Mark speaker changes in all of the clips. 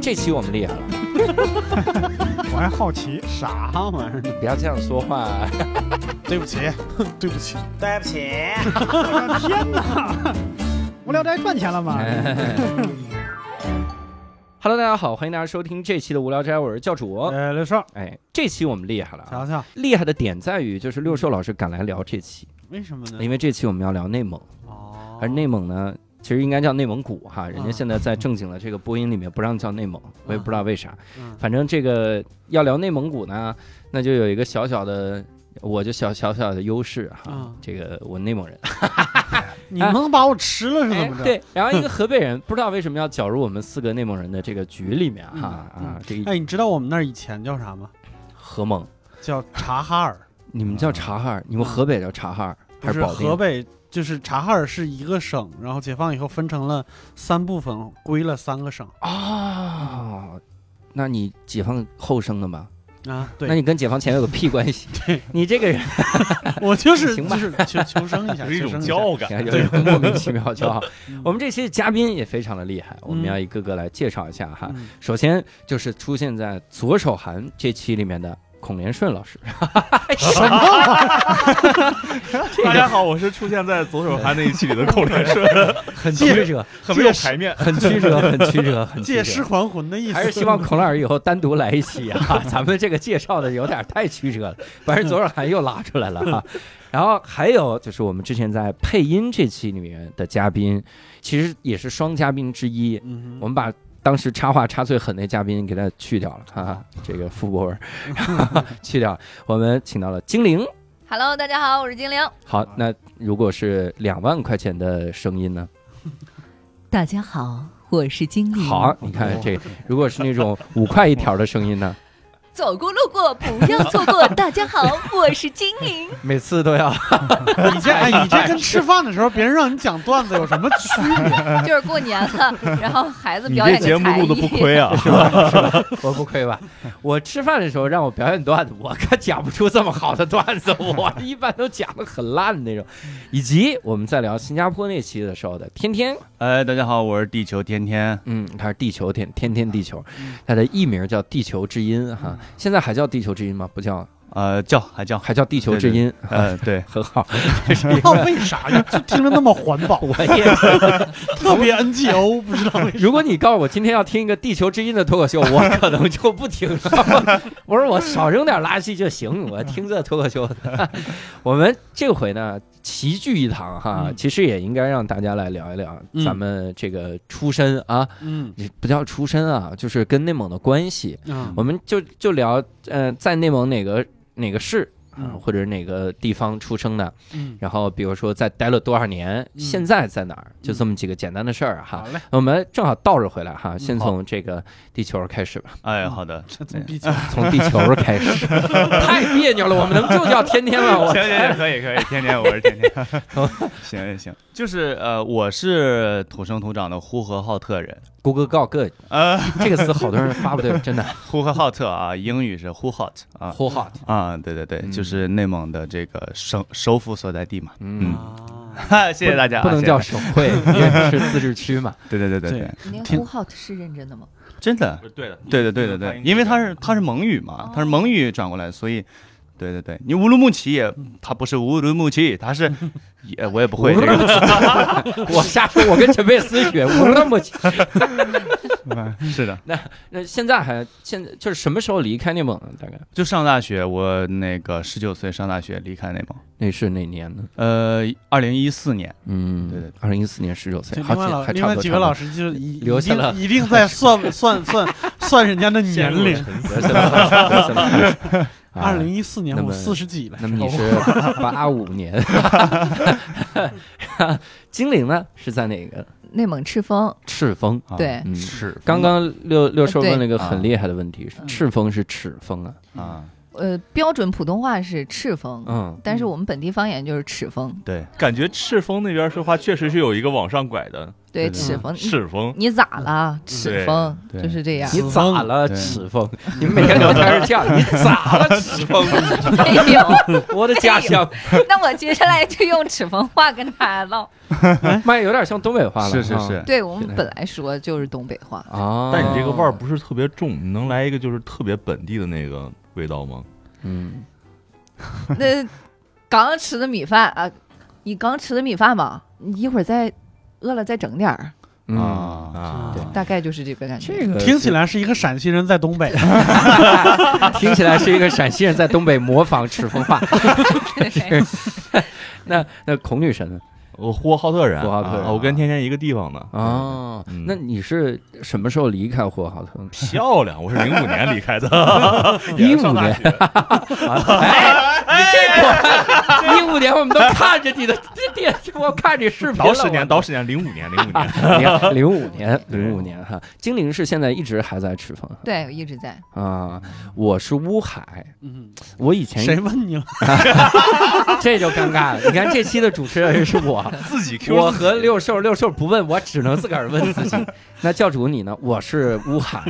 Speaker 1: 这期我们厉害了，
Speaker 2: 我还好奇，
Speaker 3: 啥玩意儿？
Speaker 1: 不要这样说话。
Speaker 3: 对不起，对不起，
Speaker 4: 对不起，
Speaker 2: 我的天哪！无聊斋赚钱了吗？
Speaker 3: 哎
Speaker 1: Hello，大家好，欢迎大家收听这期的无聊斋，我是教主。
Speaker 2: 呃，刘硕，
Speaker 1: 哎，这期我们厉害了啊！
Speaker 3: 瞧瞧，
Speaker 1: 厉害的点在于，就是六兽老师敢来聊这期，
Speaker 3: 为什么呢？
Speaker 1: 因为这期我们要聊内蒙，
Speaker 3: 哦
Speaker 1: 哎而内蒙呢，其实应该叫内蒙古哈，人家
Speaker 3: 嗯
Speaker 1: 现在在正经的这个播音里面不让叫内蒙，我也不知道为啥。
Speaker 3: 嗯
Speaker 1: 反正这个要聊内蒙古呢，那就有一个小小的，我就小小小的优势哈
Speaker 3: 嗯，
Speaker 1: 这个我内蒙人。
Speaker 3: 你能把我吃了 是
Speaker 1: 哎
Speaker 3: 怎么着？
Speaker 1: 对，然后一个河北人不知道为什么要搅入我们四个内蒙人的这个局里面哈
Speaker 3: 嗯
Speaker 1: 啊，这
Speaker 3: 哎，你知道我们那儿以前叫啥吗？
Speaker 1: 河蒙，嗯
Speaker 3: 叫察哈尔，
Speaker 1: 你们叫察哈尔，你们河北叫察哈尔还
Speaker 3: 不
Speaker 1: 是
Speaker 3: 是
Speaker 1: 保定
Speaker 3: 河？北，就是察哈尔是一个省，然后解放以后分成了三部分，归了三个省
Speaker 1: 啊，那你解放后生的吧？
Speaker 3: 啊。
Speaker 1: 那
Speaker 3: 对，
Speaker 1: 你跟解放前有个屁关 系？你这个人
Speaker 3: 我就是
Speaker 1: 行
Speaker 3: 就
Speaker 1: 吧
Speaker 3: 是求求生 一下，
Speaker 4: 有一
Speaker 3: 求
Speaker 4: 种
Speaker 3: 生
Speaker 4: 骄
Speaker 3: 下。
Speaker 4: 傲感。
Speaker 1: 有一种莫名其妙骄傲。
Speaker 3: 嗯
Speaker 1: 我们这期的嘉宾也非常的厉害，我们
Speaker 3: 嗯
Speaker 1: 要一个个来介绍一下哈。
Speaker 3: 嗯
Speaker 1: 首先就是出现在左手韩这期里面的孔连顺老师，
Speaker 4: 大家好，我是出现在左手韩那一期里的孔连顺，
Speaker 1: 很曲折，
Speaker 4: 很没有排面。
Speaker 1: 很曲折，很曲折，很曲
Speaker 3: 借
Speaker 1: 折
Speaker 3: 尸。还魂的意思，
Speaker 1: 还是希望孔老师以后单独来一期啊， 咱们这个介绍的有点太曲折了，反正左手韩又拉出来了 啊。然后还有就是我们之前在配音这期里面的嘉宾，其实也是双嘉宾之一，
Speaker 3: 嗯
Speaker 1: 我
Speaker 3: 哼，
Speaker 1: 们把当时插话插最狠那嘉宾给他去掉了，哈、哈，这个傅博文 去掉了，我们请到了精灵。
Speaker 5: Hello，大家好，我是精灵。
Speaker 1: 好，那如果是两万块钱的声音呢？
Speaker 5: 大家好，我是精灵。
Speaker 1: 好，你看这，如果是那种五块一条的声音呢？
Speaker 5: 走过路过不要错过。 大家好，我是精灵。
Speaker 1: 每次都要
Speaker 3: 你这哎，你这跟吃饭的时候别人让你讲段子有什么区别？
Speaker 5: 就是过年了， 然后孩子
Speaker 4: 你
Speaker 5: 表
Speaker 4: 这
Speaker 5: 演
Speaker 4: 节
Speaker 5: 个
Speaker 4: 目
Speaker 5: 才
Speaker 4: 录的不
Speaker 5: 艺。
Speaker 4: 亏啊！
Speaker 1: 是吧？是吧？ 我不亏吧？我吃饭的时候让我表演段子，我可讲不出这么好的段子，我一般都讲的很烂的那种。以及我们在聊新加坡那期的时候的天天，
Speaker 6: 哎，大家好，我是地球天天。
Speaker 1: 嗯，他是地球天天天地球，
Speaker 6: 嗯
Speaker 1: 他的艺名叫地球之音哈，现在还叫地球之音吗？不叫，
Speaker 6: 呃，叫还叫，
Speaker 1: 还 叫地球之音，
Speaker 6: 呃，对，
Speaker 1: 很好，
Speaker 3: 不知道 为啥呀？就听着那么环保，
Speaker 1: 我也。
Speaker 3: 特别 NGO，不知道 为啥。
Speaker 1: 如果你告诉我今天要听一个地球之音的脱口秀， 我可能就不听了。 我说我少扔点垃圾就行，我听这脱口秀。 我们这回呢齐聚一堂哈，
Speaker 3: 嗯
Speaker 1: 其实也应该让大家来聊一聊
Speaker 3: 嗯
Speaker 1: 咱们这个出身啊，
Speaker 3: 嗯
Speaker 1: 你不叫出身啊，就是跟内蒙的关系。
Speaker 3: 嗯
Speaker 1: 我们就就聊，呃，在内蒙哪个哪个市啊、
Speaker 3: 嗯
Speaker 1: 或者哪个地方出生的，
Speaker 3: 嗯，
Speaker 1: 然后比如说在待了多少年，
Speaker 3: 嗯
Speaker 1: 现在在哪儿，就这么几个简单的事儿啊哈。
Speaker 3: 好嘞，
Speaker 1: 我们正好倒着回来哈，先
Speaker 6: 嗯好
Speaker 1: 从这个地球开始吧，
Speaker 6: 哎，好的，
Speaker 3: 这怎么比较？
Speaker 1: 从地球开 始，太别扭了，我们能就叫天天吗？我
Speaker 6: 行行行，可以可以，天天我是天 天，行行行，就是呃，我是土生土长的呼和浩特人，
Speaker 1: Google Go Good
Speaker 6: 呃，
Speaker 1: 这个词好多人发不对，真的
Speaker 6: 呼和浩特啊，英语是呼 hot 啊
Speaker 1: Whole Hot，
Speaker 6: 啊，对对对，
Speaker 1: 嗯
Speaker 6: 就是内蒙的这个省首府所在地嘛，
Speaker 1: 嗯，
Speaker 3: 啊
Speaker 6: 哈， 谢谢大家啊，
Speaker 1: 不能
Speaker 6: 谢谢
Speaker 1: 叫
Speaker 6: 大家
Speaker 1: 省会，因为是自治区嘛，
Speaker 6: 对对对对
Speaker 3: 对
Speaker 6: 对，
Speaker 5: 您
Speaker 3: 听
Speaker 5: 呼号是认真的吗？
Speaker 6: 真的，
Speaker 4: 对的，
Speaker 6: 对对对对对，因为它是它是蒙语嘛
Speaker 5: 哦，
Speaker 6: 它是蒙语转过来，所以，对对对，你乌鲁木齐也，它不是乌鲁木齐，它是，也我也不 会这个，
Speaker 1: 我瞎说，我跟陈佩斯学，我那么
Speaker 6: 是的，
Speaker 1: 那现在还现在就是什么时候离开内蒙呢？大概
Speaker 6: 就上大学，我那个十九岁上大学离开内蒙，
Speaker 1: 那是哪年呢？
Speaker 6: 呃，二零一四年，
Speaker 1: 嗯，
Speaker 6: 对对对
Speaker 1: 二零一四年十九岁，
Speaker 3: 就
Speaker 1: 好
Speaker 3: 另外
Speaker 1: 像
Speaker 3: 老
Speaker 1: 还
Speaker 3: 另
Speaker 1: 差不
Speaker 3: 外
Speaker 1: 多。
Speaker 3: 几位老
Speaker 1: 师，
Speaker 3: 师就一
Speaker 1: 留
Speaker 3: 一
Speaker 1: 下了
Speaker 3: 定一定在算算算 算人家的年龄。二零一四年
Speaker 1: 哎那
Speaker 3: 我
Speaker 1: 么
Speaker 3: 四十几了，
Speaker 1: 那么你是八五年，精灵呢是在哪个
Speaker 5: 内蒙赤峰，
Speaker 1: 赤峰？
Speaker 6: 啊
Speaker 5: 对
Speaker 1: 嗯
Speaker 6: 是
Speaker 1: 刚刚六六叔问了一个
Speaker 6: 对
Speaker 1: 很厉害的问题，
Speaker 5: 嗯
Speaker 1: 赤峰是赤峰啊？
Speaker 6: 啊，
Speaker 5: 呃，标准普通话是赤峰，
Speaker 1: 嗯，
Speaker 5: 但是我们本地方言就是赤峰。
Speaker 6: 对，
Speaker 4: 感觉赤峰那边说话确实是有一个往上拐的，
Speaker 5: 对，
Speaker 6: 对对
Speaker 5: 齿峰，
Speaker 4: 赤峰，
Speaker 5: 你咋了？齿峰
Speaker 6: 对
Speaker 5: 就是这样，
Speaker 1: 你咋了，
Speaker 6: 对
Speaker 1: 齿峰？你们每天聊天是这样，你咋了，齿峰？
Speaker 5: 没有。
Speaker 1: 我的家乡，
Speaker 5: 哎那我接下来就用齿峰话跟大家唠。
Speaker 1: 妈有点像东北话了，
Speaker 6: 是是
Speaker 1: 啊
Speaker 6: 是，
Speaker 5: 对我们本来说就是东北话，
Speaker 1: 啊。
Speaker 4: 但你这个味儿，不是特别重，你能来一个就是特别本地的那个味道吗？
Speaker 1: 嗯，
Speaker 5: 那刚吃的米饭啊，你刚吃的米饭吧，你一会儿再饿了再整点儿，
Speaker 1: 嗯，
Speaker 6: 啊，
Speaker 4: 啊，
Speaker 1: 对
Speaker 5: 大概就是这个感觉。
Speaker 1: 这个
Speaker 3: 嗯听起来是一个陕西人在东北，
Speaker 1: 听起来是一个陕西人在东北模仿赤峰 话。那那孔女神呢？
Speaker 4: 我呼和浩特人，
Speaker 1: 呼和浩特人
Speaker 4: 啊我跟天天一个地方的。
Speaker 1: 哦
Speaker 4: 嗯，
Speaker 1: 那你是什么时候离开呼和浩特呢？
Speaker 4: 漂亮，我是零五年离开的，
Speaker 1: 一
Speaker 4: 也
Speaker 1: 五
Speaker 4: 是上大
Speaker 1: 年
Speaker 4: 学，
Speaker 1: 哎，你这 个一五年我们都看着你的电，我看你视频了。
Speaker 4: 倒十年，倒十年，零五 年，零五年，
Speaker 1: 年，零五 年，零五年哈。精灵是现在一直还在赤峰
Speaker 5: 对，我一直在。
Speaker 1: 啊，我是乌海，
Speaker 3: 嗯，
Speaker 1: 我以前
Speaker 3: 谁问你了？
Speaker 1: 这就尴尬了。你看这期的主持人是我，
Speaker 4: 自己 Q
Speaker 1: 我
Speaker 4: 自
Speaker 1: 和
Speaker 4: 己
Speaker 1: 六兽，六兽不问，我只能自个儿问自己。那教主你呢？我是乌海，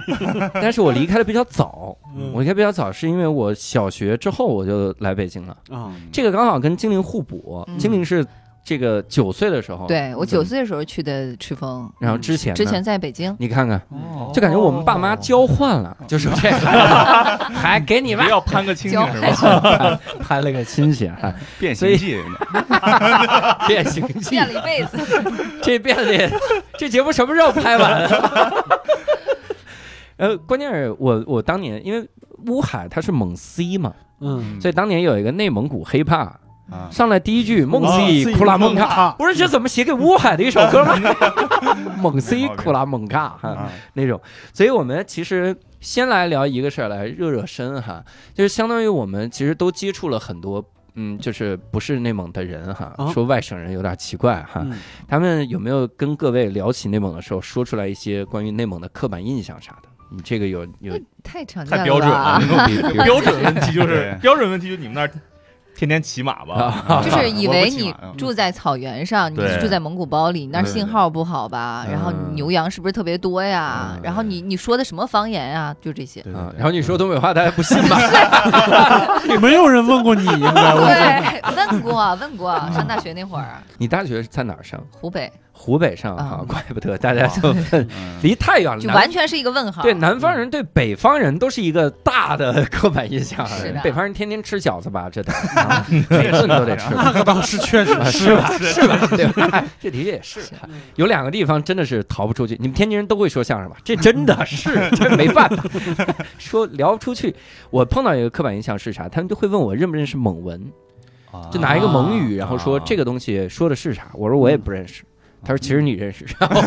Speaker 1: 但是我离开的比较早。
Speaker 3: 嗯
Speaker 1: 我离开比较早，是因为我小学之后我就来北京了。
Speaker 3: 啊，
Speaker 1: 这个刚好跟精灵互补，
Speaker 5: 嗯
Speaker 1: 精灵是这个九岁的时候，，
Speaker 5: 对我九岁的时候去的赤峰，
Speaker 1: 然后之前呢
Speaker 5: 之前在北 京。
Speaker 1: 你看看，
Speaker 6: 哦
Speaker 1: 就感觉我们爸妈交换了，就是这孩子还给你吧
Speaker 6: 不，要攀个亲戚
Speaker 5: 交
Speaker 6: 是吧？
Speaker 1: 拍了个亲戚，还
Speaker 6: 变
Speaker 1: 所以
Speaker 6: 形 记，
Speaker 1: 变形记
Speaker 5: 变，了一辈子，
Speaker 1: 这变的这节目什么时候拍完？呃，关键是我我当年因为乌海它是蒙 C 嘛，
Speaker 3: 嗯，
Speaker 1: 所以当年有一个内蒙古黑怕，
Speaker 6: 啊，
Speaker 1: 上来第一句蒙
Speaker 3: 蒙
Speaker 1: C
Speaker 3: 西
Speaker 1: 库拉蒙
Speaker 3: 库拉蒙
Speaker 1: 卡
Speaker 3: 卡，
Speaker 1: 我说这怎么写给乌海的一首歌吗？蒙 C 库拉蒙卡哈
Speaker 6: 啊
Speaker 1: 那种，所以我们其实先来聊一个事儿，来热热身哈，就是相当于我们其实都接触了很多。嗯，就是不是内蒙的人哈，
Speaker 3: 啊
Speaker 1: 说外省人有点奇怪哈。
Speaker 3: 嗯
Speaker 1: 他们有没有跟各位聊起内蒙的时候，说出来一些关于内蒙的刻板印象啥的？你这个有有
Speaker 5: 太常见
Speaker 4: 太标准
Speaker 5: 啊
Speaker 4: 了，
Speaker 1: 比比
Speaker 4: 标准问题就是
Speaker 6: 对
Speaker 4: 标准问题，就是你们那儿天天骑马吧？
Speaker 1: 啊
Speaker 5: 就是以为你
Speaker 6: 我不骑马
Speaker 5: 住在草原上，你
Speaker 4: 对
Speaker 5: 是住在蒙古包里，你那儿
Speaker 6: 对对
Speaker 5: 信号不好吧？
Speaker 1: 嗯
Speaker 5: 然后你牛羊是不是特别多呀
Speaker 1: 嗯？
Speaker 5: 然后你你说的什么方言啊？就这些。
Speaker 6: 对
Speaker 1: 啊
Speaker 6: 对，对
Speaker 1: 然后你说东北话，大家不信吧？
Speaker 3: 没有人问过你，应该问
Speaker 5: 对，问过啊问过，上大学那会儿，
Speaker 1: 你大学是在哪儿上？
Speaker 5: 湖北
Speaker 1: 湖北上啊
Speaker 5: 啊，
Speaker 1: 怪不得大家就问，离太远了。
Speaker 5: 哦嗯就
Speaker 1: 南
Speaker 5: 完全是一嗯个问号。
Speaker 1: 对南方人对北方人都是一个大的刻板印象
Speaker 5: 是的，
Speaker 1: 北方人天天吃饺子吧， 这得啊每顿都得 吃吧。
Speaker 3: 那个倒是确实是吧？
Speaker 1: 是吧？对吧？哎这的确也是，有两个地方真的是逃不出去。你们天津人都会说相声 吧？这真的是，这没办法， 说聊不出去。我碰到一个刻板印象是啥？他们就会问我认不认识蒙文，
Speaker 6: 啊
Speaker 1: 就拿一个蒙语，
Speaker 4: 啊
Speaker 1: 然后说
Speaker 4: 啊
Speaker 1: 这个东西说的是啥？我说我也不认识。他说：“其实你认 识。”然后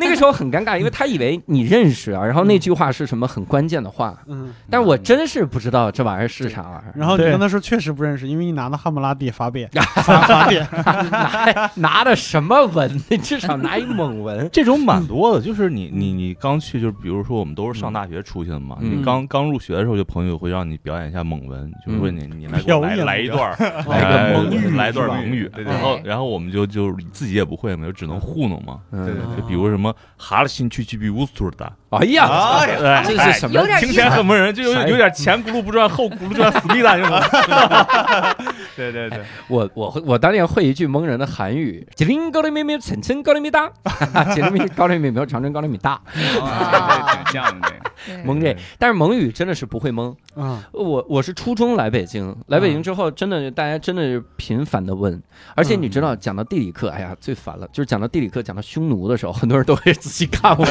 Speaker 1: 那个时候很尴尬，因为他以为你认识啊。然后那句话是什么很关键的话，
Speaker 3: 嗯，
Speaker 1: 但是我真是不知道这玩意儿是啥玩意儿。
Speaker 3: 然后你
Speaker 1: 对
Speaker 3: 跟他说确实不认识，因为你拿的汉谟拉比法典，法法典，
Speaker 1: 拿拿的什么文？ 你至少拿一蒙文。
Speaker 4: 这种蛮多的，就是你你你刚去，就是比如说我们都是上大学出去的嘛，
Speaker 1: 嗯
Speaker 4: 你刚刚入学的时候，就朋友会让你表演一下蒙文，就是问你你来给
Speaker 3: 表
Speaker 4: 我来
Speaker 3: 演
Speaker 4: 来一段儿，
Speaker 1: 来个
Speaker 4: 哎
Speaker 1: 蒙
Speaker 3: 语
Speaker 4: 来一段
Speaker 3: 是吧
Speaker 4: 蒙语，
Speaker 6: 对
Speaker 5: 对
Speaker 4: 然后然后我们就就自己也不会嘛，就只能糊弄嘛，
Speaker 1: 嗯
Speaker 6: 对对
Speaker 4: 就比如什么哈拉辛去去比乌苏的，
Speaker 1: 哎呀，
Speaker 4: 哎呀
Speaker 1: 这是什么
Speaker 5: 有点
Speaker 4: 听起来很蒙人，就有
Speaker 1: 啥意
Speaker 4: 有点前轱辘不转后轱辘转，死逼蛋那种。
Speaker 6: 对对对，
Speaker 1: 我我会我当年会一句蒙人的韩语，吉林高丽咪咪，陈陈高丽咪哒，哈哈 吉林高丽咪咪，长春高丽咪哒，
Speaker 6: 啊对挺像的，对
Speaker 5: 对
Speaker 1: 蒙这。但是蒙语真的是不会蒙。
Speaker 3: 嗯，
Speaker 1: 我我是初中来北京，来北京之后，真的大家真的是频繁的问，而且你知道，讲到地理课，哎呀，最烦了，就是讲到地理课，讲到匈奴的时候，很多人都会仔细看 我，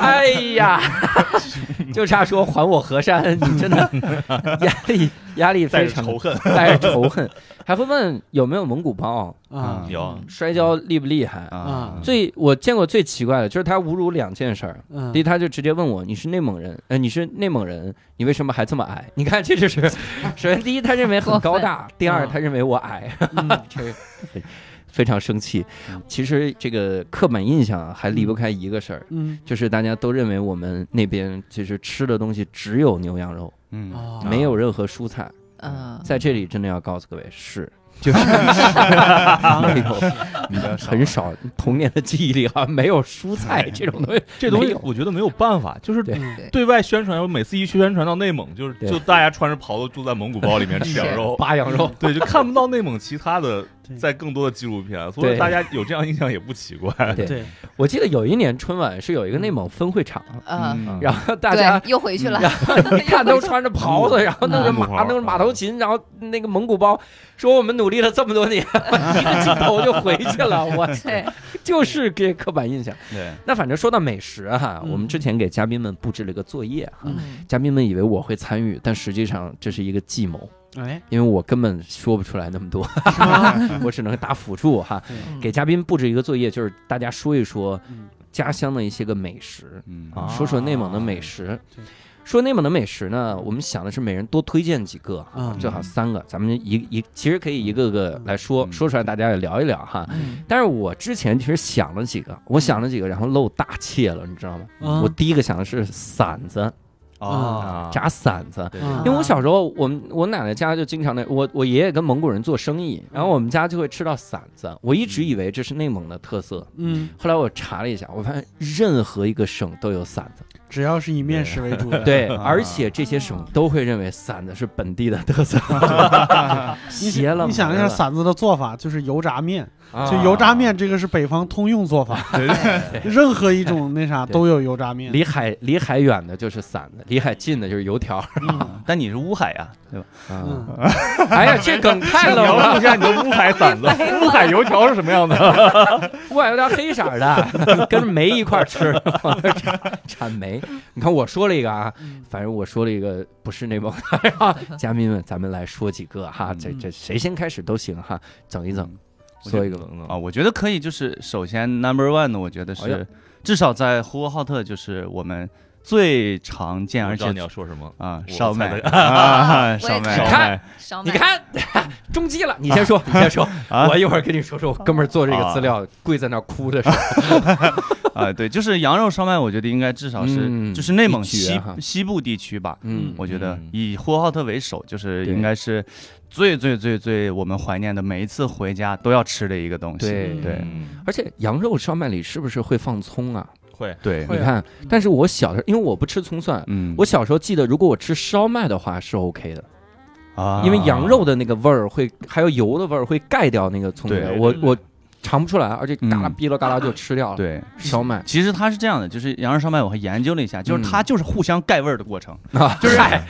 Speaker 1: 哎呀， 就差说还我河山，你真的压力压力
Speaker 4: 带
Speaker 1: 非
Speaker 4: 着
Speaker 1: 常
Speaker 4: 仇恨，
Speaker 1: 带着仇恨， 还会问有没有蒙古包，
Speaker 4: 嗯
Speaker 3: 啊
Speaker 6: 有
Speaker 1: 摔跤厉不厉害？
Speaker 6: 啊，
Speaker 1: 最我见过最奇怪的就是他侮辱两件事儿，
Speaker 3: 嗯
Speaker 1: 第一，他就直接问我：“你是内蒙人？呃，你是内蒙人，你为什么还这么矮？” 你看，这就是首先第一，他认为很高大；第二，
Speaker 3: 嗯
Speaker 1: 他认为我矮，
Speaker 3: 嗯
Speaker 1: 这个非常生气。其实这个刻板印象啊还离不开一个事儿，
Speaker 3: 嗯，
Speaker 1: 就是大家都认为我们那边其实吃的东西只有牛羊肉，
Speaker 6: 嗯
Speaker 3: 哦
Speaker 1: 没有任何蔬菜。
Speaker 5: 嗯，
Speaker 1: 在这里真的要告诉各位，是 就是 没有，很少童年的记忆里好像没有蔬菜这种东西，
Speaker 4: 这东
Speaker 1: 没
Speaker 4: 西
Speaker 1: 有
Speaker 4: 我觉得没有办法，就是
Speaker 1: 对
Speaker 3: 嗯
Speaker 5: 对
Speaker 4: 对外宣传，我每次一宣传到内蒙，就是
Speaker 1: 对
Speaker 4: 就大家穿着袍子住在蒙古包里面吃羊肉，
Speaker 1: 扒羊肉。
Speaker 4: 对，就看不到内蒙其他的
Speaker 3: 对
Speaker 4: 在更多的纪录片，所
Speaker 1: 对
Speaker 4: 以大家有这样印象也不奇怪。
Speaker 1: 对
Speaker 3: 对，
Speaker 1: 我记得有一年春晚是有一个内蒙分会场，
Speaker 5: 嗯，
Speaker 1: 然后大家
Speaker 5: 对，又回去了，
Speaker 1: 一看都穿着袍子，然后弄着
Speaker 4: 嗯
Speaker 1: 马，弄着马头琴，然后那个蒙古包，说我们努力了这么多年，一个镜头就回去了。 我
Speaker 5: 对，
Speaker 1: 就是给刻板印象。
Speaker 6: 对，
Speaker 1: 那反正说到美食哈，
Speaker 3: 嗯
Speaker 1: 我们之前给嘉宾们布置了一个作业哈，
Speaker 5: 嗯，
Speaker 1: 嘉宾们以为我会参与，但实际上这是一个计谋，
Speaker 3: 哎，
Speaker 1: 因为我根本说不出来那么多， 我只能打辅助哈。
Speaker 5: 嗯
Speaker 1: 给嘉宾布置一个作业，就是大家说一说
Speaker 3: 嗯
Speaker 1: 家乡的一些个美食，
Speaker 6: 嗯
Speaker 1: 啊，说说内蒙的美食
Speaker 3: 对。
Speaker 1: 说内蒙的美食呢，我们想的是每人多推荐几个哈
Speaker 3: 嗯，
Speaker 1: 最好三个，咱们一一其实可以一个个来说，
Speaker 6: 嗯
Speaker 1: 说出来大家也聊一聊哈。
Speaker 5: 嗯
Speaker 1: 但是我之前其实想了几个，我想了几个，然后露大怯了，你知道吗？
Speaker 3: 嗯
Speaker 1: 我第一个想的是馓子
Speaker 6: 啊，
Speaker 1: 炸馓子，
Speaker 6: 对
Speaker 3: 嗯
Speaker 1: 因为我小时候，我们我奶奶家就经常那，我我爷爷跟蒙古人做生意，然后我们家就会吃到馓子，我一直以为这是内蒙的特色，
Speaker 3: 嗯，
Speaker 1: 后来我查了一下，我发现任何一个省都有馓子。
Speaker 3: 只要是以面食为主的，
Speaker 1: 对，
Speaker 6: 啊
Speaker 1: 而且这些省都会认为馓子是本地的特色，
Speaker 3: 啊 你
Speaker 1: 邪了门了。
Speaker 3: 你想一下馓子的做法，就是油炸面，
Speaker 1: 啊，
Speaker 3: 就油炸面这个是北方通用做法，
Speaker 6: 对 对
Speaker 3: 任何一种那啥
Speaker 1: 对
Speaker 3: 都有油炸面。
Speaker 1: 离海离海远的就是馓子，离海近的就是油条。
Speaker 3: 嗯
Speaker 6: 但你是乌海呀，对吧？
Speaker 1: 啊，
Speaker 3: 嗯，
Speaker 1: 哎呀，这梗太冷
Speaker 4: 描述
Speaker 1: 了
Speaker 4: 一，下你的乌海馓子，乌海油条是什么样的？
Speaker 1: 外有点黑色儿 的，跟煤一块儿吃，产产煤。你看我说了一个啊，反正我说了一个不是内蒙的，然后嘉宾们咱们来说几个哈，这这谁先开始都行哈，整一整，说一个吧。
Speaker 6: 啊，嗯我觉得可以，就是首先 number one 呢，我觉得
Speaker 1: 哎呀
Speaker 6: 是至少在呼和浩特，就是我们最常见
Speaker 4: 我
Speaker 6: 而
Speaker 4: 知
Speaker 6: 且
Speaker 4: 道你要说什么，
Speaker 6: 啊
Speaker 4: 我
Speaker 6: 烧
Speaker 4: 猜
Speaker 6: 麦
Speaker 4: 的
Speaker 6: 啊
Speaker 5: 我也
Speaker 6: 烧麦，
Speaker 1: 猜
Speaker 6: 烧
Speaker 1: 看
Speaker 6: 麦
Speaker 5: 烧麦
Speaker 1: 你，看， 中计了。你先 说，你先说，
Speaker 6: 啊
Speaker 1: 我一会儿跟你说说。我哥们儿做这个资料，跪在那儿哭的时 候，
Speaker 6: 啊，对，就是羊肉烧麦，我觉得应该至少是
Speaker 1: 嗯
Speaker 6: 就是内蒙
Speaker 1: 一绝
Speaker 6: 西
Speaker 1: 哈
Speaker 6: 西部地区吧，
Speaker 1: 嗯
Speaker 6: 我觉得
Speaker 4: 嗯
Speaker 6: 以呼和浩特为首，就是
Speaker 1: 对
Speaker 6: 应该是最最最最我们怀念的，每一次回家都要吃的一个东西。
Speaker 1: 对
Speaker 6: 对
Speaker 4: 嗯
Speaker 1: 而且羊肉烧麦里是不是会放葱啊？
Speaker 4: 会
Speaker 6: 对
Speaker 1: 你看，但是我小时候，因为我不吃葱蒜，
Speaker 6: 嗯，
Speaker 1: 我小时候记得，如果我吃烧麦的话是 OK 的，
Speaker 6: 啊，
Speaker 1: 因为羊肉的那个味儿会，还有油的味儿会盖掉那个葱的味儿。
Speaker 4: 对
Speaker 1: 我
Speaker 4: 对
Speaker 1: 我尝不出来，而且嘎啦
Speaker 6: 嗯
Speaker 1: 哔啦嘎啦就吃掉了。，
Speaker 6: 对。
Speaker 1: 烧麦
Speaker 6: 其实它是这样的，就是羊肉烧麦，我还研究了一下，就是它
Speaker 1: 嗯
Speaker 6: 就是互相盖味儿的过程，
Speaker 1: 啊，
Speaker 6: 就是
Speaker 1: 嗨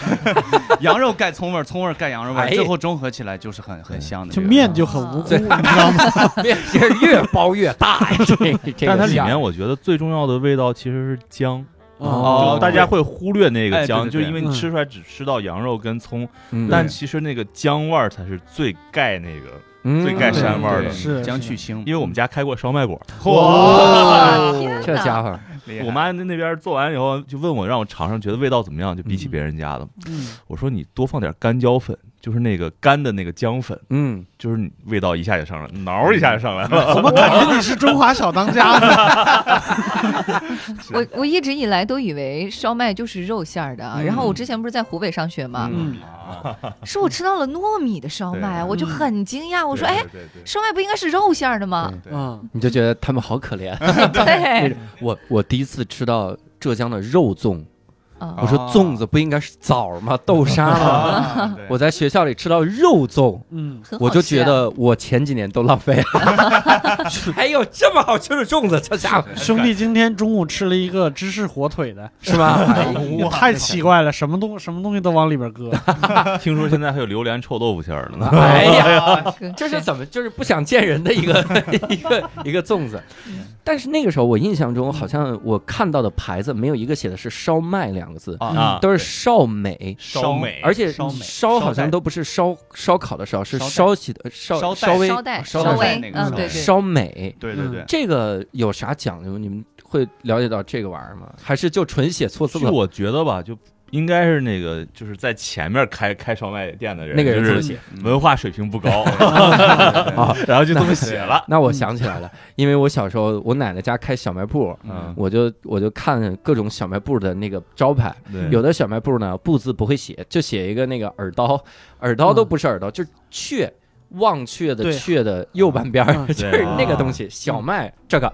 Speaker 6: 羊肉盖葱味儿，葱味儿盖羊肉味儿，
Speaker 1: 哎
Speaker 6: 最后中和起来就是很很香的这
Speaker 3: 就
Speaker 6: 个。
Speaker 3: 面就很无辜，
Speaker 1: 对
Speaker 3: 你知道 吗？
Speaker 1: 面皮儿越包越大呀， 这个这
Speaker 4: 但
Speaker 1: 个
Speaker 4: 它里
Speaker 1: 酱
Speaker 4: 面我觉得最重要的味道其实是姜，
Speaker 3: 嗯
Speaker 1: 哦
Speaker 4: 就大家会忽略那
Speaker 6: 哎
Speaker 4: 个
Speaker 6: 对
Speaker 4: 姜，
Speaker 6: 对
Speaker 4: 就
Speaker 6: 对
Speaker 4: 因为你吃出来只吃到羊肉跟葱，
Speaker 1: 嗯
Speaker 4: 但其实那个姜味儿才是最盖那个。最
Speaker 1: 嗯
Speaker 4: 盖山味儿
Speaker 6: 对
Speaker 4: 的
Speaker 3: 是
Speaker 6: 姜
Speaker 3: 是
Speaker 6: 去腥，
Speaker 4: 因为我们家开过烧麦馆，
Speaker 3: 哦
Speaker 1: 哇
Speaker 5: 天
Speaker 1: 哦这
Speaker 5: 哪
Speaker 1: 家伙，
Speaker 6: 厉害
Speaker 4: 我妈那那边做完以后就问我，让我尝尝，觉得味道怎么样？就比起别人家的，
Speaker 3: 嗯
Speaker 4: 我说你多放点干椒粉，就是那个干的那个姜粉，
Speaker 1: 嗯，
Speaker 4: 就是你味道一下就上来，挠一下就上来了。
Speaker 5: 嗯
Speaker 3: 怎么感觉你是中华小当家呢？
Speaker 5: 我我一直以来都以为烧麦就是肉馅儿的，啊然
Speaker 1: 嗯
Speaker 5: 后我之前不是在湖北上学吗？
Speaker 3: 嗯
Speaker 5: 是我吃到了糯米的烧麦，
Speaker 4: 对
Speaker 5: 我
Speaker 1: 嗯
Speaker 5: 就很惊讶， 我说哎，
Speaker 4: 对对
Speaker 5: 烧麦不应该是肉馅儿的吗？
Speaker 6: 对
Speaker 3: 嗯，
Speaker 1: 你就觉得他们好可怜。 那
Speaker 5: 对
Speaker 1: 种，我我第一次吃到浙江的肉粽，
Speaker 5: 啊
Speaker 1: 我说粽子不应该是枣儿吗？豆沙吗？
Speaker 6: 啊， 对
Speaker 1: 我在学校里吃到肉粽，
Speaker 3: 嗯，
Speaker 5: 很好
Speaker 1: 我就
Speaker 5: 吃
Speaker 1: 觉
Speaker 5: 啊
Speaker 1: 得我前几年都浪费了。还有这么好吃的粽子，这家伙
Speaker 3: 兄弟，今天中午吃了一个芝士火腿的，
Speaker 1: 是吧？
Speaker 6: 哎
Speaker 1: 哎
Speaker 3: 也太奇怪了，什么东什么东西都往里边 搁。
Speaker 4: 听说现在还有榴莲臭豆腐馅儿的呢。
Speaker 1: 哎呀，
Speaker 5: 可
Speaker 1: 这是
Speaker 5: 啊是
Speaker 1: 怎么就是不想见人的一个 一个一个粽子？
Speaker 6: 嗯
Speaker 1: 但是那个时候我印象中好像我看到的牌子没有一个写的是烧麦两个字，
Speaker 6: 啊，
Speaker 1: 都是少美。
Speaker 4: 烧美，
Speaker 1: 而且
Speaker 6: 烧美
Speaker 1: 烧好
Speaker 6: 烧
Speaker 1: 像
Speaker 6: 带
Speaker 1: 都不是烧烧烤的烧，是
Speaker 6: 烧带
Speaker 1: 烧起的烧
Speaker 6: 烧带
Speaker 1: 稍微
Speaker 5: 烧带
Speaker 1: 稍
Speaker 5: 稍
Speaker 1: 微
Speaker 5: 微
Speaker 6: 那个稍
Speaker 5: 嗯
Speaker 6: 微
Speaker 5: 对对
Speaker 1: 烧美。
Speaker 6: 对对
Speaker 3: 嗯
Speaker 6: 对，
Speaker 1: 这个有啥讲究？你们会了解到这个玩意儿吗？还是就纯写错字
Speaker 4: 据
Speaker 1: 了？
Speaker 4: 我觉得吧，就应该是那个就是在前面开开烧麦店的人，
Speaker 1: 那个人
Speaker 4: 就
Speaker 1: 这么
Speaker 4: 是
Speaker 1: 写。
Speaker 4: 文化水平不高，
Speaker 1: 啊
Speaker 4: 然后就这么写了。
Speaker 1: 那我
Speaker 6: 嗯
Speaker 1: 想起来了，因为我小时候我奶奶家开小卖部，
Speaker 4: 嗯，
Speaker 1: 我就我就看各种小卖部的那个招牌，
Speaker 4: 对，
Speaker 1: 有的小卖部呢“不”字不会写，就写一个那个耳刀，耳刀都
Speaker 3: 嗯
Speaker 1: 不是耳刀，就是雀。忘却的
Speaker 3: 对
Speaker 1: 却的右半边儿，
Speaker 3: 嗯
Speaker 1: 就是那
Speaker 4: 啊
Speaker 1: 个东西，小麦这 个，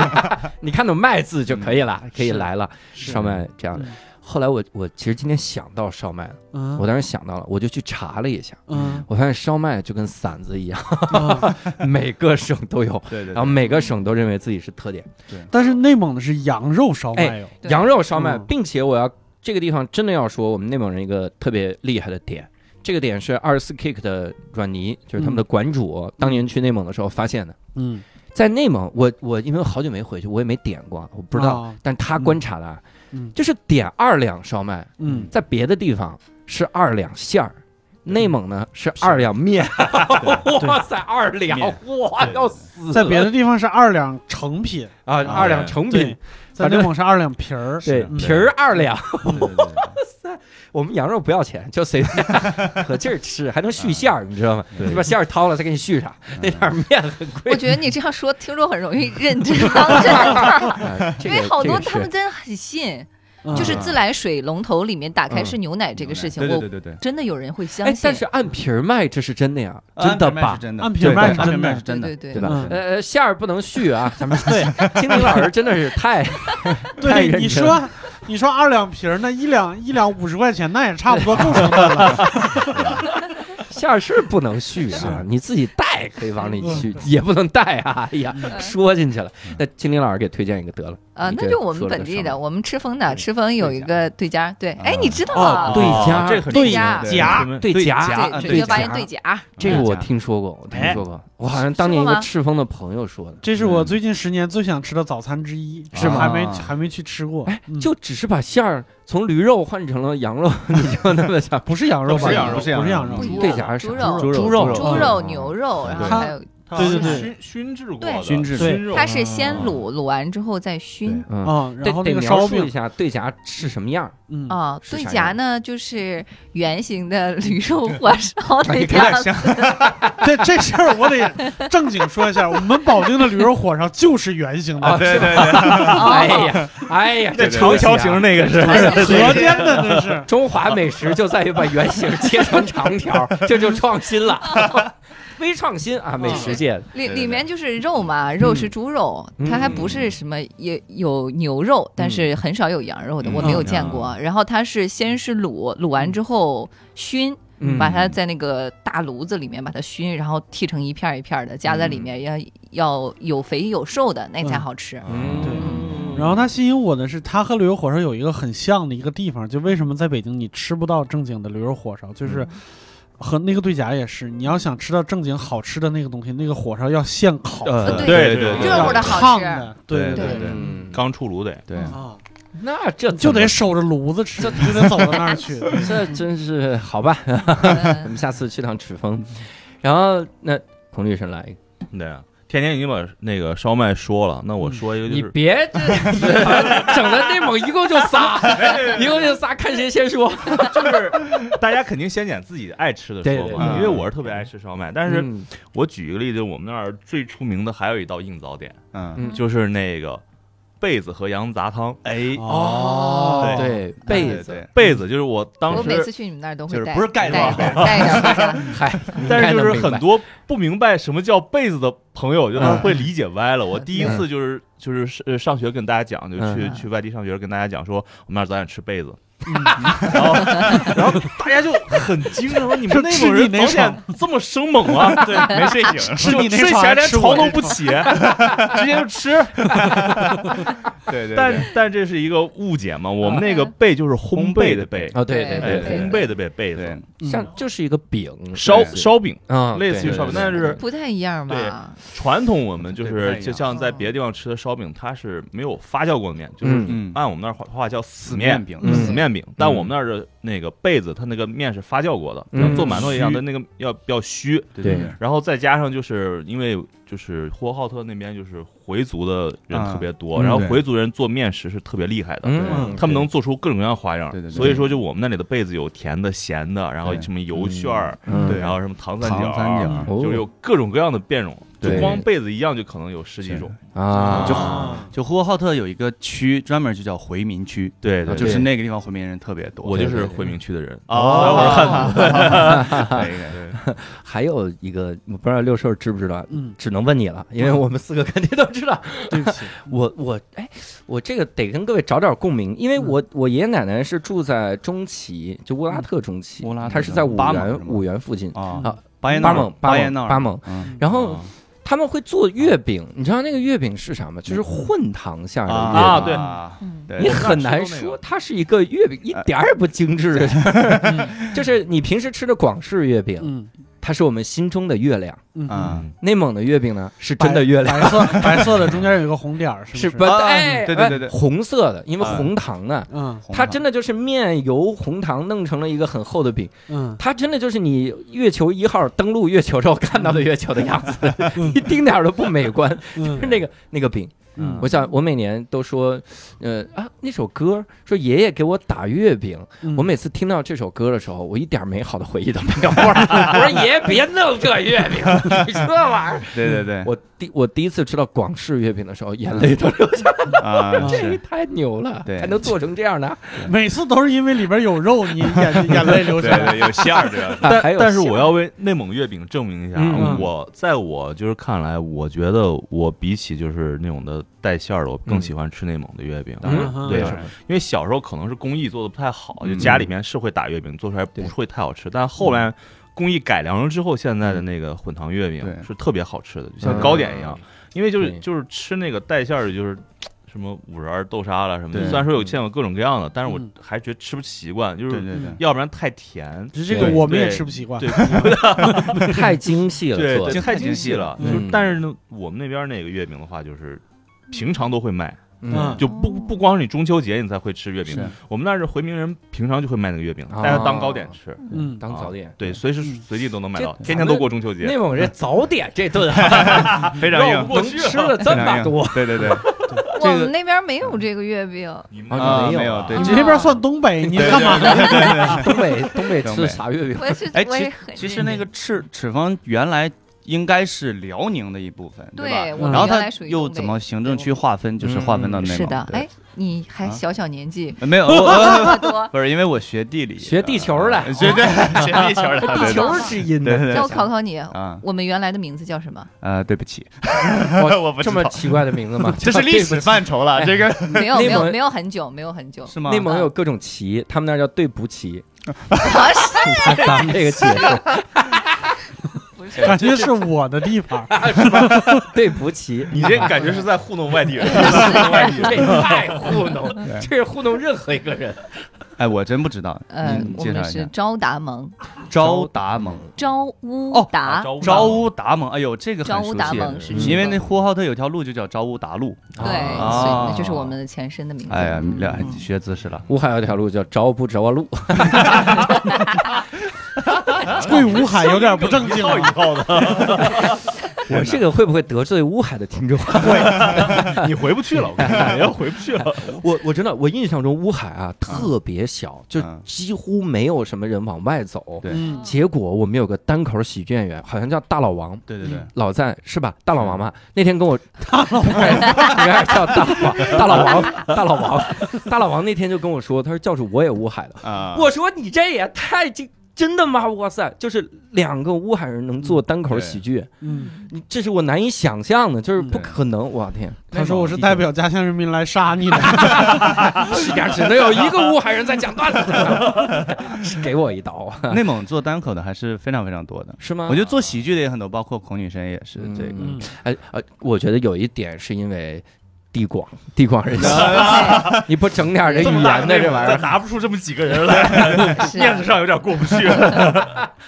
Speaker 1: 你看懂麦字就可以了，可以
Speaker 3: 嗯是
Speaker 1: 来了，
Speaker 3: 是
Speaker 1: 烧麦这样的。后来我我其实今天想到烧麦了，
Speaker 3: 嗯，
Speaker 1: 我当时想到了，我就去查了一下，
Speaker 3: 嗯
Speaker 1: 我发现烧麦就跟馓子一样，
Speaker 3: 啊
Speaker 1: 每个省都有，
Speaker 6: 对对
Speaker 1: 然后每个省都认为自己是特点。
Speaker 3: 但是内蒙的是羊肉烧麦哦哟，
Speaker 5: 对
Speaker 1: 羊肉烧麦，
Speaker 3: 嗯
Speaker 1: 并且我要这个地方真的要说我们内蒙人一个特别厉害的点，这个点是二十四 kick 的阮泥，就是他们的馆主当年去内蒙的时候发现的。
Speaker 3: 嗯，
Speaker 1: 在内蒙，我我因为好久没回去，我也没点过，我不知道，
Speaker 3: 啊，
Speaker 1: 但他观察的啊，
Speaker 3: 嗯
Speaker 1: 就是点二两烧麦，
Speaker 3: 嗯，
Speaker 1: 在别的地方是二两馅儿。内蒙呢是二两 面，哇塞，二两，
Speaker 6: 面
Speaker 1: 哇
Speaker 6: 对
Speaker 1: 要死了！
Speaker 3: 在别的地方是二两成品，
Speaker 1: 啊，二两成品
Speaker 3: 对，在内蒙是二两皮儿，
Speaker 1: 对
Speaker 3: 嗯
Speaker 1: 皮儿二两，
Speaker 6: 对对对
Speaker 1: 我们羊肉不要钱，就随便可劲儿吃，还能续馅儿，你知道吗？
Speaker 6: 对
Speaker 1: 你把馅儿掏了再给你续上，那点儿面很
Speaker 5: 我
Speaker 1: 贵。
Speaker 5: 觉得你这样说，听众很容易认真当真了，
Speaker 1: 啊嗯这
Speaker 5: 因
Speaker 1: 个
Speaker 5: 为好多
Speaker 1: 这个
Speaker 5: 他们
Speaker 1: 是
Speaker 5: 真的很信，
Speaker 3: 嗯
Speaker 5: 就是自来水龙头里面打开是牛奶这个事情，
Speaker 6: 对对
Speaker 5: 我
Speaker 6: 对对对，
Speaker 5: 真的有人会相
Speaker 1: 哎
Speaker 5: 信，，
Speaker 1: 但是按皮儿卖这是真的呀， 真的吧？
Speaker 6: 真的，
Speaker 3: 按平麦是
Speaker 6: 啊按
Speaker 3: 真
Speaker 6: 平麦
Speaker 3: 的
Speaker 6: 是，真的
Speaker 5: 对，对
Speaker 1: 对
Speaker 5: 对，
Speaker 1: 吧？
Speaker 3: 嗯
Speaker 1: 呃呃，馅儿不能续啊！咱们对 青明老师真的是太太认
Speaker 3: 对，
Speaker 1: 真
Speaker 3: 你说你说二两皮儿，那一两一两五十块钱，那也差不多够成本了，
Speaker 1: 馅儿是不能续啊，你自己带可以往里续，也不能带啊！哎呀，
Speaker 5: 嗯
Speaker 1: 说进去了。那青明老师给推荐一个得了
Speaker 5: 啊，
Speaker 1: 你
Speaker 5: 那
Speaker 1: 这
Speaker 5: 就我们
Speaker 1: 说了
Speaker 5: 本
Speaker 1: 个
Speaker 5: 地
Speaker 1: 上
Speaker 5: 的，我们赤峰的，赤峰有一
Speaker 6: 对
Speaker 5: 个对家，对，哎，你知道
Speaker 1: 哦
Speaker 5: 啊？
Speaker 1: 对家
Speaker 4: 这个很
Speaker 5: 对
Speaker 4: 重要
Speaker 5: 家
Speaker 4: 对
Speaker 3: 夹
Speaker 4: 对
Speaker 1: 对夹
Speaker 5: 对
Speaker 1: 啊
Speaker 5: 准
Speaker 1: 对
Speaker 5: 确发
Speaker 1: 夹
Speaker 5: 音对夹，
Speaker 1: 这个我听说过，我听说过，我好像当年一
Speaker 5: 吃
Speaker 1: 个
Speaker 5: 过吗
Speaker 1: 赤峰的朋友说的。
Speaker 3: 这是我最近十年最想吃的早餐之一，
Speaker 1: 是吗
Speaker 3: 还没还没去吃过，
Speaker 1: 哎
Speaker 3: 嗯，
Speaker 1: 就只是把馅儿从驴肉换成了羊肉， 你就那么想嗯
Speaker 3: 不是羊肉吧，
Speaker 6: 不是羊 肉
Speaker 3: 不
Speaker 6: 不是羊肉
Speaker 3: 是羊肉
Speaker 5: 不，一样
Speaker 1: 对夹是
Speaker 5: 猪
Speaker 1: 啥
Speaker 5: 肉、
Speaker 6: 猪肉
Speaker 3: 肉，
Speaker 5: 猪
Speaker 3: 嗯
Speaker 5: 肉、
Speaker 6: 嗯
Speaker 5: 牛肉，然后
Speaker 3: 它
Speaker 5: 还有
Speaker 4: 它
Speaker 3: 对对
Speaker 4: 是
Speaker 3: 对
Speaker 4: 熏熏制过
Speaker 5: 对
Speaker 4: 的，
Speaker 6: 熏制
Speaker 3: 对
Speaker 4: 熏肉
Speaker 5: 它是先卤，卤完之后再熏
Speaker 1: 嗯，
Speaker 3: 啊，
Speaker 1: 得
Speaker 3: 然后
Speaker 1: 得
Speaker 3: 那个
Speaker 1: 描
Speaker 3: 烧
Speaker 1: 述
Speaker 3: 饼
Speaker 1: 一，下对夹是什么样。
Speaker 3: 嗯，
Speaker 5: 啊。
Speaker 1: 是
Speaker 5: 对
Speaker 1: 啥
Speaker 5: 夹
Speaker 1: 样
Speaker 5: 呢，就是圆形的 驴肉火烧那
Speaker 1: 你
Speaker 5: 样
Speaker 1: 看
Speaker 5: 子，
Speaker 3: 这这事儿我得正经说一下，我们保定的驴肉火烧就是圆形
Speaker 1: 啊
Speaker 3: 的，
Speaker 4: 对对对，
Speaker 1: 哎呀，哎 呀，这
Speaker 4: 那长条
Speaker 1: 对
Speaker 4: 形
Speaker 1: 啊。
Speaker 4: 那个是，
Speaker 3: 河边的这是。
Speaker 1: 中华美食就在于把圆形切成长条，这就创新了， 微创新啊！美食界
Speaker 5: 里
Speaker 6: 对对
Speaker 5: 里
Speaker 6: 对
Speaker 5: 面就是肉嘛，肉是猪肉，它还
Speaker 1: 嗯
Speaker 5: 不是什么也有牛肉，但是很少有羊肉的，
Speaker 6: 嗯
Speaker 5: 我没有见过。然后它是先是卤，卤完之后熏，
Speaker 1: 嗯
Speaker 5: 把它在那个大炉子里面把它熏，然后剔成一片儿一片儿的，夹在
Speaker 6: 嗯
Speaker 5: 里面要要有肥有瘦的，那才好 吃。
Speaker 1: 嗯
Speaker 3: 对然后它吸引我的是，它和驴肉火烧有一个很像的一个地方，就为什么在北京你吃不到正经的驴肉火烧，就是和那个对夹也是，你要想吃到正经好吃的那个东西，那个火烧要现烤的，
Speaker 5: 呃
Speaker 4: 对
Speaker 6: 对
Speaker 4: 对
Speaker 5: 热乎的
Speaker 3: 要
Speaker 5: 好
Speaker 3: 烫
Speaker 5: 吃
Speaker 3: 的，
Speaker 6: 对
Speaker 5: 对
Speaker 6: 对对，
Speaker 1: 嗯，
Speaker 4: 刚出炉得，
Speaker 6: 对，
Speaker 3: 啊，
Speaker 1: 那这
Speaker 3: 你就得
Speaker 1: 怎
Speaker 3: 守着炉子吃，你就得走到那儿去。
Speaker 1: 么这真是好吧？我们
Speaker 5: 嗯
Speaker 1: 下次去趟赤峰，然后那孔律师来一个。
Speaker 4: 对啊。天天已经把那个烧麦说了，那我说一个
Speaker 1: 嗯
Speaker 4: 就
Speaker 1: 你
Speaker 4: 是，
Speaker 1: 别这整的内蒙一共就仨，一共就仨，看谁先说。
Speaker 4: 就是大家肯定先捡自己爱吃的
Speaker 1: 对
Speaker 4: 说
Speaker 1: 对
Speaker 4: 嘛，
Speaker 6: 对
Speaker 4: 因为我是特别爱吃烧麦，但是
Speaker 1: 嗯
Speaker 4: 我举一个例子，我们那儿最出名的还有一道硬早点，
Speaker 6: 嗯，
Speaker 4: 就是那个被子和羊杂汤。
Speaker 6: 哎，
Speaker 1: 哦，
Speaker 4: 对
Speaker 1: 对，被子，
Speaker 6: 对，
Speaker 4: 被子就是我当
Speaker 5: 我每
Speaker 4: 时
Speaker 5: 次去你们那儿都
Speaker 6: 就
Speaker 5: 会
Speaker 6: 是
Speaker 5: 带，
Speaker 6: 不是盖着
Speaker 5: 带
Speaker 6: 啊
Speaker 5: 一点带一 点回家。
Speaker 1: 嗨，
Speaker 4: 但是就
Speaker 1: 应
Speaker 4: 是
Speaker 1: 该能
Speaker 4: 很
Speaker 1: 明白
Speaker 4: 多不明白什么叫被子的朋友，就他会理解歪了。我第一次就是就是上上学跟大家讲，就去
Speaker 5: 嗯
Speaker 4: 去外地上学跟大家讲说，我们那儿早点吃被子。 然后，然后大家就很惊讶，说你们内蒙
Speaker 3: 是你
Speaker 4: 人
Speaker 3: 那
Speaker 4: 早
Speaker 3: 床
Speaker 4: 点这么生猛啊？对，没睡 醒，
Speaker 3: 是你那
Speaker 4: 睡
Speaker 3: 床
Speaker 4: 起来连
Speaker 3: 还是
Speaker 4: 床
Speaker 3: 我
Speaker 4: 都
Speaker 3: 那
Speaker 4: 不起，直接就吃。
Speaker 6: 对对，
Speaker 4: 但但这是一个误解嘛，我们那个
Speaker 5: 嗯
Speaker 4: 被就是烘焙的焙，
Speaker 1: 哦，对对
Speaker 5: 对
Speaker 4: 哎，
Speaker 1: 对
Speaker 5: 对
Speaker 4: 烘焙的焙，被
Speaker 6: 对
Speaker 4: 子，
Speaker 3: 嗯
Speaker 1: 像就是一个饼
Speaker 4: 烧
Speaker 6: 对
Speaker 4: 烧饼，
Speaker 1: 啊，
Speaker 4: 类似于
Speaker 6: 对
Speaker 4: 烧饼，
Speaker 6: 对
Speaker 4: 但是
Speaker 5: 不太一样吧？
Speaker 4: 传统我们就
Speaker 6: 对不太一
Speaker 4: 是
Speaker 6: 样
Speaker 4: 就像在别的地方吃的烧饼，它是没有发酵过的面，就是
Speaker 1: 嗯
Speaker 6: 嗯，
Speaker 4: 按我们那儿话话叫死
Speaker 6: 死
Speaker 4: 面
Speaker 6: 面。饼，
Speaker 1: 嗯
Speaker 4: 死面饼，但我们那儿的那个被子，它那个面是发酵过的，
Speaker 1: 嗯
Speaker 4: 像做馒头一样
Speaker 6: 虚
Speaker 4: 的那个要比较虚，
Speaker 6: 对
Speaker 1: 对
Speaker 6: 对，
Speaker 4: 然后再加上就是因为就是呼和浩特那边就是回族的人
Speaker 6: 啊
Speaker 4: 特别多，
Speaker 1: 嗯
Speaker 4: 然后
Speaker 6: 对
Speaker 4: 回族人做面食是特别厉害的，
Speaker 1: 嗯，
Speaker 4: 他们能做出各种各样花样，
Speaker 6: 对对对
Speaker 4: 所以说就我们那里的被子有甜的、咸的，然后
Speaker 6: 对
Speaker 4: 什么油旋儿，
Speaker 1: 嗯
Speaker 6: 对啊
Speaker 4: 然后什么糖三角，
Speaker 6: 糖三角
Speaker 1: 哦
Speaker 4: 就是有各种各样的变种就
Speaker 1: 对
Speaker 4: 光被子一样就可能有十几种。
Speaker 1: 啊，
Speaker 6: 嗯就就呼和浩特有一个区专门就叫回民区，
Speaker 4: 对
Speaker 1: 对
Speaker 6: 就
Speaker 1: 对
Speaker 6: 是那个地方回民人特别多。啊
Speaker 4: 我就是
Speaker 1: 对对
Speaker 4: 回民区的人，
Speaker 1: 啊
Speaker 6: 哦，可以可以，
Speaker 1: 还有一个，我不知道六兽知不知道，
Speaker 3: 嗯，
Speaker 1: 只能问你了，因为我们四个肯定都知道。
Speaker 3: 对不起，
Speaker 1: 我我哎，我这个得跟各位找点共鸣，因为我我爷爷奶奶是住在中旗，就乌拉特中旗，
Speaker 6: 嗯乌拉特
Speaker 1: 他是在五
Speaker 6: 巴蒙是
Speaker 1: 原
Speaker 6: 吗
Speaker 1: 五原附近，
Speaker 6: 啊
Speaker 1: 啊，
Speaker 6: 巴彦淖
Speaker 1: 巴
Speaker 6: 尔
Speaker 1: 蒙
Speaker 6: 巴
Speaker 1: 蒙
Speaker 6: 彦淖尔，
Speaker 1: 巴蒙，
Speaker 6: 嗯
Speaker 1: 然后
Speaker 6: 啊
Speaker 1: 他们会做月饼，你知道那个月饼是啥吗？就是混糖馅儿的月饼。
Speaker 4: 啊对
Speaker 5: 嗯，
Speaker 6: 对
Speaker 1: 你
Speaker 6: 对，
Speaker 1: 很难
Speaker 4: 吃过那
Speaker 1: 说它是一个月饼，一点儿也不精致的，嗯就是你平时吃的广式月饼，
Speaker 3: 嗯
Speaker 1: 它是我们心中的月亮；
Speaker 3: 嗯，
Speaker 6: 啊，
Speaker 1: 内蒙的月饼呢，是真的月亮，
Speaker 3: 白色白色的中间有一个红点儿，是
Speaker 1: 是
Speaker 3: 不
Speaker 1: 不？
Speaker 3: 是？
Speaker 6: 啊
Speaker 1: 哎，
Speaker 6: 对对对对
Speaker 1: 哎红色的，因为
Speaker 6: 啊
Speaker 1: 红糖呢，
Speaker 3: 嗯
Speaker 1: 它真
Speaker 6: 的
Speaker 1: 的就是面油红糖弄成了一个很厚的饼，
Speaker 3: 嗯，
Speaker 1: 它真的就是你月球一号登陆月球之后看到的月球的样子， 一丁点儿都不美观，
Speaker 3: 嗯
Speaker 1: 是那个那个饼。
Speaker 3: 嗯
Speaker 1: 我想，我每年都说，呃啊，那首歌说爷爷给我打月饼。
Speaker 3: 嗯
Speaker 1: 我每次听到这首歌的时候，我一点美好的回忆都没 有。我说我说爷爷别弄这月饼， 你这玩意儿。
Speaker 6: 对对对
Speaker 1: 我第我第一次吃到广式月饼的时候，眼
Speaker 4: 嗯
Speaker 1: 泪都流
Speaker 4: 哦
Speaker 1: 下
Speaker 6: 啊
Speaker 1: 来，嗯 这
Speaker 6: 是，
Speaker 1: 太牛了，
Speaker 6: 对
Speaker 1: 还能做成这样的。
Speaker 3: 嗯每次都是因为里边有肉，你眼眼泪流
Speaker 6: 对
Speaker 3: 下来。
Speaker 6: 对有馅儿 这个，
Speaker 1: 啊还
Speaker 4: 但
Speaker 1: 有
Speaker 4: 但是
Speaker 1: 馅儿
Speaker 4: 我要为内蒙月饼证明一下啊，
Speaker 1: 嗯
Speaker 3: 嗯
Speaker 4: 我在我就是看来，我觉得我比起就是那种的带馅儿的，我更
Speaker 1: 嗯
Speaker 4: 喜欢吃内蒙的月饼。
Speaker 1: 嗯
Speaker 3: 嗯
Speaker 4: 对
Speaker 6: 对，是
Speaker 4: 因为小时候可能是工艺做的不太好，就
Speaker 1: 嗯
Speaker 4: 家里面是会打月饼，做出来不
Speaker 1: 对
Speaker 4: 会太好吃。但后来工艺改良了之后，现在的那个混糖月饼
Speaker 6: 对
Speaker 4: 是特别好吃的，就
Speaker 1: 嗯
Speaker 4: 像糕点一样。因为就是
Speaker 1: 对
Speaker 4: 就是吃那个带馅儿的，就是什么五仁儿豆沙了什么的。
Speaker 6: 对
Speaker 4: 虽然说有见过各种各样的，但是我
Speaker 3: 嗯
Speaker 4: 还觉得吃不习惯，就
Speaker 6: 对
Speaker 4: 是
Speaker 6: 对
Speaker 1: 嗯
Speaker 6: 对。
Speaker 4: 要不然太甜，
Speaker 3: 只是这个
Speaker 1: 对
Speaker 3: 我们也
Speaker 4: 对
Speaker 3: 吃不习惯。
Speaker 4: 对
Speaker 1: 太精细了，做
Speaker 4: 对，
Speaker 1: 的
Speaker 4: 太精细了。
Speaker 3: 嗯
Speaker 4: 就是但是呢，我们那边那个月饼的话，就是平常都会卖，
Speaker 1: 嗯
Speaker 3: 嗯
Speaker 4: 就不不光是你中秋节你才会吃月饼
Speaker 6: 是，
Speaker 4: 我们那是回民人平常就会卖那个月饼，
Speaker 1: 哦
Speaker 4: 大家当糕点吃，
Speaker 3: 嗯，
Speaker 1: 当早点。
Speaker 4: 对，随时随地都能买到，
Speaker 1: 这
Speaker 4: 天天都过中秋节
Speaker 1: 内，蒙人早点这 顿
Speaker 6: 非常
Speaker 1: 让
Speaker 6: 硬，
Speaker 1: 我能吃了这
Speaker 6: 非常
Speaker 1: 么
Speaker 6: 硬
Speaker 1: 多，，
Speaker 6: 对对对，
Speaker 5: 我们那边没有这个月饼，
Speaker 4: 你们
Speaker 1: 啊
Speaker 6: 没
Speaker 1: 没有
Speaker 6: 有
Speaker 1: 啊，
Speaker 6: 对
Speaker 5: 嗯，
Speaker 3: 你那边算东北，你干嘛？
Speaker 1: 东北东北吃
Speaker 6: 东北
Speaker 1: 啥月饼？
Speaker 5: 我是
Speaker 6: 哎
Speaker 5: 我也
Speaker 6: 其
Speaker 5: 很
Speaker 6: 其实那个赤赤方原来应该是辽宁的一部分，
Speaker 5: 对
Speaker 6: 吧？
Speaker 5: 我们
Speaker 6: 然后
Speaker 5: 原
Speaker 6: 它
Speaker 5: 来属于
Speaker 6: 又
Speaker 5: 东北
Speaker 6: 怎么行政区划分，
Speaker 1: 嗯
Speaker 6: 就是划分到内蒙。
Speaker 5: 是的，
Speaker 6: 对
Speaker 5: 哎，，你还
Speaker 6: 啊
Speaker 5: 小小年 纪，
Speaker 6: 没有，我我
Speaker 5: 差不多
Speaker 6: 不是因为我学地理的，啊
Speaker 1: 学地球儿的
Speaker 6: 学对学地球儿的，
Speaker 5: 地
Speaker 6: 对
Speaker 5: 球儿
Speaker 1: 之音
Speaker 6: 对 对
Speaker 5: 那我考考你，
Speaker 6: 啊
Speaker 5: 我们原来的名字 叫什么？
Speaker 6: 呃，对不起，
Speaker 1: 我
Speaker 6: 不知
Speaker 1: 这
Speaker 6: 道？
Speaker 1: 么奇怪的名字吗
Speaker 6: 这是历史范畴了，这个
Speaker 5: 没有
Speaker 1: 内
Speaker 5: 没有
Speaker 1: 蒙
Speaker 5: 没有很久，没有很久，
Speaker 6: 是吗
Speaker 1: 内蒙有各种旗，他们那儿叫对不旗，
Speaker 5: 不是
Speaker 1: 咱们这个解释
Speaker 5: 不是
Speaker 3: 感觉是我的地盘。
Speaker 1: 对不旗。
Speaker 4: 你这感觉是在糊弄外地人，
Speaker 1: 这太糊弄，这是糊弄任何一个人。
Speaker 6: 哎，我真不知道，
Speaker 5: 呃，
Speaker 6: 您
Speaker 5: 我
Speaker 6: 介绍
Speaker 5: 们
Speaker 6: 一
Speaker 5: 是
Speaker 6: 下。
Speaker 5: 昭达盟，
Speaker 6: 昭达盟，
Speaker 5: 昭乌
Speaker 6: 哦
Speaker 5: 达，
Speaker 4: 招
Speaker 6: 昭乌达盟，哎呦，这个
Speaker 5: 昭
Speaker 6: 很
Speaker 5: 乌
Speaker 6: 熟
Speaker 5: 达
Speaker 6: 悉，
Speaker 5: 盟是
Speaker 1: 嗯
Speaker 5: 指
Speaker 6: 因为
Speaker 5: 的
Speaker 6: 那呼和浩特有条路就叫昭乌达路，
Speaker 5: 对，所
Speaker 1: 啊
Speaker 5: 以那就是我们的前身的名字。
Speaker 6: 哎呀，俩
Speaker 5: 嗯
Speaker 6: 学姿势了。
Speaker 1: 乌海有条路叫着不着路，
Speaker 3: 对吴海有点不正经啊
Speaker 4: 一
Speaker 3: 了。
Speaker 4: 套的，
Speaker 1: 我这个会不会得罪乌海的听众？
Speaker 4: 你回不去了，我跟你讲，你要回不去了。
Speaker 1: 我我真的我印象中乌海啊特别小，就
Speaker 6: 嗯
Speaker 1: 几乎没有什么人往外走。
Speaker 6: 对
Speaker 3: 嗯
Speaker 1: 结果我们有个单口喜剧演员，好像叫大老王，
Speaker 6: 对对对，
Speaker 1: 老赞是吧？大老王吧，那天跟我 大老王叫大老王，大老王， 大老王，大老王那天就跟我说，他说教主我也乌海的，
Speaker 6: 啊，
Speaker 1: 我说你这也太这真的吗？哇塞，就是两个乌海人能做单口喜剧，
Speaker 3: 嗯，
Speaker 1: 你这是我难以想象的，就是
Speaker 3: 嗯
Speaker 1: 不可能！我天，
Speaker 3: 他说我是代表家乡人民来杀你的。
Speaker 1: 世界上只能有一个乌海人在讲段子， 给我一刀啊，
Speaker 6: 内蒙做单口的还是非常非常多的，
Speaker 1: 是吗？
Speaker 6: 我觉得做喜剧的也很多，包括孔女神也是
Speaker 1: 嗯
Speaker 6: 这个。
Speaker 3: 嗯
Speaker 1: 哎呃，我觉得有一点是因为地广，地广人稀，
Speaker 5: 哎
Speaker 1: 你不整点这语言的这玩意
Speaker 4: 再
Speaker 1: 儿，
Speaker 4: 拿不出这么几个人来，
Speaker 5: 是啊
Speaker 4: 面子上有点过不去。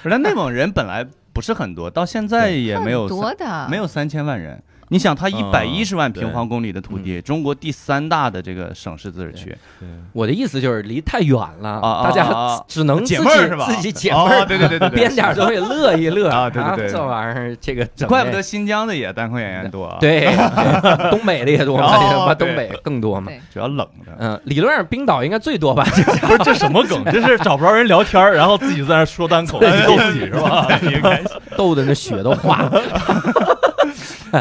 Speaker 6: 不是，内蒙人本来不是很多，到现在也没有
Speaker 5: 很多的，
Speaker 6: 没有三千万人。你想，它一百一十万
Speaker 4: 对
Speaker 6: 平方公里的土地，中国第三大的这个省市自治区，
Speaker 1: 我的意思就是离太远了，
Speaker 6: 啊
Speaker 1: 大
Speaker 6: 啊
Speaker 1: 家
Speaker 6: 啊
Speaker 1: 只能
Speaker 6: 解
Speaker 1: 自
Speaker 6: 闷儿
Speaker 1: 己
Speaker 6: 是吧
Speaker 1: 自己解闷儿
Speaker 6: 哦对对对对对
Speaker 1: 编点儿东西乐一乐
Speaker 6: 啊对对对
Speaker 1: 这玩意儿这个整
Speaker 6: 怪不
Speaker 1: 这
Speaker 6: 得新疆的也单口演员多啊，，
Speaker 1: 对， 对东北的也多嘛，
Speaker 6: 哦
Speaker 1: 他妈
Speaker 6: 对
Speaker 1: 东北更多嘛
Speaker 5: 对。
Speaker 6: 主要冷的。
Speaker 1: 嗯，理论上冰岛应该最多吧？
Speaker 4: 不是这什么 梗？这是找不着人聊天儿，然后自己
Speaker 6: 哎
Speaker 4: 在那说单口，自己逗自己是吧？
Speaker 1: 逗的那雪都化了。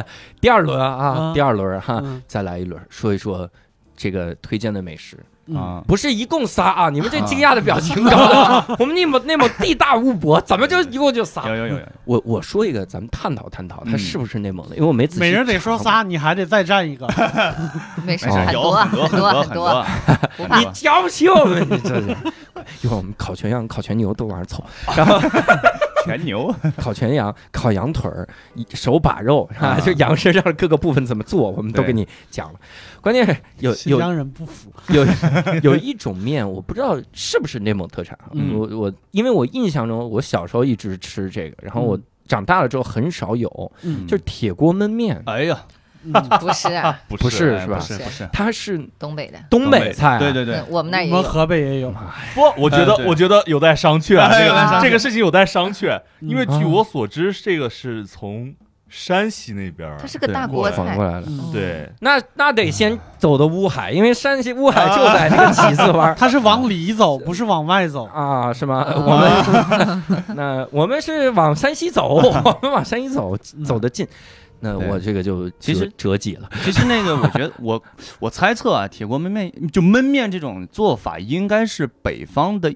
Speaker 1: 第二轮啊，
Speaker 3: 啊
Speaker 1: 第二轮哈，
Speaker 3: 嗯
Speaker 1: 再来一轮，说一说这个推荐的美食。
Speaker 3: 嗯，
Speaker 6: 啊，
Speaker 1: 不是一共仨啊！你们这惊讶的表情搞 得我们那么那么地大物博，怎么就一共就仨
Speaker 6: 有？有有有，
Speaker 1: 我我说一个，咱们探讨探讨，它
Speaker 6: 嗯
Speaker 1: 是不是内蒙的？因为我没仔细。
Speaker 3: 每人得说。仨，你还得再占一个。
Speaker 5: 没事，
Speaker 1: 没事
Speaker 5: 很
Speaker 6: 有
Speaker 5: 多
Speaker 6: 很多
Speaker 5: 很
Speaker 6: 多
Speaker 5: 多
Speaker 6: 很
Speaker 5: 多，，不怕
Speaker 1: 你瞧不起我们，你这是。一会儿我们烤全羊、烤全牛都往上 凑，然后
Speaker 6: 全牛，
Speaker 1: 烤全羊、烤羊腿儿、手把肉啊，
Speaker 6: 啊
Speaker 1: 就羊身上各个部分怎么做，我们都
Speaker 6: 对
Speaker 1: 给你讲了。关键是有
Speaker 3: 新
Speaker 1: 有
Speaker 3: 疆人不服，
Speaker 1: 有有一种面，我不知道是不是内蒙特产啊。
Speaker 3: 嗯
Speaker 1: 我我因为我印象中，我小时候一直吃这个，然后我
Speaker 3: 嗯
Speaker 1: 长大了之后很少有，
Speaker 3: 嗯
Speaker 1: 就是铁锅焖面，
Speaker 6: 哎呀，
Speaker 3: 嗯
Speaker 5: 不是啊
Speaker 1: 不
Speaker 6: 不
Speaker 1: 是
Speaker 6: 哎
Speaker 1: 是吧
Speaker 6: 不是不是，
Speaker 1: 它是
Speaker 5: 东 北的，
Speaker 1: 东北菜、啊，
Speaker 6: 对对对
Speaker 5: 嗯，我们那儿也
Speaker 3: 我们
Speaker 5: 有，
Speaker 3: 河北也有，
Speaker 4: 不，我觉
Speaker 6: 哎
Speaker 4: 得
Speaker 6: 对
Speaker 4: 我觉得有待商榷啊，
Speaker 6: 哎
Speaker 4: 这
Speaker 6: 有
Speaker 5: 待商
Speaker 4: 个
Speaker 5: 榷
Speaker 4: 这个事情有待商榷，
Speaker 3: 嗯
Speaker 4: 因为据我所知，这个是从山西那边儿
Speaker 5: 它是个
Speaker 6: 对
Speaker 5: 大锅
Speaker 4: 过来
Speaker 1: 反
Speaker 5: 菜
Speaker 1: 过，来了。
Speaker 3: 嗯，
Speaker 4: 对
Speaker 1: 那那得先走到乌海，因为山西乌海就在那个几字 湾
Speaker 3: 他是往里走，不是往外走。
Speaker 1: 啊，是吗？我们那我们是往山西走，我们往山西走，走得近。那
Speaker 6: 对
Speaker 1: 我这个就
Speaker 6: 其实
Speaker 1: 折折戟了，
Speaker 6: 其实那个，我觉得我 我猜测啊，铁锅焖面就焖面这种做法，应该是北方的，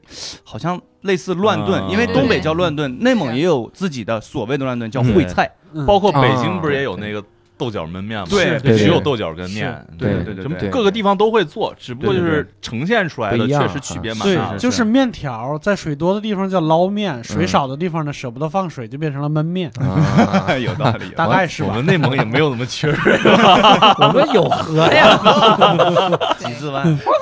Speaker 6: 好像类似乱炖，
Speaker 4: 啊
Speaker 6: 因为东北
Speaker 5: 对
Speaker 6: 叫乱炖，内蒙也有自己的所谓的乱炖，叫烩菜。
Speaker 3: 嗯
Speaker 4: 包括北
Speaker 1: 啊
Speaker 4: 京不是也有那个豆角焖面吗？
Speaker 6: 对
Speaker 1: 对
Speaker 4: 只有
Speaker 1: 对
Speaker 4: 豆角跟面，
Speaker 6: 对
Speaker 1: 对
Speaker 6: 对对
Speaker 4: 什么
Speaker 6: 对，
Speaker 4: 各个地方都会做，只不过就
Speaker 6: 对对
Speaker 4: 是呈现出来
Speaker 1: 不
Speaker 4: 的
Speaker 1: 一样
Speaker 4: 确实区别蛮
Speaker 3: 对
Speaker 4: 大的。
Speaker 6: 啊是
Speaker 3: 就是面条，在水多的地方叫捞面，水
Speaker 1: 嗯
Speaker 3: 少的地方呢舍不得放水，就变成了焖面，
Speaker 1: 啊
Speaker 6: 有道理，有道
Speaker 3: 大
Speaker 6: 理
Speaker 3: 概是
Speaker 4: 我
Speaker 3: 吧？
Speaker 4: 们内蒙也没有那么缺人，
Speaker 1: 我们有河呀，
Speaker 5: 对
Speaker 6: 几字湾，
Speaker 1: 过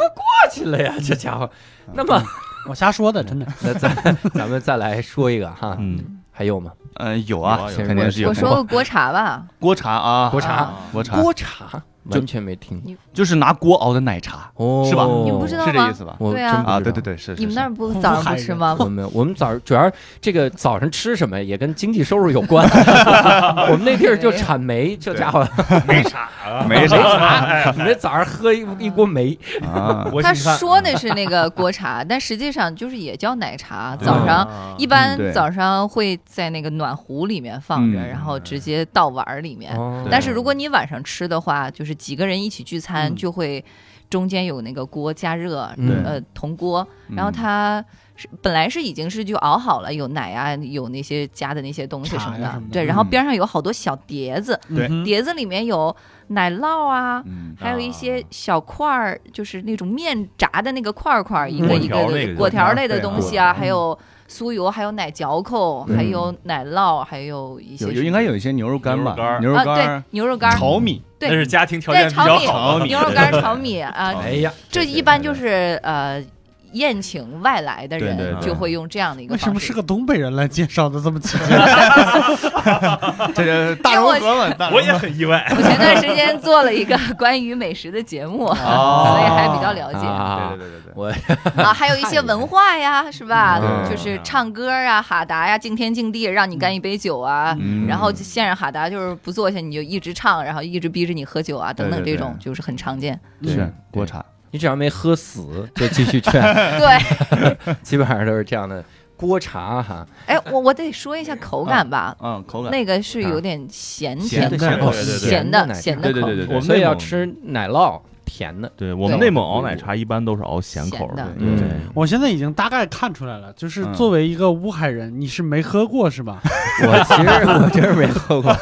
Speaker 1: 去了呀，这家伙。那么，
Speaker 3: 我瞎说的，真的。
Speaker 1: 那咱咱们再来说一个哈，
Speaker 4: 嗯，
Speaker 1: 还有吗？
Speaker 6: 嗯，有
Speaker 4: 有啊
Speaker 6: 啊，
Speaker 4: 有
Speaker 6: 肯定是有
Speaker 5: 我。说个锅 茶吧，
Speaker 6: 锅茶啊，
Speaker 1: 锅茶
Speaker 5: 啊
Speaker 6: 锅茶
Speaker 1: 锅茶，完全没听过
Speaker 6: 就是拿锅熬的奶茶，
Speaker 1: 哦，
Speaker 6: 是吧
Speaker 5: 你们不知道
Speaker 6: 是这
Speaker 5: 吗
Speaker 6: 意？思吧？
Speaker 1: 我
Speaker 5: 对
Speaker 1: 真
Speaker 5: 啊
Speaker 1: 不知道
Speaker 6: 啊，对对。对，是。是
Speaker 5: 你们那儿
Speaker 6: 是
Speaker 5: 不
Speaker 3: 是
Speaker 5: 早上不吃吗？
Speaker 1: 我们我们早主要这个早上吃什么也跟经济收入有 关，我们那地儿就产煤，这家伙
Speaker 4: 没啥啊，
Speaker 6: 没啥
Speaker 1: 你们早上喝一一锅煤，
Speaker 6: 啊，
Speaker 4: 我
Speaker 5: 他
Speaker 4: 请看
Speaker 5: 说的是那个锅茶， 但实际上就是也叫奶茶。早上
Speaker 4: 啊
Speaker 5: 一
Speaker 6: 嗯
Speaker 5: 般
Speaker 6: 对
Speaker 5: 早上会在那个暖壶里面 放着，
Speaker 6: 嗯
Speaker 5: 然后直接倒碗儿里面。
Speaker 1: 哦
Speaker 5: 但是如果你晚上吃的话，就是几个人一起聚餐，
Speaker 3: 嗯
Speaker 5: 就会中间有那个锅加热，
Speaker 1: 嗯
Speaker 5: 呃，铜锅，
Speaker 6: 嗯
Speaker 5: 然后它是本来是已经是就熬好了，有奶啊，有那些加的那些东西什么
Speaker 3: 茶呀什
Speaker 5: 的
Speaker 3: 么，的
Speaker 5: 对，然后
Speaker 6: 嗯
Speaker 5: 边上有好多小碟子，
Speaker 6: 对
Speaker 3: 嗯哼
Speaker 5: 碟子里面有奶酪啊。
Speaker 6: 嗯
Speaker 5: 还有一些小块儿，就是那种面炸的那个块儿块儿，一个
Speaker 4: 嗯
Speaker 5: 一
Speaker 4: 果条
Speaker 5: 个
Speaker 4: 类
Speaker 5: 的
Speaker 4: 的
Speaker 5: 果条类的东西啊，
Speaker 3: 对啊
Speaker 5: 还有酥油，还有奶嚼扣，
Speaker 1: 嗯
Speaker 5: 还有奶酪，还有一些
Speaker 6: 有
Speaker 5: 什
Speaker 6: 有
Speaker 5: 么
Speaker 6: 应该有一些牛肉干吧
Speaker 4: 牛肉干儿，
Speaker 6: 牛肉
Speaker 5: 啊，
Speaker 6: 干儿
Speaker 5: 对，，牛肉干儿，
Speaker 6: 炒米，
Speaker 5: 对
Speaker 4: 那是家庭条件
Speaker 5: 对，
Speaker 4: 比较
Speaker 5: 炒米、
Speaker 4: 好的，
Speaker 5: 牛肉干、炒米啊，
Speaker 1: 哎呀，
Speaker 5: 这一般就是呃宴请外来
Speaker 6: 对
Speaker 5: 的
Speaker 6: 对
Speaker 5: 人
Speaker 6: 对
Speaker 5: 就会用这样的一个
Speaker 3: 为什
Speaker 5: 方
Speaker 3: 么
Speaker 5: 式
Speaker 3: 是。个东北人来介绍的这么奇怪？
Speaker 6: 这个大
Speaker 5: 因
Speaker 6: 融
Speaker 5: 为我
Speaker 6: 合嘛，大
Speaker 4: 我
Speaker 6: 融
Speaker 4: 也
Speaker 6: 合
Speaker 4: 很意外。
Speaker 5: 我前段时间做了一个 关于美食的节目，
Speaker 6: 哦
Speaker 5: 所以还比较了解啊
Speaker 1: 啊，
Speaker 6: 对对对
Speaker 5: 还有一些文化呀，是吧？
Speaker 1: 对
Speaker 5: 就是唱歌啊、哈达呀、敬天敬地，让你干一杯酒啊。
Speaker 6: 嗯
Speaker 5: 然后现场哈达就是不坐下你就一直唱，然后一直逼着你喝酒啊，等等，
Speaker 6: 对对
Speaker 5: 这
Speaker 6: 对
Speaker 5: 种就是很常见。
Speaker 6: 是锅茶，
Speaker 1: 啊嗯你只要没喝死，就继续 劝，
Speaker 5: 对，
Speaker 1: 基本上都是这样的。锅茶哈，
Speaker 5: 哎，我我得说一下口感吧，
Speaker 6: 嗯，口感
Speaker 5: 那个是有点咸甜
Speaker 6: 的
Speaker 5: 口
Speaker 6: 咸的对
Speaker 5: 感
Speaker 6: 对对
Speaker 5: 咸的
Speaker 1: 哦咸的
Speaker 5: 咸的
Speaker 6: 对
Speaker 5: 口
Speaker 6: 对
Speaker 5: 感
Speaker 6: 对对对，
Speaker 1: 我们
Speaker 4: 内
Speaker 1: 要
Speaker 4: 蒙
Speaker 1: 吃奶酪甜的，
Speaker 4: 对我们
Speaker 5: 对
Speaker 4: 内蒙熬奶茶一般都是熬咸口
Speaker 5: 咸的
Speaker 4: 对
Speaker 1: 嗯
Speaker 4: 对，
Speaker 3: 我现在已经大概看出来了，就是
Speaker 6: 嗯
Speaker 3: 作为一个乌海人，你是没喝过是 吧？
Speaker 1: 我其 实我真是没喝 过，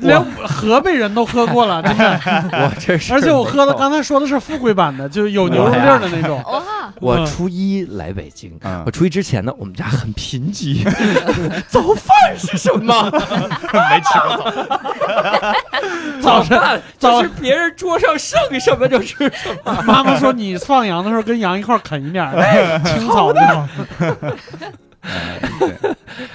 Speaker 3: 连河北人都喝 过了，真的。
Speaker 1: 我真是。
Speaker 3: 而且我喝的，刚才说的是富贵版的，就有
Speaker 6: 哎
Speaker 3: 牛肉粒儿的那 种。
Speaker 5: 哇，
Speaker 1: 我初一来北京，
Speaker 6: 嗯
Speaker 1: 我初一之前呢，我们家很贫 瘠，早饭是什么？ 没吃过早饭， 早饭就是别人桌上剩什么就吃什么。
Speaker 3: 妈妈说你放羊的时候跟羊一块儿啃一点
Speaker 6: 哎
Speaker 3: 儿 青草那种。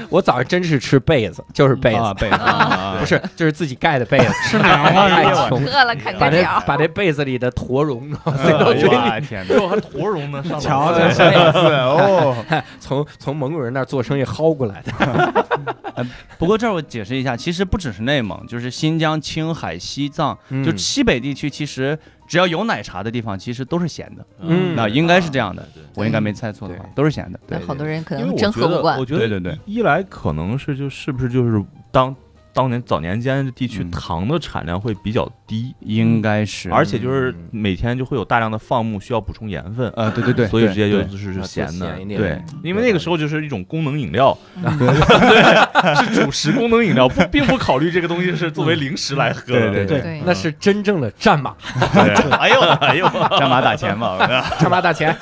Speaker 1: 我早上真是吃被子，就是被
Speaker 6: 啊
Speaker 1: 子，
Speaker 6: 被子啊
Speaker 1: 不是就是自己盖的被子，
Speaker 3: 吃奶酪
Speaker 1: 太
Speaker 3: 啊
Speaker 1: 穷了。
Speaker 5: 饿了啃
Speaker 1: 把
Speaker 5: 个
Speaker 1: 这
Speaker 5: 脚。
Speaker 1: 把这被子里的驼绒
Speaker 6: 哎呦我天 哪，
Speaker 4: 还驼绒呢，上
Speaker 3: 瞧
Speaker 4: 来
Speaker 3: 瞧
Speaker 6: 这个字 哦。
Speaker 1: 从从蒙古人那儿做生意薅过来的。
Speaker 6: 不过这儿我解释一下，其实不只是内蒙，就是新疆、青海、西藏，
Speaker 1: 嗯
Speaker 6: 就西北地区，其实只要有奶茶的地方，其实都是咸的。
Speaker 1: 嗯
Speaker 6: 那应该是这样的，
Speaker 4: 对
Speaker 6: 我应该没猜错的话，都是咸的。
Speaker 5: 嗯那好多人可
Speaker 4: 因为
Speaker 5: 能
Speaker 4: 我
Speaker 5: 真
Speaker 4: 觉
Speaker 5: 喝
Speaker 4: 得，
Speaker 5: 不惯
Speaker 4: 我，觉得
Speaker 6: 对对对
Speaker 4: 一来可能是就是不是就是当当年早年间地区
Speaker 6: 嗯
Speaker 4: 糖的产量会比较低，
Speaker 6: 应该是，
Speaker 4: 嗯而且就是每天就会有大量的放牧需要补充盐分，
Speaker 6: 呃，对对对，
Speaker 4: 所以直接就
Speaker 6: 对
Speaker 4: 就是
Speaker 1: 啊
Speaker 4: 咸的，
Speaker 1: 咸一点
Speaker 4: 对，因为那个时候就是一种功能饮料，
Speaker 5: 嗯
Speaker 4: 对，是主食功能饮料，不并不考虑这个东西是作为零食来喝的。
Speaker 6: 对
Speaker 3: 对
Speaker 5: 对
Speaker 1: 那是真正的战 马，
Speaker 4: 对，哎呦哎呦，
Speaker 6: 干嘛打钱嘛？
Speaker 1: 战马大钱。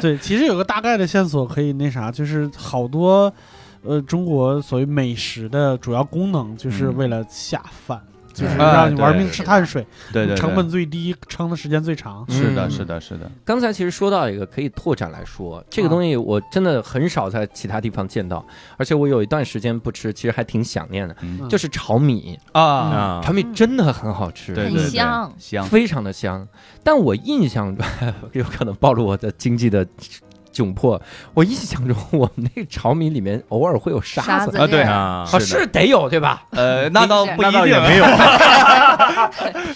Speaker 3: 对，其实有个大概的线索可以那啥，就是好多呃中国所谓美食的主要功能就是
Speaker 6: 嗯
Speaker 3: 为了下饭，就是
Speaker 6: 哎
Speaker 3: 让你玩
Speaker 6: 对
Speaker 3: 命吃碳水，
Speaker 6: 对对，对
Speaker 3: 成本最低，撑的时间最长。
Speaker 6: 是的，
Speaker 1: 嗯
Speaker 6: 是的，是的，
Speaker 1: 刚才其实说到一个可以拓展来说，这个
Speaker 3: 啊
Speaker 1: 东西我真的很少在其他地方见到，而且我有一段时间不吃，其实还挺想念的，
Speaker 6: 嗯
Speaker 1: 就是炒米，
Speaker 6: 啊，
Speaker 4: 啊
Speaker 1: 炒米真的很好吃，
Speaker 6: 对
Speaker 5: 很
Speaker 6: 对对，
Speaker 5: 香
Speaker 6: 香，
Speaker 1: 非常的香。但我印象 有可能暴露我的经济的窘迫，我印象中我们那个炒米里面偶尔会有沙
Speaker 5: 沙
Speaker 1: 子
Speaker 5: 子。
Speaker 6: 啊对
Speaker 5: 粒儿
Speaker 1: 啊，
Speaker 4: 啊，
Speaker 6: 是的
Speaker 1: 是得有对吧？
Speaker 6: 呃，那倒不一
Speaker 4: 那倒
Speaker 6: 定
Speaker 4: 也没有，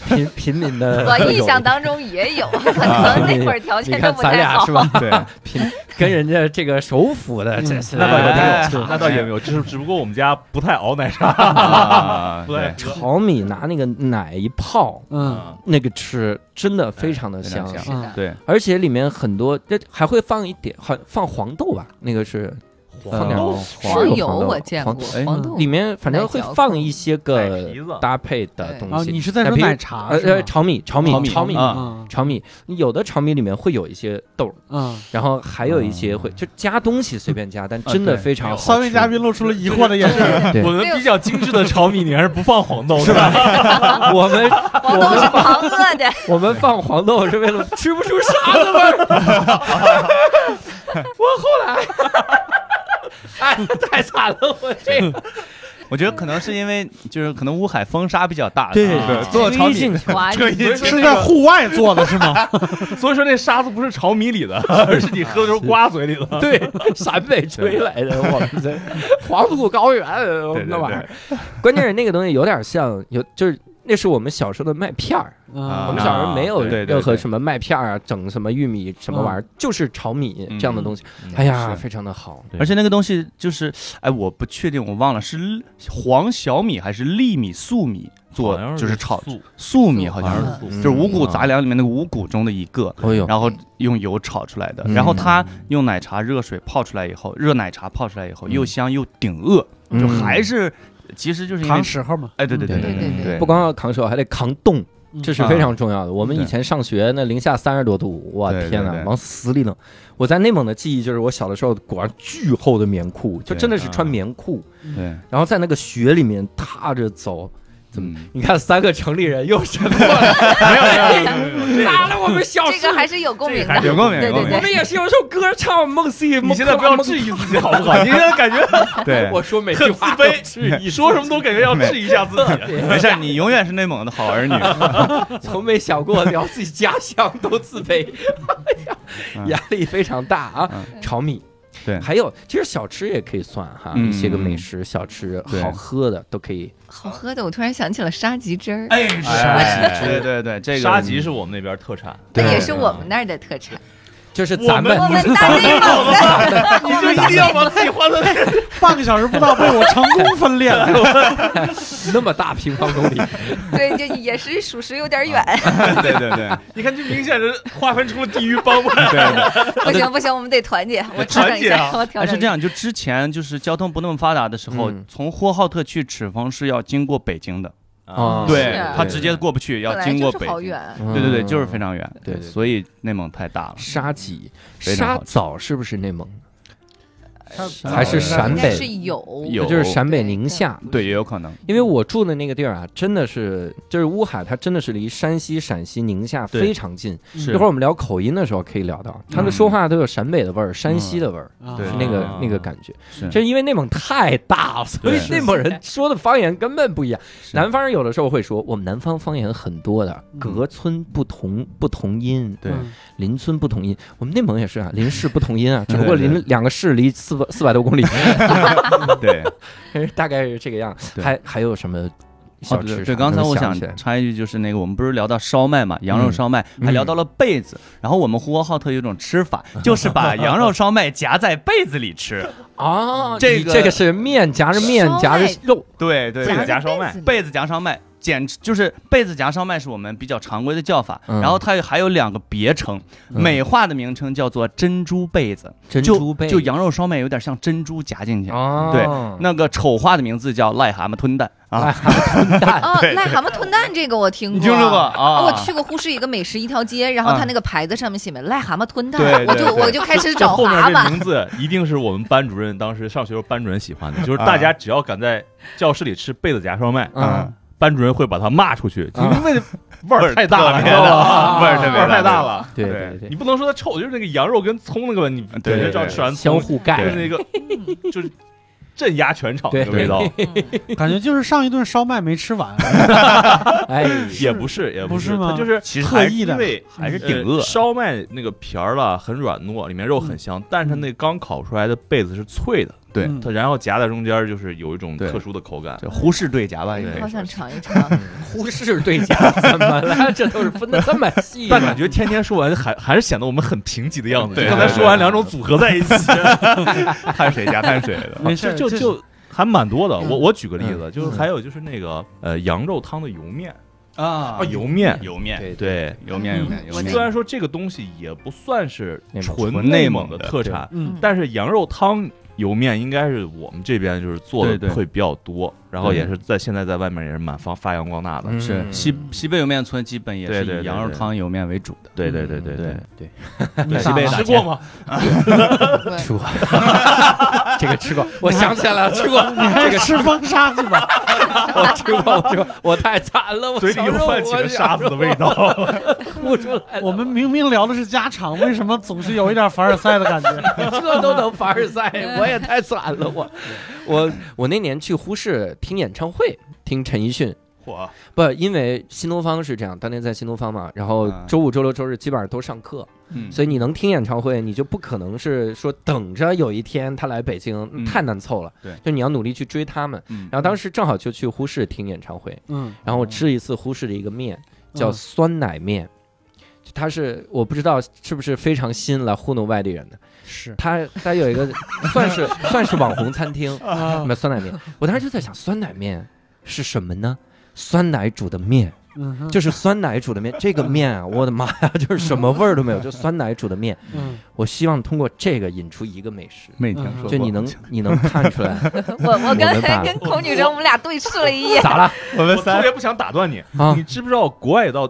Speaker 1: 贫贫民的
Speaker 5: 我印象
Speaker 1: 有
Speaker 5: 当中也有，可能那会儿条
Speaker 1: 你
Speaker 5: 件都
Speaker 1: 看
Speaker 5: 不
Speaker 1: 咱
Speaker 5: 太
Speaker 1: 俩
Speaker 5: 好
Speaker 1: 是。吧？
Speaker 6: 对，
Speaker 1: 贫跟人家这个首府的，这是
Speaker 3: 那倒
Speaker 6: 也没有
Speaker 1: 是
Speaker 4: 那倒也没有，只是只不过我们家不太熬奶茶，
Speaker 6: 啊
Speaker 4: 不太
Speaker 6: 对，
Speaker 4: 喝。
Speaker 1: 炒米拿那个奶一泡，
Speaker 3: 嗯，
Speaker 4: 啊
Speaker 1: 那个吃真的哎非常的
Speaker 6: 非常
Speaker 1: 香，
Speaker 6: 香
Speaker 3: 嗯
Speaker 6: 对，
Speaker 1: 而且里面很多，这还会放一点，还放黄豆吧？那个是放点
Speaker 4: 豆
Speaker 1: 呃黄
Speaker 5: 哦是
Speaker 1: 豆
Speaker 5: 有
Speaker 1: 黄豆
Speaker 5: 我见过
Speaker 1: 黄
Speaker 6: 哎
Speaker 5: 黄豆
Speaker 1: 里，面反正会放一些
Speaker 4: 奶
Speaker 1: 个
Speaker 4: 皮子
Speaker 1: 搭配的东
Speaker 3: 啊，
Speaker 1: 西。
Speaker 3: 你是在说
Speaker 1: 比如
Speaker 3: 奶茶？
Speaker 1: 呃
Speaker 3: 是
Speaker 1: 呃，
Speaker 3: 吗
Speaker 1: 炒米，炒米，嗯
Speaker 6: 炒
Speaker 1: 炒
Speaker 6: 米
Speaker 1: 米，炒米
Speaker 6: 啊
Speaker 1: 有的炒米里面会有一些豆，
Speaker 3: 嗯，
Speaker 1: 然后还有一些会就加东西随便加，但真的
Speaker 6: 对
Speaker 1: 非常好吃。
Speaker 3: 三位嘉宾露出了疑惑的眼神。
Speaker 1: 对
Speaker 4: 我们比较精致的炒米，你还是不放黄豆是吧？
Speaker 1: 我们
Speaker 5: 黄豆是糖饿的，
Speaker 1: 我们放黄豆是为了吃不出沙子味儿。 我后来，哎，太惨了，我这
Speaker 6: 嗯
Speaker 1: 个
Speaker 6: 我觉得可能是因为就是可能乌海风沙比较大，
Speaker 3: 对
Speaker 6: 啊
Speaker 4: 对
Speaker 6: 做炒
Speaker 1: 推
Speaker 6: 米
Speaker 1: 进去
Speaker 5: 哇，
Speaker 3: 是在户外做的是吗？
Speaker 4: 所以说那沙子不是炒米里的，而是你喝的时候刮嘴里的。
Speaker 1: 对，陕北吹来的，我们这黄土高原我们那玩意儿。关键是那个东西有点像，有就是那是我们小时候的麦片儿。
Speaker 3: 嗯
Speaker 6: 啊
Speaker 1: 我们小时候没有
Speaker 6: 啊对对对
Speaker 1: 任何什么麦片儿啊，整什么玉米什么玩意儿，就是炒米
Speaker 6: 嗯
Speaker 1: 这样的东西
Speaker 4: 嗯。
Speaker 1: 哎呀，
Speaker 6: 是
Speaker 1: 非常的好。
Speaker 4: 对
Speaker 6: 而且那个东西就是，哎，我不确定，我忘了是黄小米还是粒米、粟米做，就是炒
Speaker 4: 素，
Speaker 6: 粟米，好像是，
Speaker 1: 素
Speaker 6: 就是五谷杂粮里面那个五谷中的一个，
Speaker 1: 哎呦，
Speaker 6: 然后用油炒出来的。
Speaker 1: 嗯
Speaker 6: 然后它用奶茶、热水泡出来以后，热奶茶泡出来以后
Speaker 1: 嗯
Speaker 6: 又香又顶饿，就
Speaker 1: 嗯
Speaker 6: 还是其实就是因为
Speaker 3: 扛，时候嘛。
Speaker 6: 哎，对对
Speaker 1: 对
Speaker 6: 对
Speaker 5: 对对
Speaker 6: 对，
Speaker 1: 不光要扛手，还得扛冻，
Speaker 3: 嗯
Speaker 1: 这是非常重要的。我们以
Speaker 6: 对
Speaker 1: 前上学那零下三十多度，我
Speaker 6: 对对
Speaker 1: 天哪
Speaker 6: 对，
Speaker 1: 往死里冷。我在内蒙的记忆就是，我小的时候裹上巨厚的棉裤，就
Speaker 6: 对
Speaker 1: 真的是
Speaker 4: 啊
Speaker 1: 穿棉裤，
Speaker 6: 对，
Speaker 1: 然后在那个雪里面踏着走。怎么
Speaker 6: 嗯？
Speaker 1: 你看三个城里人又沉默了，砸了我们小
Speaker 5: 这
Speaker 1: 时候
Speaker 5: 个。还是有共鸣
Speaker 4: 这
Speaker 5: 的，
Speaker 4: 个
Speaker 6: 有共鸣，
Speaker 5: 对
Speaker 6: 有共
Speaker 5: 对
Speaker 6: 鸣
Speaker 1: 我
Speaker 5: 对，
Speaker 1: 们也是有首歌唱《梦 C》，
Speaker 4: 你现在不要质疑自己好不好？你现在感觉
Speaker 6: 对，
Speaker 1: 我 说每句
Speaker 4: 很自
Speaker 1: 话都
Speaker 4: 卑，
Speaker 1: 质疑，
Speaker 4: 你 说什么都感觉要质疑一下自己。啊
Speaker 6: 没事，你永远是内蒙的好 儿女。
Speaker 1: 从没想过聊自己家乡都自卑， 哎呀
Speaker 6: 嗯
Speaker 1: 压力非常大啊。
Speaker 5: 嗯
Speaker 1: 炒米，
Speaker 6: 对
Speaker 1: 还有其实小吃也可以算哈，
Speaker 6: 嗯
Speaker 1: 一些个美食、小吃、
Speaker 6: 对
Speaker 1: 好喝的都可以。
Speaker 5: 好喝的，我突然想起了沙棘汁儿，
Speaker 6: 哎，
Speaker 1: 沙
Speaker 6: 棘，对对对，这个
Speaker 4: 沙棘是我们那边特产，
Speaker 5: 那
Speaker 1: 对
Speaker 5: 也是我们那儿的特产。
Speaker 1: 就是咱们
Speaker 5: 我们大内蒙的，
Speaker 4: 你就一定要把自己换成
Speaker 3: 半个小时不到被我成功分 裂了。
Speaker 1: 那么大平方公 里，
Speaker 5: 对，就也是属实有点远。
Speaker 6: 对对对，
Speaker 4: 你看，这明显是划分出了地域帮派。
Speaker 5: 不行不行，我们得团结，我调整一
Speaker 4: 团
Speaker 5: 下，我调
Speaker 6: 哎，
Speaker 5: 整。
Speaker 6: 是这，样，就之前就是交通不那么发达的时候，
Speaker 1: 嗯
Speaker 6: 从呼和浩特去赤峰是要经过北京的，
Speaker 1: 啊嗯
Speaker 5: 是啊
Speaker 6: 他直接过不去，
Speaker 5: 本
Speaker 6: 要
Speaker 5: 来
Speaker 6: 经过
Speaker 5: 就
Speaker 6: 北
Speaker 5: 是
Speaker 6: 京
Speaker 5: 好。远，
Speaker 6: 对对对，就是非常远。
Speaker 1: 对对对
Speaker 6: 所以内蒙太大了。
Speaker 1: 沙棘、
Speaker 6: 非常
Speaker 1: 沙
Speaker 6: 好吃
Speaker 1: 枣是不是内蒙？
Speaker 6: 呃
Speaker 1: 还是陕
Speaker 5: 应该
Speaker 1: 北
Speaker 5: 是有
Speaker 6: 有
Speaker 1: 就是陕北宁夏。
Speaker 6: 对，也有可能。
Speaker 1: 因为我住的那个地儿啊，真的是就是乌海，它真的是离山西、陕西、宁夏
Speaker 4: 对
Speaker 1: 非常近。
Speaker 6: 是嗯
Speaker 1: 一会儿我们聊口音的时候可以聊到，他们说话都有陕北的味儿、山西的味儿，
Speaker 3: 啊
Speaker 6: 对
Speaker 1: 是那个
Speaker 4: 啊
Speaker 1: 那个感觉。
Speaker 6: 是
Speaker 1: 这因为内蒙太大，所以
Speaker 6: 对
Speaker 1: 内蒙人说的方言根本不一样。
Speaker 6: 是
Speaker 1: 南方人有的时候会说，我们南方方言很多的，
Speaker 3: 嗯
Speaker 1: 隔村不同不同音，
Speaker 6: 对
Speaker 3: 嗯
Speaker 1: 邻村不同音。我们内蒙也是啊，邻市不同 音啊，只不过
Speaker 6: 对对
Speaker 1: 邻两个市离四百四百多公里，
Speaker 6: 对，
Speaker 1: 大概是这个样。
Speaker 6: 对
Speaker 1: 还还有什么
Speaker 6: 哦
Speaker 1: 小吃
Speaker 6: 对
Speaker 1: 啥
Speaker 6: 对，刚才
Speaker 1: 能
Speaker 6: 我
Speaker 1: 想
Speaker 6: 想
Speaker 1: 起来
Speaker 6: 插一句，就是那个我们不是聊到烧麦嘛，羊肉
Speaker 1: 嗯
Speaker 6: 烧麦，还聊到了被子。然后我们呼和浩特有一种吃法，就 是把羊肉烧麦夹在被子里吃。
Speaker 1: 啊，
Speaker 6: 这
Speaker 1: 你
Speaker 6: 个
Speaker 1: 这个是面夹着面
Speaker 5: 烧麦
Speaker 1: 夹着肉，
Speaker 6: 对对
Speaker 4: 被
Speaker 5: 夹
Speaker 6: 对，
Speaker 5: 着
Speaker 4: 子夹烧
Speaker 5: 被
Speaker 4: 麦
Speaker 5: 子里
Speaker 6: 被子夹烧麦，简直就是被子夹烧麦是我们比较常规的叫法。
Speaker 1: 嗯
Speaker 6: 然后它还有两个别称，
Speaker 1: 嗯
Speaker 6: 美化的名称叫做珍珠被子，
Speaker 1: 珍珠
Speaker 6: 就
Speaker 1: 贝
Speaker 6: 就羊肉烧麦有点像珍珠夹进去。
Speaker 1: 啊，
Speaker 6: 对那个丑化的名字叫癞蛤蟆吞蛋啊，
Speaker 5: 哦，癞蛤蟆吞蛋这个我听过，
Speaker 6: 你听说过啊？
Speaker 5: 啊我去过呼市一个美食一条街，然后
Speaker 6: 啊
Speaker 5: 它那个牌子上面写明癞蛤蟆吞蛋，
Speaker 4: 对
Speaker 5: 我
Speaker 4: 对
Speaker 5: 就
Speaker 4: 对
Speaker 5: 我就开始
Speaker 4: 这
Speaker 5: 找
Speaker 4: 后面
Speaker 5: 蛤
Speaker 4: 这
Speaker 5: 蟆。
Speaker 4: 名字一定是我们班主任当时上学时候班主任喜欢的，就是大
Speaker 6: 啊
Speaker 4: 家只要敢在教室里吃被子夹烧麦，
Speaker 3: 啊
Speaker 1: 嗯，
Speaker 4: 班主任会把他骂出去，就
Speaker 1: 啊
Speaker 4: 因为味儿太大 了，
Speaker 6: 嗯味儿特
Speaker 4: 你
Speaker 1: 大味儿特
Speaker 6: 别
Speaker 4: 知道吧？味
Speaker 1: 别
Speaker 4: 儿
Speaker 1: 大
Speaker 4: 太大了。
Speaker 1: 啊对对对
Speaker 4: 你不能说它臭，就是那个羊肉跟葱那个问题，你
Speaker 6: 对对
Speaker 4: 就知道
Speaker 6: 对
Speaker 4: 吃完
Speaker 1: 相
Speaker 4: 葱
Speaker 1: 互
Speaker 4: 就
Speaker 1: 盖
Speaker 4: 是，那个就是镇压全场
Speaker 1: 对
Speaker 4: 的味道，
Speaker 5: 嗯
Speaker 3: 感觉就是上一顿烧麦没吃完，
Speaker 1: 哎，
Speaker 4: 也不是也
Speaker 3: 不是
Speaker 4: 是，
Speaker 3: 吗
Speaker 4: 它就是
Speaker 6: 其实
Speaker 3: 特
Speaker 4: 还
Speaker 3: 意的
Speaker 4: 因为
Speaker 6: 还是
Speaker 4: 呃
Speaker 6: 顶饿
Speaker 4: 烧麦那个皮儿啦很软糯，里面肉很香，但是它那刚烤出来的被子是脆的，
Speaker 6: 对
Speaker 3: 嗯
Speaker 4: 它然后夹在中间就是有一种
Speaker 6: 对
Speaker 4: 特殊的口感。
Speaker 6: 这忽视对夹吧，应
Speaker 5: 哎好
Speaker 6: 该是。
Speaker 5: 想尝一尝，
Speaker 1: 忽视对 家，怎么了？这都是分的这么细吗，
Speaker 4: 但感觉天天说完还还是显得我们很贫瘠的样子。
Speaker 6: 对
Speaker 4: 刚才说完两种组合在一起，
Speaker 6: 碳水加碳水的
Speaker 1: 啊
Speaker 3: 没事儿，
Speaker 4: 就
Speaker 3: 这
Speaker 4: 就还蛮多的。我我举个例子，就
Speaker 1: 嗯
Speaker 4: 是还有就是那个呃羊肉汤的油面
Speaker 6: 啊
Speaker 4: 油面
Speaker 6: 油面
Speaker 1: 对
Speaker 4: 对。
Speaker 6: 油面油面
Speaker 5: 嗯
Speaker 6: 油
Speaker 5: 我
Speaker 6: 面，
Speaker 5: 知
Speaker 4: 虽然说这个东西也不算是
Speaker 1: 内蒙
Speaker 4: 纯
Speaker 6: 纯内
Speaker 4: 蒙
Speaker 6: 蒙的
Speaker 4: 特产，
Speaker 3: 嗯
Speaker 4: 但是羊肉汤油面应该是我们这边就是做
Speaker 6: 对
Speaker 4: 的
Speaker 6: 对
Speaker 4: 会比较多，然后
Speaker 6: 对
Speaker 4: 也是在现在在外面也是蛮发发扬光大的。
Speaker 1: 嗯
Speaker 6: 是西西北莜面村基本也
Speaker 4: 对对
Speaker 6: 是
Speaker 4: 对
Speaker 6: 以羊肉
Speaker 4: 对
Speaker 6: 汤、油面为主的。嗯
Speaker 4: 对对对对对，
Speaker 1: 对，
Speaker 3: 你
Speaker 4: 西
Speaker 3: 咋
Speaker 4: 北
Speaker 3: 了
Speaker 4: 吃过吗？
Speaker 5: 对
Speaker 1: 吃过，这个吃过，我想起来了，吃 过，
Speaker 3: 你 还
Speaker 1: 这个
Speaker 3: 吃风沙去吧？
Speaker 1: 我吃过，我吃过，我太惨了，我
Speaker 4: 嘴里有泛起了沙子的味
Speaker 1: 道，
Speaker 4: 道。
Speaker 1: 哭出来了，
Speaker 3: 我们明明聊的是家常，为什么总是有一点凡尔赛的感觉？
Speaker 1: 这都能凡尔赛，我也太惨了，我我我那年去呼市听演唱会，听陈奕迅。
Speaker 4: 嚯，
Speaker 1: 不，因为新东方是这样，当年在新东方嘛，然后
Speaker 6: 啊
Speaker 1: 周五、周六、周日基本上都上课，
Speaker 6: 嗯
Speaker 1: 所以你能听演唱会，你就不可能是说等着有一天他来北京，
Speaker 6: 嗯
Speaker 1: 太难凑了。
Speaker 6: 对
Speaker 1: 就你要努力去追他们。
Speaker 6: 嗯哦
Speaker 1: 然后当时正好就去呼市听演唱会，
Speaker 3: 嗯，
Speaker 1: 然后我吃了一次呼市的一个面，叫
Speaker 3: 嗯
Speaker 1: 酸奶面。就它是我不知道是不是非常新来糊弄外地人的，
Speaker 3: 是
Speaker 1: 它它有一 个算是算是网红餐厅，
Speaker 3: 啊，
Speaker 1: 卖酸奶面。我当时就在想，酸奶面是什么呢？酸奶煮的面，
Speaker 3: 嗯哼
Speaker 1: 就是酸奶煮的面。这个面啊，我的妈呀，就是什么味儿都没有，就酸奶煮的面。
Speaker 3: 嗯
Speaker 1: 我希望通过这个引出一个美食，
Speaker 6: 没
Speaker 3: 听说过
Speaker 1: 就嗯你能你能看出 来
Speaker 5: 我
Speaker 1: 我
Speaker 5: 我刚
Speaker 1: 们把
Speaker 5: 才 跟孔女士我们俩对视了一 眼，
Speaker 1: 咋了
Speaker 6: 我
Speaker 4: 我
Speaker 6: 们
Speaker 4: 特别不想打断你，
Speaker 1: 啊
Speaker 4: 你知不知道国外有道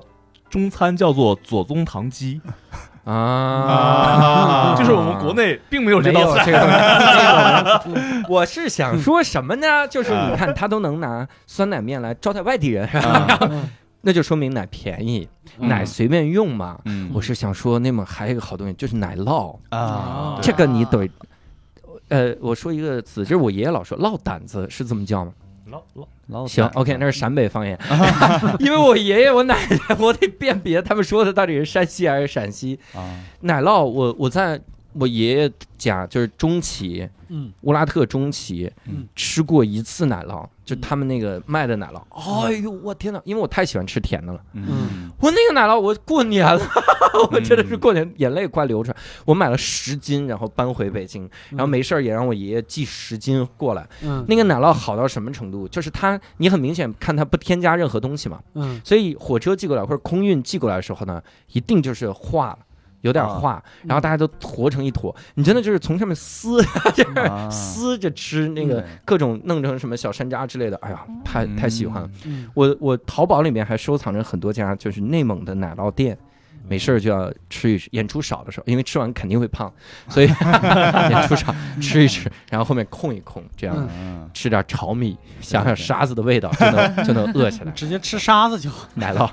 Speaker 4: 中餐叫做左宗棠鸡？
Speaker 1: 啊？
Speaker 4: 就是我们国内并没有这
Speaker 1: 没有
Speaker 4: 道菜。
Speaker 1: 这 个东西，嗯我是想说什么
Speaker 6: 嗯
Speaker 1: 呢？就是
Speaker 6: 啊
Speaker 1: 你看他都能拿酸奶面来招待外地人，
Speaker 3: 嗯
Speaker 1: 那就说明奶便宜，奶随便用嘛。
Speaker 6: 嗯
Speaker 1: 我是想说，内蒙还有一个好东西，就是奶酪，
Speaker 6: 啊
Speaker 1: 这个你得。呃，我说一个词，就是我爷爷老说“落胆子”是这么叫吗？
Speaker 4: 老老
Speaker 6: 老
Speaker 1: 行，OK，那是陕北 方言， 因为我爷爷、我奶奶，我得辨别他们说的到底是山西还是陕西。
Speaker 6: 啊
Speaker 1: 奶酪，我我在我爷爷家就是中旗
Speaker 3: 嗯，
Speaker 1: 乌拉特中旗、
Speaker 6: 嗯
Speaker 1: 吃过一次奶酪，就他们那个卖的奶酪。哎呦，我天哪！因为我太喜欢吃甜的了，
Speaker 6: 嗯
Speaker 1: 我那个奶酪我过年了， 我真的是过年眼泪快流出来。我买了十斤，然后搬回北京，然后没事儿也让我爷爷寄十斤过来。
Speaker 3: 嗯
Speaker 1: 那个奶酪好到什么程度？就是它，你很明显看它不添加任何东西嘛。
Speaker 3: 嗯
Speaker 1: 所以火车寄过来或者空运寄过来的时候呢，一定就是化了。有
Speaker 6: 啊
Speaker 1: 点化，然后大家都坨成一坨，你真的就是从上面 撕，就是
Speaker 6: 啊
Speaker 1: 撕着吃，那个
Speaker 6: 对
Speaker 1: 各种弄成什么小山楂之类的，哎呀，
Speaker 6: 嗯
Speaker 1: 太太喜欢了。
Speaker 3: 嗯
Speaker 1: 我我淘宝里面还收藏着很多家就是内蒙的奶酪店，没事儿就要吃一吃，演出少的时候，因为吃完肯定会 胖，所以 演出少吃一吃，然后后面空一空，这样、
Speaker 3: 嗯
Speaker 6: 嗯
Speaker 1: 吃点炒米，想
Speaker 6: 对
Speaker 1: 想沙子的味道，就能就能饿起来。
Speaker 3: 直接吃沙子就好。
Speaker 1: 奶酪，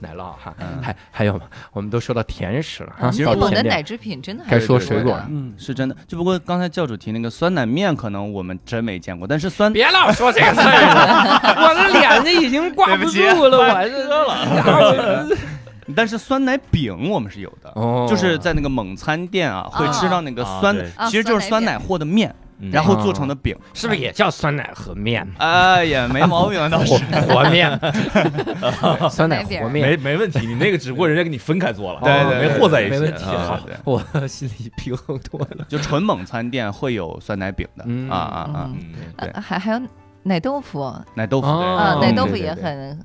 Speaker 1: 奶酪哈，还还有吗？我们都说到甜食了哈，
Speaker 5: 嗯
Speaker 6: 其实
Speaker 1: 到
Speaker 5: 内蒙的
Speaker 1: 甜
Speaker 5: 奶
Speaker 1: 点，
Speaker 5: 制品真的还
Speaker 1: 该
Speaker 5: 是
Speaker 1: 说
Speaker 5: 挺
Speaker 1: 水
Speaker 5: 多
Speaker 1: 果
Speaker 5: 的
Speaker 1: 了。
Speaker 3: 嗯，
Speaker 6: 是真的，只不过刚才教主提那个酸奶面，可能我们真没见过，但是酸
Speaker 1: 别老说这个事儿了，我的脸这已经挂不住了，我这了。
Speaker 6: 但是酸奶饼我们是有的，
Speaker 1: 哦
Speaker 6: 就是在那个蒙餐店啊，会吃到那个
Speaker 4: 啊
Speaker 6: 酸
Speaker 4: 对，
Speaker 5: 啊
Speaker 6: 其实就是
Speaker 5: 酸
Speaker 6: 酸
Speaker 5: 奶
Speaker 6: 奶和的面，
Speaker 4: 嗯
Speaker 6: 然后
Speaker 1: 哦
Speaker 6: 做成的饼，
Speaker 1: 是不是也叫酸奶和面？
Speaker 6: 哎呀，没毛病倒是。
Speaker 1: 和面，酸奶和面。
Speaker 4: 没没问题，你那个只不过人家给你分开做了，啊
Speaker 1: 对
Speaker 6: 对对对
Speaker 4: 没和在一
Speaker 1: 没
Speaker 4: 起。
Speaker 1: 问题
Speaker 4: 啊
Speaker 6: 啊，对
Speaker 1: 我 心里平衡多了。
Speaker 6: 就纯蒙餐店会有酸奶饼的
Speaker 1: 嗯
Speaker 6: 啊啊啊，
Speaker 4: 嗯
Speaker 6: 对
Speaker 5: 呃还还有奶豆腐啊，
Speaker 6: 奶豆腐对
Speaker 1: 哦
Speaker 6: 嗯
Speaker 5: 奶豆腐
Speaker 6: 对对
Speaker 5: 也
Speaker 6: 对
Speaker 5: 很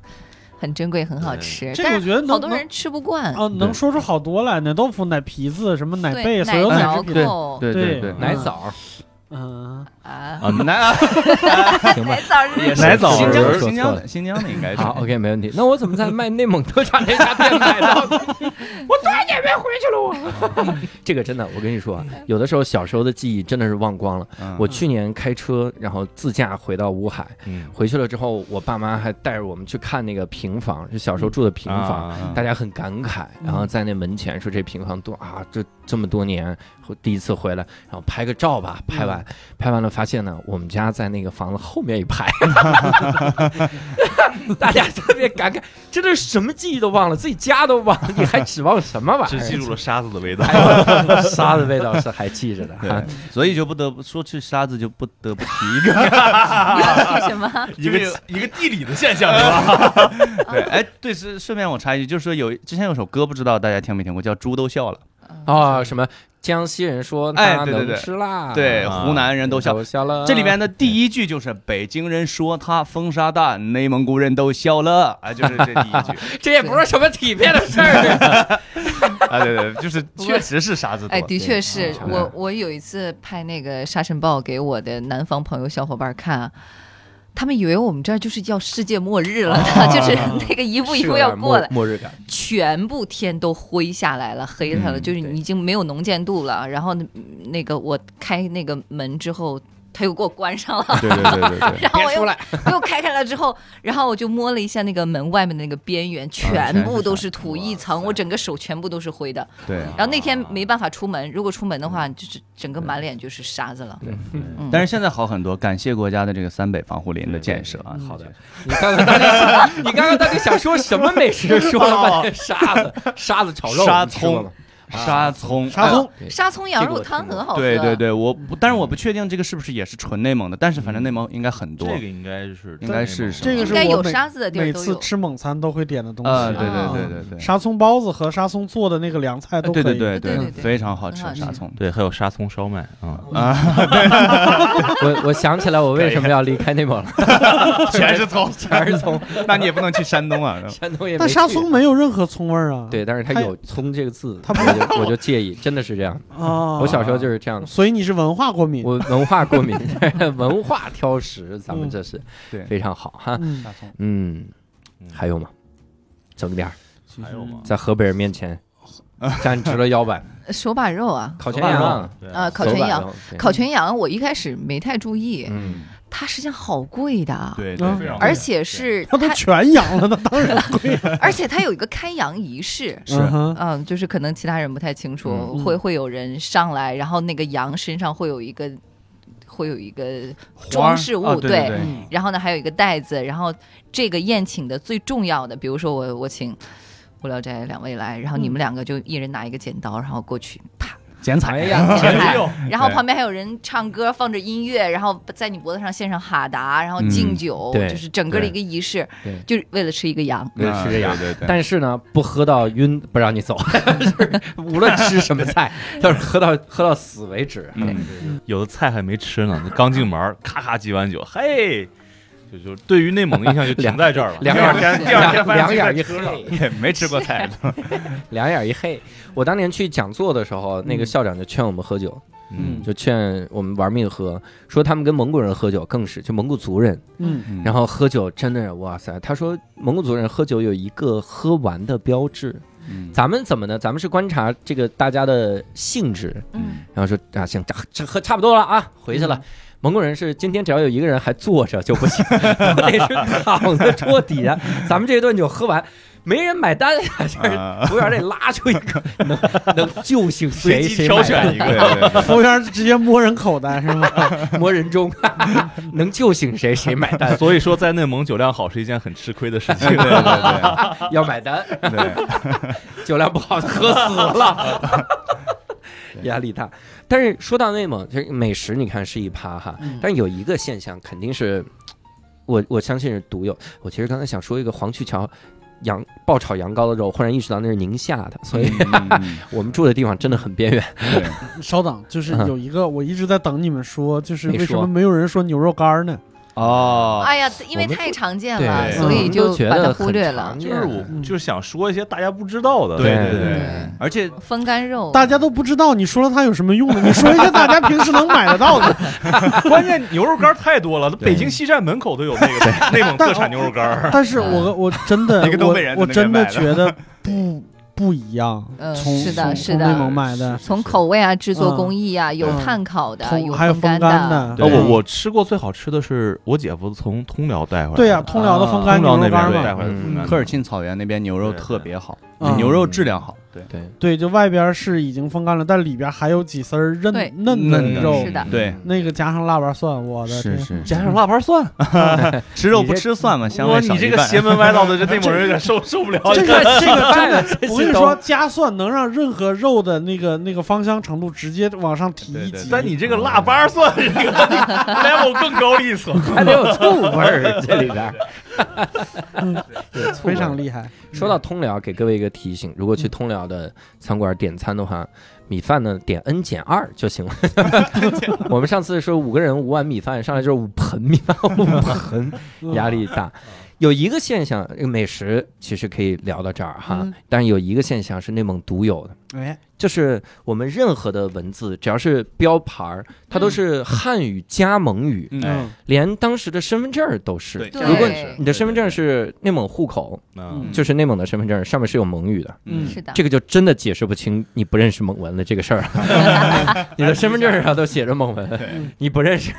Speaker 5: 很珍贵，很好吃，
Speaker 3: 这个
Speaker 5: 但
Speaker 3: 我
Speaker 5: 是
Speaker 3: 觉得能
Speaker 5: 好多
Speaker 3: 能
Speaker 5: 人吃不惯。
Speaker 3: 啊，能说出好多来，奶豆腐、奶皮子、什么奶
Speaker 5: 对，
Speaker 3: 贝，所有
Speaker 6: 奶
Speaker 3: 奶
Speaker 5: 嚼
Speaker 3: 制品，
Speaker 6: 对
Speaker 5: 扣
Speaker 6: 对对对
Speaker 3: 对，
Speaker 1: 奶枣，
Speaker 3: 嗯，
Speaker 5: 啊，
Speaker 6: 啊奶
Speaker 1: 行吧
Speaker 5: 奶。枣是
Speaker 1: 也是
Speaker 4: 奶枣
Speaker 6: 新
Speaker 1: 说
Speaker 6: 疆
Speaker 1: 错
Speaker 6: 新疆
Speaker 1: 了
Speaker 6: 的新疆 的应该是
Speaker 1: 好，OK，没问题。那我怎么在卖内蒙特产那家店买到的？ 我多少年没回去了，我。 这个真的，我跟你说啊，有的时候小时候的记忆真的是忘光了。
Speaker 6: 嗯
Speaker 1: 我去年开车，然后自驾回到乌海，
Speaker 4: 嗯，
Speaker 1: 回去了之后，我爸妈还带着我们去看那个平房，是小时候住的平房。
Speaker 4: 啊
Speaker 6: 嗯
Speaker 1: 大家很感慨，然后在那门前说这平房多啊，这这么多年第一次回来，然后拍个照吧。拍完，拍完了发现呢，我们家在那个房子后面一排，大家特别感慨，真的是什么记忆都忘了，自己家都忘了，你还指望什么玩意
Speaker 4: 只记
Speaker 1: 儿？
Speaker 4: 住了沙子的味道。
Speaker 1: 哎呦沙子味道是还记着的啊哈
Speaker 6: 对，所以就不得不说去沙子就不得不提一个
Speaker 5: 要提什么？
Speaker 4: 一个一个地理的现象是吧？
Speaker 6: 对，哎对是顺便我插一句，就是说有之前有首歌不知道大家听没听过，叫《猪都笑了
Speaker 1: 哦，什么江西人说
Speaker 6: 哎
Speaker 1: 他
Speaker 6: 对对
Speaker 1: 能
Speaker 6: 对
Speaker 1: 吃辣》，，
Speaker 6: 对，
Speaker 4: 啊
Speaker 6: 湖南人都笑。
Speaker 1: 笑了。
Speaker 6: 这里边的第一句就是北京人说他风沙大，内蒙古人都笑了，啊，就是这第一句
Speaker 1: 这也不是什么体面的事 儿，
Speaker 6: 啊，对对，就是确实是沙子多。
Speaker 5: 哎，的确是
Speaker 1: 对
Speaker 5: 我，我有一次拍那个《沙尘暴》给我的南方朋友小伙伴看啊，他们以为我们这儿就是要世界末日了呢，
Speaker 1: 哦
Speaker 5: 就是那个一步一步要过来，
Speaker 1: 末日感。
Speaker 5: 全部天都灰下来了，黑它了，
Speaker 6: 嗯
Speaker 5: 就是
Speaker 1: 对
Speaker 5: 你已经没有能见度了。然后那嗯那个我开那个门之后，他又给我关上 了。
Speaker 6: 对对对对对。
Speaker 5: 然后
Speaker 1: 别
Speaker 5: 我
Speaker 1: 出
Speaker 5: 又
Speaker 1: 来，
Speaker 5: 又开开了之后，然后我就摸了一下那个门外面的那个边缘，全部都是土一层，我整个手全部都是灰的。
Speaker 6: 对，
Speaker 5: 然后那天没办法出门，如果出门的话，就是整个满脸就是沙子了。嗯
Speaker 6: 但是现在好很多，感谢国家的这个三北防护林的建设啊。
Speaker 1: 好的，
Speaker 5: 嗯
Speaker 1: 你刚刚到底想，你刚刚到底想说什么美食？说了半天沙子，哦沙子炒肉，
Speaker 6: 沙
Speaker 1: 你吃过吗，
Speaker 6: 沙葱，
Speaker 5: 嗯
Speaker 3: 沙葱
Speaker 5: 沙葱羊肉汤很
Speaker 6: 哎。
Speaker 5: 好喝，啊
Speaker 6: 对对，对，我不，但是我不确定这个是不是也是纯内蒙的，但是反正内蒙应该很多
Speaker 4: 这。个应该是
Speaker 6: 应该是
Speaker 3: 这个
Speaker 5: 应
Speaker 3: 是
Speaker 5: 该
Speaker 3: 我
Speaker 5: 有
Speaker 3: 每
Speaker 5: 沙子的地
Speaker 3: 每
Speaker 5: 儿都
Speaker 3: 次
Speaker 5: 有。
Speaker 3: 吃蒙餐都会点的东
Speaker 6: 呃，
Speaker 3: 西。啊
Speaker 6: 对对对对对，
Speaker 3: 沙葱包子和沙葱做的那个凉菜都可
Speaker 6: 对
Speaker 3: 以。
Speaker 6: 对对
Speaker 5: 对对对
Speaker 6: 非常好吃
Speaker 5: 很好吃
Speaker 6: 沙葱。
Speaker 4: 对，还有沙葱烧麦
Speaker 5: 哦
Speaker 4: 啊，
Speaker 1: 我我想起来，我为什么要离开内蒙了？
Speaker 6: 全是葱，全
Speaker 1: 是葱，
Speaker 6: 那你也不能去山 东啊。
Speaker 1: 山东也没
Speaker 3: 但
Speaker 1: 去
Speaker 3: 沙葱没有任何葱味儿啊。
Speaker 1: 对，但是它有“葱”这个字，
Speaker 3: 它
Speaker 1: 我
Speaker 3: 不
Speaker 1: 就我就介意，真的是这样。
Speaker 3: 啊，
Speaker 1: 我小时候就是这样的，
Speaker 3: 所以你是文化过敏。
Speaker 1: 我文化过敏，文化挑食，咱们这是
Speaker 6: 对
Speaker 1: 非常好哈。
Speaker 3: 嗯，
Speaker 6: 沙葱
Speaker 1: 嗯，还有吗？整点儿，
Speaker 4: 还有吗？
Speaker 1: 在河北人面前站直了腰 板，
Speaker 5: 手把肉啊，
Speaker 1: 烤全羊，
Speaker 4: 对
Speaker 5: 啊，烤
Speaker 1: 手
Speaker 5: 全
Speaker 1: 把
Speaker 5: 羊，
Speaker 1: 肉，对
Speaker 5: 烤全羊，我一开始没太注意，
Speaker 1: 嗯。
Speaker 5: 它实际上好贵的。啊
Speaker 6: 对
Speaker 3: 嗯
Speaker 6: 对，
Speaker 5: 而 且是
Speaker 3: 它都
Speaker 5: 它，
Speaker 3: 全羊了，那当然贵。
Speaker 5: 而且它有一个开羊仪式，
Speaker 6: 是
Speaker 3: 嗯哼
Speaker 5: 嗯，就是可能其他人不太清楚，
Speaker 3: 嗯
Speaker 5: 会会有人上来，然后那个羊身上会有一个，会有一个
Speaker 6: 花儿
Speaker 5: 装饰物，
Speaker 6: 啊对对对
Speaker 3: 嗯
Speaker 5: 然后呢还有一个袋子，然后这个宴请的最重要的，比如说我我请无聊斋两位来，然后你们两个就一人拿一个剪刀，然后过去啪
Speaker 6: 剪
Speaker 1: 哎
Speaker 6: 彩
Speaker 1: 呀，
Speaker 5: 剪
Speaker 4: 哎
Speaker 5: 菜
Speaker 4: 呦，
Speaker 5: 然后旁边还有人唱歌，放着音乐，然后在你脖子上献上哈达，然后敬酒，
Speaker 1: 对
Speaker 5: 就是整个的
Speaker 1: 对
Speaker 5: 一个仪式
Speaker 1: 对，
Speaker 5: 就是为了吃一个羊。
Speaker 1: 对，是这样。
Speaker 6: 对对对。
Speaker 1: 但是呢，不喝到晕不让你 走，就是无论吃什么菜，都是喝到喝到死为止。
Speaker 6: 嗯，
Speaker 4: 有的菜还没吃呢，刚进门，咔咔几碗酒，嘿，就就对于内蒙的印象就停在这儿了。
Speaker 1: 两
Speaker 4: 第 二天，第二天发现
Speaker 1: 两
Speaker 4: 自己
Speaker 1: 眼一
Speaker 4: 在
Speaker 1: 黑
Speaker 4: 车，上
Speaker 6: 也没吃过菜，
Speaker 1: 两眼一黑。我当年去讲座的时候，那个校长就劝我们喝酒，
Speaker 4: 嗯
Speaker 1: 就劝我们玩命喝，说他们跟蒙古人喝酒更是，就蒙古族人，
Speaker 3: 嗯，
Speaker 6: 嗯
Speaker 1: 然后喝酒真的，哇塞！他说蒙古族人喝酒有一个喝完的标志，
Speaker 6: 嗯
Speaker 1: 咱们怎么呢？咱们是观察这个大家的性质，
Speaker 5: 嗯，
Speaker 1: 然后说啊，行，这这喝差不多了啊，回
Speaker 4: 嗯
Speaker 1: 去了。蒙古人是今天只要有一个人还坐着就不行， 都得是躺在桌底 下。咱们这顿酒喝完，没人买单呀，就是
Speaker 6: 啊
Speaker 1: 服务员得拉出一 个能能救醒谁
Speaker 4: 随
Speaker 1: 谁
Speaker 4: 机挑
Speaker 1: 买单
Speaker 4: 选 一
Speaker 6: 对
Speaker 4: 个。
Speaker 6: 对对
Speaker 3: 嗯服务员直接摸人口袋是吗？
Speaker 1: 摸人中， 能救醒谁谁买 单，
Speaker 4: 所以说，在内蒙酒量好是一件很吃亏的事情。
Speaker 6: 对对 哦
Speaker 1: 要买单，
Speaker 6: 对对，
Speaker 1: 酒量不好喝死了。 压力大。但是说到内蒙，就是美食，你看是一趴哈，
Speaker 5: 嗯
Speaker 1: 但有一个现象肯定是，我我相信是独有。我其实刚才想说一个黄渠桥羊爆炒羊羔的时候，忽然意识到那是宁夏的，所 以
Speaker 6: 嗯
Speaker 1: 我们住的地方真的很边 缘。
Speaker 3: 稍等，就是
Speaker 1: 嗯
Speaker 3: 有一个我一直在等你们说，就是
Speaker 1: 没
Speaker 3: 为什么
Speaker 1: 说
Speaker 3: 没有人说牛肉干儿呢？
Speaker 6: 哦，
Speaker 5: 哎呀，因为
Speaker 1: 我们
Speaker 5: 太常见
Speaker 1: 对
Speaker 5: 了，
Speaker 4: 对
Speaker 5: 啊所以就把它忽略
Speaker 1: 我
Speaker 5: 了
Speaker 1: 们。都
Speaker 4: 就
Speaker 1: 觉得
Speaker 4: 是
Speaker 1: 很常见
Speaker 5: 嗯
Speaker 4: 我就是想说一些大家不知道的，
Speaker 1: 对
Speaker 4: 对
Speaker 1: 对
Speaker 6: 而且
Speaker 5: 风干肉，
Speaker 3: 大家都不知道，你说了它有什么用呢？你说一些大家平时能买得到的。
Speaker 4: 关键牛肉干太多了，
Speaker 1: 对
Speaker 4: 北京西站门口都有那个内蒙特产牛肉干儿。
Speaker 3: 但是我我真的
Speaker 6: 一个东北人
Speaker 3: 我我
Speaker 6: 在那边
Speaker 3: 真
Speaker 6: 买
Speaker 3: 的觉
Speaker 6: 的
Speaker 3: 得不不一样。
Speaker 5: 嗯
Speaker 3: 从
Speaker 5: 是的
Speaker 3: 从
Speaker 5: 是
Speaker 3: 从
Speaker 5: 的
Speaker 3: 内蒙买的，
Speaker 5: 从口味啊、制作
Speaker 3: 嗯
Speaker 5: 工艺啊，有
Speaker 3: 对
Speaker 5: 炭烤的，
Speaker 3: 通
Speaker 5: 有
Speaker 3: 还有风
Speaker 5: 干
Speaker 3: 干
Speaker 5: 的，
Speaker 4: 呃
Speaker 6: 对
Speaker 4: 我我吃过最好吃的是我姐夫从通辽带回来，
Speaker 3: 对啊呀，，通
Speaker 6: 啊
Speaker 3: 辽的风干
Speaker 4: 通
Speaker 3: 牛肉
Speaker 4: 辽那
Speaker 3: 干
Speaker 4: 边对带
Speaker 3: 嘛，
Speaker 4: 回来的风干
Speaker 1: 嗯
Speaker 6: 科尔沁草原那边牛肉特别好，
Speaker 3: 对对
Speaker 6: 牛肉质量好，对
Speaker 1: 对，
Speaker 3: 对，就外边是已经风干了，但里边还有几丝儿韧
Speaker 5: 对
Speaker 3: 嫩
Speaker 6: 嫩
Speaker 3: 的
Speaker 6: 的
Speaker 3: 肉
Speaker 5: 是，的
Speaker 6: 对，
Speaker 3: 那个加上腊八蒜，我的
Speaker 6: 是
Speaker 3: 天，
Speaker 6: 是，
Speaker 4: 加上腊八蒜，
Speaker 6: 吃肉不吃蒜嘛，香
Speaker 4: 哇
Speaker 6: 味少
Speaker 4: 你
Speaker 6: 一
Speaker 4: 这个
Speaker 6: 半
Speaker 4: 邪门歪道 的，这内蒙人有点受受不了。
Speaker 3: 这个这个真的，我跟你说，
Speaker 1: 这
Speaker 3: 加蒜能让任何肉的那个那个芳香程度直接往上提一级。
Speaker 4: 但你这个腊八蒜，这 个 level 更高一层。
Speaker 1: 都还得有醋味儿，这里边儿 有醋味
Speaker 3: 非
Speaker 1: 儿
Speaker 3: 常厉害，
Speaker 1: 说到通辽，给各位一个提醒：如果去通辽的餐馆点餐的话，米饭呢点 n 减二就行了。我们上次说五个人五碗米饭，上来就是五盆米饭，五盆嗯
Speaker 3: 嗯
Speaker 1: 压力大。有一个现象，这个美食其实可以聊到这儿哈
Speaker 3: 嗯，
Speaker 1: 但是有一个现象是内蒙独有的，
Speaker 3: 哎，
Speaker 1: 就是我们任何的文字，只要是标牌儿，它都是汉语加蒙语，
Speaker 6: 嗯
Speaker 3: 嗯，
Speaker 1: 连当时的身份证儿都是。
Speaker 6: 对，
Speaker 5: 对
Speaker 1: 如果
Speaker 5: 对
Speaker 1: 你的身份证是内蒙户口，
Speaker 4: 嗯
Speaker 1: 就是内蒙的身份证上面是有蒙语的，
Speaker 3: 嗯
Speaker 5: 是的，
Speaker 1: 这个就真的解释不清你不认识蒙文的这个事儿了。 你的身份证上都写着蒙文，你不认识，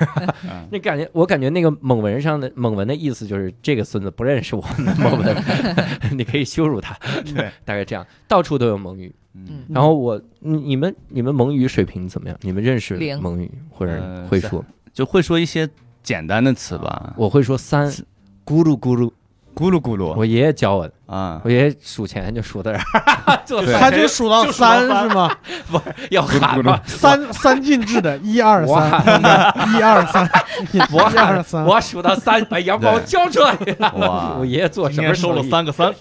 Speaker 6: 嗯
Speaker 1: 那感觉我感觉那个蒙文上的蒙文的意思就是这个孙子不认识我们的蒙文， 你可以羞辱他，
Speaker 6: 对，
Speaker 1: 大概这样，到处都有蒙语。
Speaker 6: 嗯，
Speaker 1: 然后我你你们你们蒙语水平怎么样？你们认识
Speaker 5: 零
Speaker 1: 蒙语或者
Speaker 6: 呃
Speaker 1: 会说？
Speaker 6: 就会说一些简单的词吧，
Speaker 1: 我会说三，咕噜嗯咕噜，
Speaker 6: 咕噜咕噜
Speaker 1: 我爷爷教我的，
Speaker 6: 啊
Speaker 1: 我，爷爷数钱就数到这儿， 做
Speaker 6: 对
Speaker 3: 他就数到三是吗？
Speaker 1: 要喊嘛，
Speaker 3: 三三进制的，一二
Speaker 1: 我
Speaker 3: 三， 一二三，
Speaker 1: 我
Speaker 3: 一二三，
Speaker 1: 我数到三，把羊毛
Speaker 6: 对
Speaker 1: 交出来。
Speaker 6: 哇
Speaker 1: 我，爷爷做
Speaker 4: 今
Speaker 1: 什么
Speaker 4: 天收了
Speaker 1: 生意？
Speaker 4: 三个三，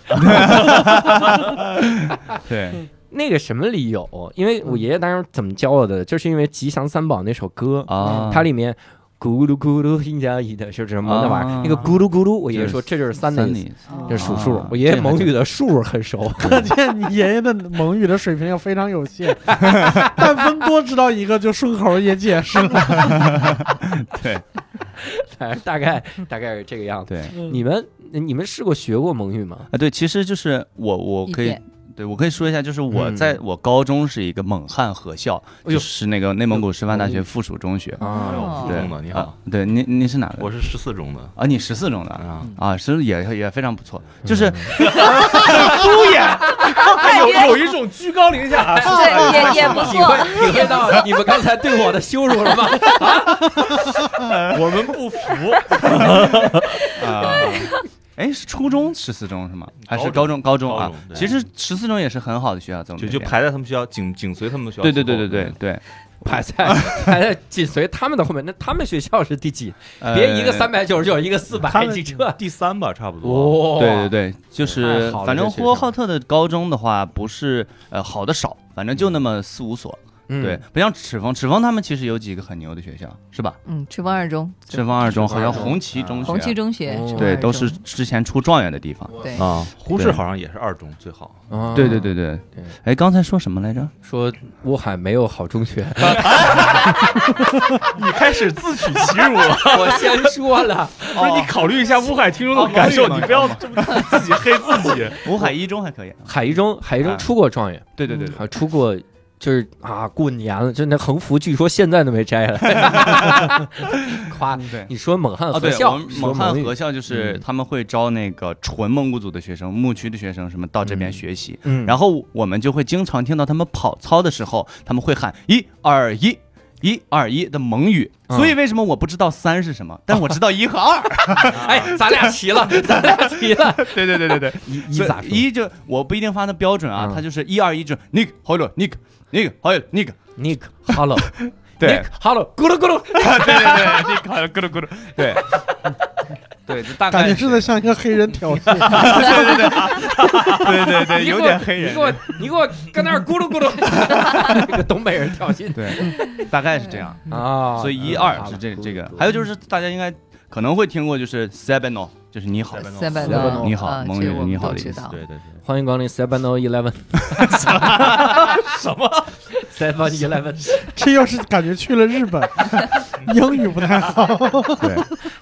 Speaker 6: 对
Speaker 1: 那个什么理由？因为我爷爷当时怎么教我的，就是因为《吉祥三宝》那首歌，
Speaker 6: 啊，
Speaker 1: 它里面咕噜咕噜一加一的，就是什么那玩意儿
Speaker 6: 啊，
Speaker 1: 那个咕噜咕噜，我爷爷说这就是三的
Speaker 6: 三
Speaker 1: 意思，
Speaker 6: 里
Speaker 5: 哦
Speaker 1: 这是数数
Speaker 6: 啊。
Speaker 1: 我爷爷
Speaker 6: 这还
Speaker 1: 蒙语的数很 熟，
Speaker 3: 可见嗯你爷爷的蒙语的水平要非常有限， 但分多知道一个就顺口也解释了。
Speaker 6: 对
Speaker 1: 反正大概大概是这个样子。
Speaker 6: 对
Speaker 3: 嗯
Speaker 1: 你们你们试过学过蒙语吗？
Speaker 6: 啊，对，其实就是我我
Speaker 5: 一
Speaker 6: 可以
Speaker 5: 点。
Speaker 6: 对，我可以说一下，就是我
Speaker 1: 嗯
Speaker 6: 在我高中是一个蒙汉合校，
Speaker 1: 哎呦哦
Speaker 6: 就是那个内蒙古师范大学附属中学。
Speaker 1: 啊，
Speaker 5: 哦
Speaker 4: 附中的你
Speaker 6: 啊
Speaker 4: 好，，
Speaker 6: 对，您您是哪个？
Speaker 4: 我是十四中的
Speaker 6: 啊，你十四中
Speaker 1: 嗯
Speaker 6: 的
Speaker 4: 啊，
Speaker 6: 啊，是也也非常不错，就是
Speaker 4: 敷衍，有有一种居高临 下。
Speaker 5: 对也也不
Speaker 1: 体
Speaker 5: 错
Speaker 1: 会，体会到 你们刚才对我的羞辱了吗？
Speaker 4: 我们不 服，
Speaker 6: 啊，哎，是初中十四中是吗？还是
Speaker 4: 高
Speaker 6: 高中？高中
Speaker 4: 高
Speaker 6: 啊
Speaker 4: 中，对
Speaker 6: 其实十四中也是很好的学校，在我
Speaker 4: 就
Speaker 6: 们
Speaker 4: 就
Speaker 6: 这边
Speaker 4: 排在他们学校紧紧随他们的学校。
Speaker 6: 对对对对对，对，
Speaker 1: 排在排在紧随他们的后面，那他们学校是第几？
Speaker 6: 呃
Speaker 1: 别一个三。百九十九，一个四百
Speaker 4: 他，们
Speaker 1: 你这
Speaker 4: 第三吧，差不多。
Speaker 1: 哇，
Speaker 6: 对对对，就是
Speaker 1: 太好了
Speaker 6: 反正
Speaker 1: 这学
Speaker 6: 呼和
Speaker 1: 校
Speaker 6: 浩特的高中的话，不是呃好的少，反正就那么四五所，
Speaker 1: 嗯
Speaker 6: 对，，不像赤峰，赤峰他们其实有几个很牛的学校，是吧？
Speaker 5: 嗯，赤峰二中、
Speaker 6: 赤峰二中好像
Speaker 1: 赤峰二中
Speaker 6: 红旗中学，
Speaker 5: 红旗中学
Speaker 1: 哦，
Speaker 5: 赤峰
Speaker 6: 对，
Speaker 5: 二
Speaker 6: 都
Speaker 5: 中
Speaker 6: 是之前出状元的地方。
Speaker 5: 对。
Speaker 4: 啊，呼市
Speaker 6: 对
Speaker 4: 好像也是二中最好。
Speaker 1: 啊
Speaker 6: 对对，对对
Speaker 1: 对，
Speaker 6: 哎，刚才说什么来着？
Speaker 1: 说乌海没有好中 学，
Speaker 4: 你开始自取其辱了，
Speaker 1: 我先说了，
Speaker 4: 不是？你考虑一下乌海听众
Speaker 6: 哦
Speaker 4: 的感受，
Speaker 6: 考虑
Speaker 4: 你不 要这么自己黑自己。
Speaker 6: 吴海一中还可以。
Speaker 1: 海一中海一中
Speaker 6: 啊
Speaker 1: 出过状元，
Speaker 6: 对对对对，
Speaker 1: 啊，出过。就是啊，过年了，就那横幅，据说现在都没 摘下来。夸
Speaker 6: 对
Speaker 1: 你说蒙汉
Speaker 6: 啊，
Speaker 1: 合
Speaker 6: 对，我
Speaker 1: 校，
Speaker 6: 们
Speaker 1: 说
Speaker 6: 蒙汉
Speaker 1: 语
Speaker 6: 合，校就是
Speaker 1: 嗯
Speaker 6: 他们会招那个纯蒙古族的学生、牧区的学生什么到这边学习，
Speaker 1: 嗯，
Speaker 6: 然后我们就会经常听到他们跑操的时候，他们会喊一二一。一二一的蒙语，
Speaker 1: 嗯
Speaker 6: 所以为什么我不知道三是什么，但我知道一和二。
Speaker 1: 哎，咱俩齐 了，咱俩齐了，
Speaker 6: 啊对对对对对，
Speaker 1: 一一
Speaker 6: 所以
Speaker 1: 咋说？
Speaker 6: 一就我不一定发的标准啊，
Speaker 1: 嗯
Speaker 6: 它就是一二一就 nick 好了 nick nick 好了 nick，
Speaker 1: Nick Hollow，
Speaker 4: 对
Speaker 1: Nick Hollow，咕噜咕噜，
Speaker 4: 对对对，那好像咕噜咕噜，对
Speaker 1: 对，就大
Speaker 3: 感
Speaker 6: 哎
Speaker 1: 概
Speaker 3: 觉是在向一个黑人挑衅。
Speaker 4: 对对对，
Speaker 1: 啊你给
Speaker 4: 有
Speaker 1: 我
Speaker 4: 点黑
Speaker 1: 你
Speaker 4: 人
Speaker 1: 给，我你给我跟那儿咕噜咕噜，这个东北人挑衅
Speaker 6: 对， 大概是这样。
Speaker 1: 啊
Speaker 6: 所以一二是这这个，还有就是大家应该可能会听过，就是 Sebano，就是你好，
Speaker 5: 塞班
Speaker 1: 塞班
Speaker 5: 诺，
Speaker 1: 诺
Speaker 6: 你好
Speaker 5: 啊
Speaker 6: 蒙
Speaker 5: 这
Speaker 6: 人
Speaker 5: 我们
Speaker 6: 你好
Speaker 5: 都
Speaker 6: 的意
Speaker 5: 知
Speaker 6: 思
Speaker 5: 道。
Speaker 4: 对对对，
Speaker 1: 欢迎光临 Seven Eleven，什么 Seven Eleven？
Speaker 3: 这又是感觉去了日本，英语不太好。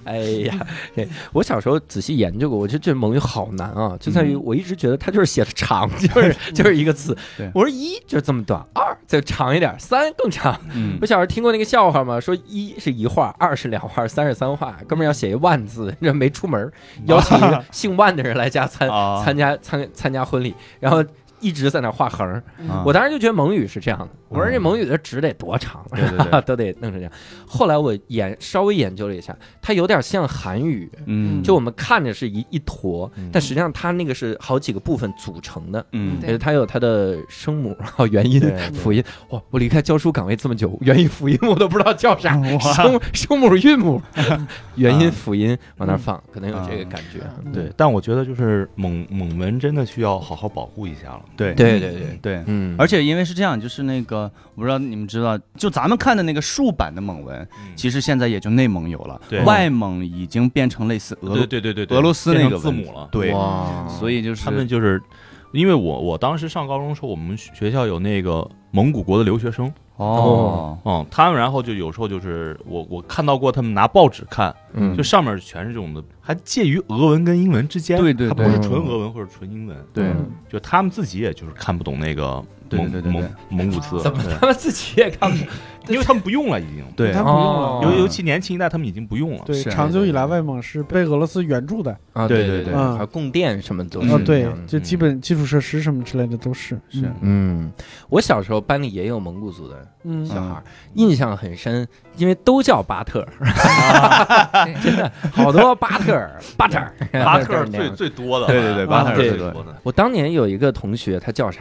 Speaker 1: 哎呀，这我小时候仔细研究过，我觉得这蒙语好难啊，就在于我一直觉得它就是写的长，就是就是一个字
Speaker 6: 对。
Speaker 1: 我说一就这么短，二再长一点，三更长。
Speaker 6: 嗯
Speaker 1: 我，小时候听过那个笑话嘛，说一是一画，二是两画，三是三画，哥们儿要写一万字，这没出门儿，邀请一个姓万的人来家 参
Speaker 6: 啊
Speaker 1: 参加参参加婚礼，然后一直在那画横儿。
Speaker 6: 啊
Speaker 1: 我当时就觉得蒙语是这样的，我说这蒙语的纸得多长，啊
Speaker 6: 对对对
Speaker 1: 都得弄成这样。后来我研稍微研究了一下，它有点像韩语，
Speaker 6: 嗯，
Speaker 1: 就我们看着是一一坨
Speaker 4: 嗯，
Speaker 1: 但实际上它那个是好几个部分组成的。
Speaker 6: 嗯
Speaker 5: 对
Speaker 1: 呃，它有它的声母，然后元音
Speaker 4: 对对、
Speaker 1: 辅音。哇，我离开教书岗位这么久，元音、辅音我都不知道叫啥，声声母、韵母、元音、辅音往那儿放，可能有这个感觉。
Speaker 4: 对，但我觉得就是蒙蒙文真的需要好好保护一下了。
Speaker 6: 对
Speaker 1: 对对对，
Speaker 6: 对。
Speaker 1: 嗯，
Speaker 6: 而且因为是这样，就是那个我不知道你们知道，就咱们看的那个竖版的蒙文，其实现在也就内蒙有了
Speaker 4: 对，
Speaker 6: 外蒙已经变成类似俄
Speaker 4: 对
Speaker 6: 罗
Speaker 4: 对对对对，
Speaker 6: 俄罗斯那
Speaker 4: 变
Speaker 6: 个
Speaker 4: 成字
Speaker 6: 文
Speaker 4: 母了。
Speaker 6: 对，
Speaker 1: 哇，
Speaker 6: 所以就是
Speaker 4: 他们就是，因为我我当时上高中的时候，我们学校有那个蒙古国的留学生，
Speaker 6: 哦，
Speaker 4: 嗯，他们然后就有时候就是我我看到过他们拿报纸看，
Speaker 1: 嗯
Speaker 4: 就上面全是这种的，还介于俄文跟英文之间，
Speaker 6: 对对
Speaker 4: 它不
Speaker 6: 对
Speaker 4: 是纯俄文或者纯英文，
Speaker 1: 嗯
Speaker 6: 对
Speaker 3: 嗯
Speaker 4: 就他们自己也就是看不懂那个
Speaker 6: 对
Speaker 4: 蒙
Speaker 6: 对对对
Speaker 4: 蒙蒙古字，
Speaker 1: 怎么他们自己也看不懂？
Speaker 4: 对因为他们不用了已经，
Speaker 6: 对
Speaker 3: 他，不用了嗯
Speaker 1: 哦
Speaker 4: 尤尤其年轻一代他们已经不用了，
Speaker 3: 对，
Speaker 6: 是
Speaker 3: 长久以来，外蒙是被俄罗斯援助的。
Speaker 1: 啊，
Speaker 6: 对
Speaker 1: 对
Speaker 6: 对对
Speaker 1: 还有供电什么都
Speaker 6: 嗯
Speaker 1: 是
Speaker 3: 哦，
Speaker 1: 这
Speaker 3: 对
Speaker 1: 样的，
Speaker 3: 就基本基础设施什么之类的都是。
Speaker 6: 是
Speaker 1: 嗯，我小时候班里也有蒙古族的
Speaker 3: 嗯
Speaker 1: 小
Speaker 6: 嗯
Speaker 1: 孩儿，印象很深，因为都叫巴特尔，
Speaker 5: 对
Speaker 1: 真的好多巴特尔、巴特尔、
Speaker 4: 巴特 尔
Speaker 1: 那
Speaker 4: 最
Speaker 1: 样
Speaker 4: 最多的，嗯
Speaker 6: 对对对巴
Speaker 1: 特尔
Speaker 4: 最
Speaker 1: 最
Speaker 6: 多的
Speaker 4: 多的，
Speaker 1: 我当年有一个同学，他叫啥？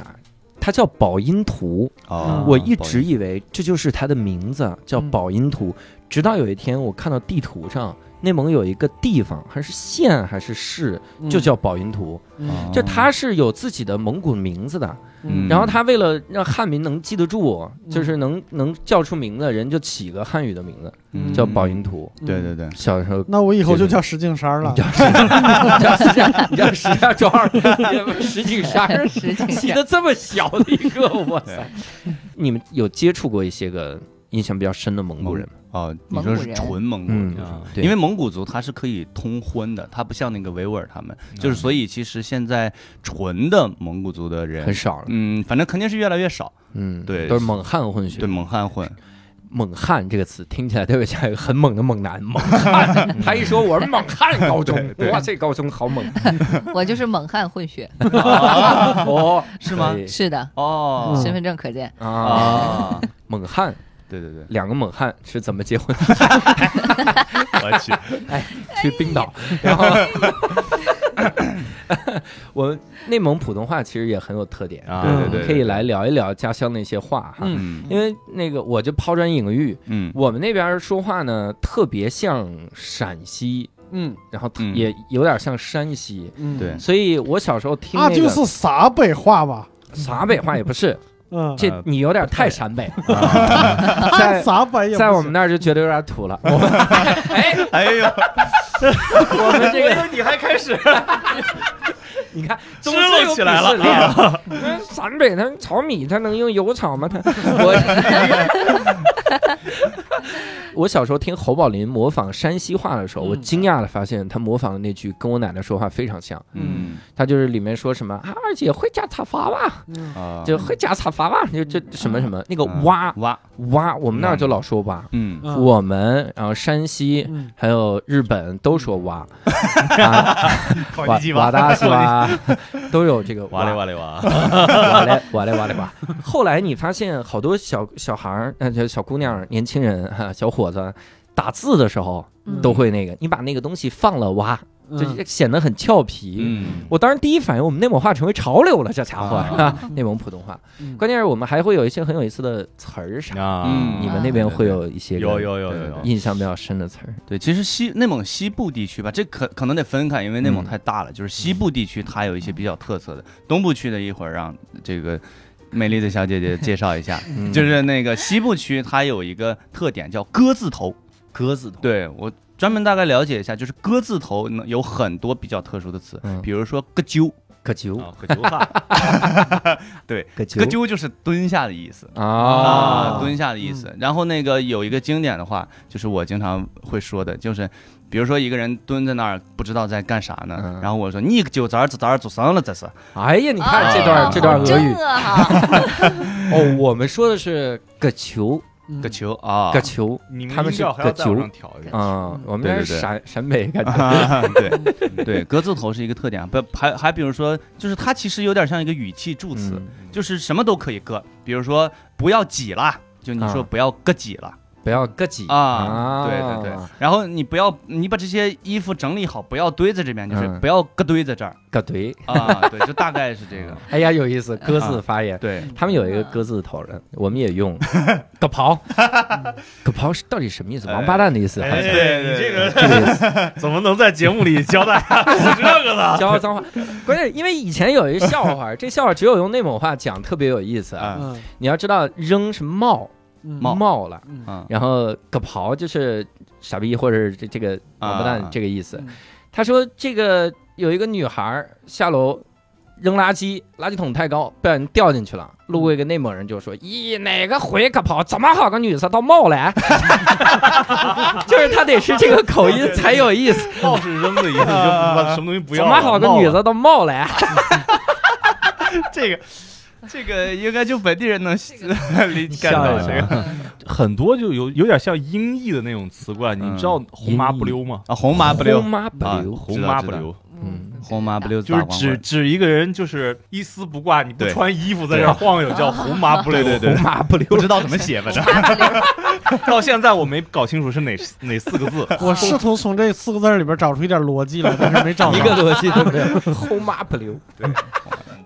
Speaker 1: 他叫宝音图，
Speaker 6: 哦
Speaker 1: 嗯我一直以为这就是他的名字，叫宝音图。直到有一天，我看到地图上内蒙有一个地方，还是县还是市，就叫宝音图。
Speaker 6: 嗯
Speaker 1: 就他是有自己的蒙古名字的，
Speaker 6: 嗯
Speaker 1: 然后他为了让汉民能记得住，就是能能叫出名字，人就起个汉语的名字
Speaker 6: 嗯
Speaker 1: 叫宝音图。
Speaker 6: 对对对，
Speaker 1: 小时候
Speaker 3: 那我以后就叫石景山了
Speaker 1: 你。叫石，你叫石家，你叫石家庄， 石景山，
Speaker 5: 石景
Speaker 1: 起
Speaker 5: 山
Speaker 1: 的这么小的一个，哇塞！你们有接触过一些个印象比较深的蒙古人吗？
Speaker 6: 哦，你
Speaker 5: 蒙
Speaker 6: 说
Speaker 5: 古
Speaker 6: 是
Speaker 5: 人
Speaker 6: 纯蒙古
Speaker 1: 嗯
Speaker 6: 人，
Speaker 4: 啊
Speaker 1: 对
Speaker 6: 因为蒙古族它是可以通婚的，它不像那个维吾尔他们，
Speaker 4: 嗯
Speaker 6: 就是所以其实现在纯的蒙古族的
Speaker 1: 很
Speaker 6: 人，
Speaker 1: 少了，
Speaker 6: 嗯，反正肯定是越来越少，
Speaker 1: 嗯，
Speaker 6: 对
Speaker 1: 都是蒙汉混血
Speaker 6: 对。蒙汉混，
Speaker 1: 蒙汉这个词听起来特别像 一个很猛的猛男，蒙汉。他一说我是蒙汉高 中，哇，这高中好猛
Speaker 5: 我就是蒙汉混血，
Speaker 1: 哦，
Speaker 6: 是吗
Speaker 1: 可以
Speaker 5: 是的，
Speaker 6: 哦
Speaker 5: 身份证可见。
Speaker 1: 啊，
Speaker 6: 啊，
Speaker 1: 蒙汉
Speaker 6: 对对对，
Speaker 1: 两个猛汉是怎么结婚？哎
Speaker 4: 我去，
Speaker 1: 去冰岛，然后 我们内蒙普通话其实也很有特点
Speaker 4: 啊
Speaker 1: 我们
Speaker 3: 对对
Speaker 1: 嗯
Speaker 6: 对
Speaker 1: 可以
Speaker 6: 对
Speaker 1: 来聊一聊家乡那些话哈。
Speaker 6: 嗯
Speaker 1: 因为那个，我就抛砖引玉。
Speaker 6: 嗯
Speaker 1: 我们那边说话呢，特别像陕西，
Speaker 3: 嗯
Speaker 1: 然后特
Speaker 6: 嗯
Speaker 1: 也有点像山西，
Speaker 3: 嗯，
Speaker 6: 对
Speaker 1: 所以我小时候听
Speaker 3: 啊，
Speaker 1: 那
Speaker 3: 就
Speaker 1: 个
Speaker 3: 是陕北话吧？
Speaker 1: 陕北话也不是，
Speaker 3: 嗯，
Speaker 1: 这你有点太陕北，
Speaker 3: 啊
Speaker 1: 在
Speaker 3: 陕北也不
Speaker 1: 在我
Speaker 3: 行
Speaker 1: 们那儿就觉得有点土 了。我们
Speaker 6: 哎呦，
Speaker 1: 我们这个，
Speaker 4: 你还开始
Speaker 1: 你看，
Speaker 4: 支棱起来了
Speaker 1: 了。 陕北他们炒米，他能用油炒吗？他我我小时候听侯宝林模仿山西话的时候，我
Speaker 3: 嗯
Speaker 1: 惊讶的发现他模仿的那句跟我奶奶说话非常像。
Speaker 6: 嗯
Speaker 1: 他就是里面说什么啊，二姐会夹茶发吧，
Speaker 3: 嗯
Speaker 6: 啊，
Speaker 1: 就会夹茶发吧，就就什么什么那个
Speaker 6: 嗯
Speaker 1: 哇
Speaker 6: 哇，
Speaker 1: 哇，我们那儿就老说哇。
Speaker 6: 嗯
Speaker 3: 嗯
Speaker 1: 我们，然后山西，
Speaker 3: 嗯
Speaker 1: 还有日本都说哇，
Speaker 6: 嗯
Speaker 1: 啊
Speaker 4: 考
Speaker 1: 哇
Speaker 4: 鸡
Speaker 1: 哇
Speaker 4: 吧，
Speaker 1: 达西哇， 都有这个
Speaker 4: 哇嘞
Speaker 1: 哇
Speaker 4: 哇嘞哇，
Speaker 1: 哇嘞哇嘞哇嘞哇。后来你发现好多小小孩儿、呃小小姑娘、年轻人、哈小伙子打字的时候
Speaker 5: 嗯
Speaker 6: 嗯
Speaker 1: 都会那个，你把那个东西放了哇，
Speaker 3: 嗯
Speaker 1: 就显得很俏皮。
Speaker 6: 嗯，
Speaker 1: 我当时第一反应，我们内蒙话成为潮流了，这家伙，
Speaker 6: 啊
Speaker 1: 内蒙普通话。
Speaker 3: 嗯
Speaker 1: 关键是我们还会有一些很有意思的词儿啥，
Speaker 4: 啊
Speaker 6: 嗯
Speaker 1: 你们那边会有一些个
Speaker 4: 有有有有
Speaker 6: 对
Speaker 4: 有，
Speaker 1: 印象比较深的词儿。
Speaker 6: 对，其实西内蒙西部地区吧，这可可能得分开，因为内蒙
Speaker 1: 嗯
Speaker 6: 太大了。就是西部地区它有一些比较特色的，东部区的一会儿让这个美丽的小姐 姐介绍一下。
Speaker 1: 嗯
Speaker 6: 就是那个西部区，它有一个特点叫鸽字头。
Speaker 1: 鸽子头，
Speaker 6: 对我专门大概了解一下，就是鸽字头能有很多比较特殊的词，
Speaker 1: 嗯
Speaker 6: 比如说咯啾，
Speaker 1: 咯啾，
Speaker 4: 啊，可球话，
Speaker 1: 咯
Speaker 6: 咯
Speaker 1: 啾
Speaker 6: 啾就是蹲下的意思。
Speaker 1: 啊，
Speaker 6: 蹲下的意思。然后那个有一个经典的话，就是我经常会说的，就是比如说一个人蹲在那儿不知道在干啥呢，
Speaker 1: 嗯
Speaker 6: 然后我说你就这儿做这儿做啥了这是？
Speaker 1: 哎呀，你看
Speaker 5: 啊
Speaker 1: 这段这段俄语
Speaker 5: 好正啊！
Speaker 1: 哦，我们说的是咯啾
Speaker 6: 个球啊，
Speaker 1: 咯啾
Speaker 4: 你
Speaker 1: 他们
Speaker 4: 们音
Speaker 1: 是
Speaker 4: 调还要
Speaker 1: 葛
Speaker 4: 再往
Speaker 1: 球
Speaker 4: 上调一下。
Speaker 1: 啊，我们这
Speaker 6: 对对
Speaker 1: 是
Speaker 6: 对
Speaker 1: 陕陕北感觉。
Speaker 6: 啊，对对，格字头是一个特点，不还还比如说，就是它其实有点像一个语气助词，
Speaker 1: 嗯
Speaker 6: 就是什么都可以搁，比如说不要挤啦，就你说
Speaker 1: 啊
Speaker 6: 不要个挤了，
Speaker 1: 不要咯叽
Speaker 6: 啊对对对，然后你不要你把这些衣服整理好，不要堆在这边，就是
Speaker 1: 嗯
Speaker 6: 不要搁堆在这儿、
Speaker 1: 咯堆。
Speaker 6: 啊，对，就大概是这个，
Speaker 1: 哎呀，有意
Speaker 6: 啊
Speaker 1: 思，鸽子发言。
Speaker 6: 对，
Speaker 1: 他们有一个鸽子头人，我们也 用葛刨，葛刨是到底什么意思？
Speaker 6: 哎
Speaker 1: 王八蛋的意思还
Speaker 4: 哎，
Speaker 1: 是
Speaker 4: 你这个
Speaker 1: 这个意思？
Speaker 4: 怎么能在节目里教大家这 个呢？
Speaker 1: 教脏话，关键是因为以前有一个笑话，这笑话只有用内蒙话讲特别有意思啊。
Speaker 6: 啊
Speaker 3: 嗯
Speaker 1: 你要知道扔是帽
Speaker 3: 嗯
Speaker 6: 冒
Speaker 1: 帽了，
Speaker 3: 嗯
Speaker 6: 嗯
Speaker 1: 然后葛刨就是傻逼或者是这这个王八蛋
Speaker 6: 啊
Speaker 1: 这个意思
Speaker 3: 嗯。
Speaker 1: 他说这个有一个女孩儿下楼扔垃圾，垃圾桶太高，不小心掉进去了。路过一个内蒙人就说：“咦，哪个回可跑？怎么好个女子到冒来？” 就是他得是这个口音才有意 思。
Speaker 4: 帽是扔的一个，你就把什么东西不
Speaker 1: 怎
Speaker 4: 要
Speaker 1: 么
Speaker 4: 了。
Speaker 1: 好个
Speaker 4: 帽
Speaker 1: 女
Speaker 4: 子
Speaker 1: 子到冒啊来？
Speaker 6: 这个这个应该就本地人能理解
Speaker 1: 笑
Speaker 6: 到
Speaker 1: 一
Speaker 6: 这
Speaker 1: 下
Speaker 6: 个
Speaker 4: 很多就有有点像音译的那种词冠，你
Speaker 6: 嗯
Speaker 4: 知道红麻不溜吗？
Speaker 6: 啊，红麻不溜
Speaker 1: 红，妈不
Speaker 6: 啊
Speaker 1: 溜，
Speaker 4: 红
Speaker 6: 知道
Speaker 4: 麻
Speaker 6: 知
Speaker 4: 不
Speaker 6: 道
Speaker 4: 溜
Speaker 1: 嗯
Speaker 6: 红麻不溜
Speaker 4: 就是
Speaker 6: 大光
Speaker 4: 指
Speaker 6: 棍，
Speaker 4: 指一个人，就是一丝不挂，你不
Speaker 6: 对
Speaker 4: 穿衣服在这儿晃悠，叫红麻不溜。对
Speaker 1: 红妈不溜。
Speaker 6: 不知道怎么写，反正
Speaker 4: 到现在我没搞清楚是哪哪四个字。
Speaker 3: 我试图从这四个字儿里边找出一点逻 辑来，但是没找到。
Speaker 1: 一个逻辑 都没有， 红妈不溜，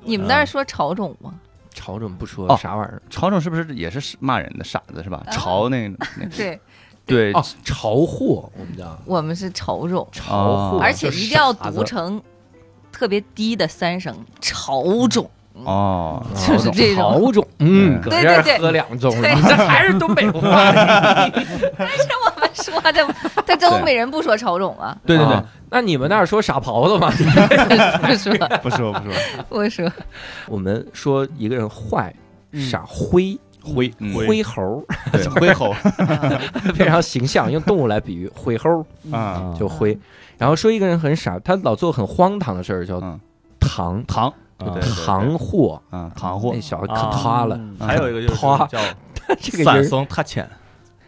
Speaker 5: 你们那儿说潮种吗？
Speaker 1: 瞅瞅不说
Speaker 6: 哦
Speaker 1: 啥玩意儿
Speaker 6: 朝政是不是也是骂人的傻子是吧？
Speaker 5: 啊
Speaker 6: 朝那个那
Speaker 5: 对
Speaker 6: 对
Speaker 1: 哦，潮货我们叫啊
Speaker 5: 我们是潮种，
Speaker 1: 潮货，
Speaker 5: 而且
Speaker 1: 就是
Speaker 5: 一定要
Speaker 1: 傻子
Speaker 5: 读成特别低的三声，潮种。
Speaker 6: 哦，
Speaker 5: 就是这种
Speaker 1: 潮啊种，嗯，搁
Speaker 5: 对
Speaker 1: 这儿
Speaker 5: 对对
Speaker 1: 喝两
Speaker 4: 哦
Speaker 1: 盅，
Speaker 5: 对
Speaker 1: 你这还是东北话。
Speaker 5: 我们说的，但东北人不说潮种 啊，
Speaker 6: 对对对
Speaker 1: 啊，那你们那儿说傻狍子吗？
Speaker 5: 不说
Speaker 6: 不说不说，
Speaker 5: 不说，
Speaker 1: 我们说一个人坏、
Speaker 5: 嗯
Speaker 1: 傻灰、
Speaker 6: 灰嗯
Speaker 1: 灰猴儿，
Speaker 6: 对灰猴
Speaker 1: 非常形象，用动物来比喻，灰猴儿
Speaker 6: 啊，
Speaker 1: 就灰。然后说一个人很傻，他老做很荒唐的事儿，叫
Speaker 6: 嗯
Speaker 1: 唐
Speaker 6: 糖
Speaker 4: 啊
Speaker 6: 对
Speaker 1: 唐货，
Speaker 6: 啊糖货
Speaker 1: 那，小子可
Speaker 4: 啊
Speaker 1: 塌了。
Speaker 3: 嗯
Speaker 4: 还有一个就是
Speaker 1: 啪
Speaker 4: 叫
Speaker 1: 这个
Speaker 4: 散
Speaker 1: 人
Speaker 4: 僧踏浅，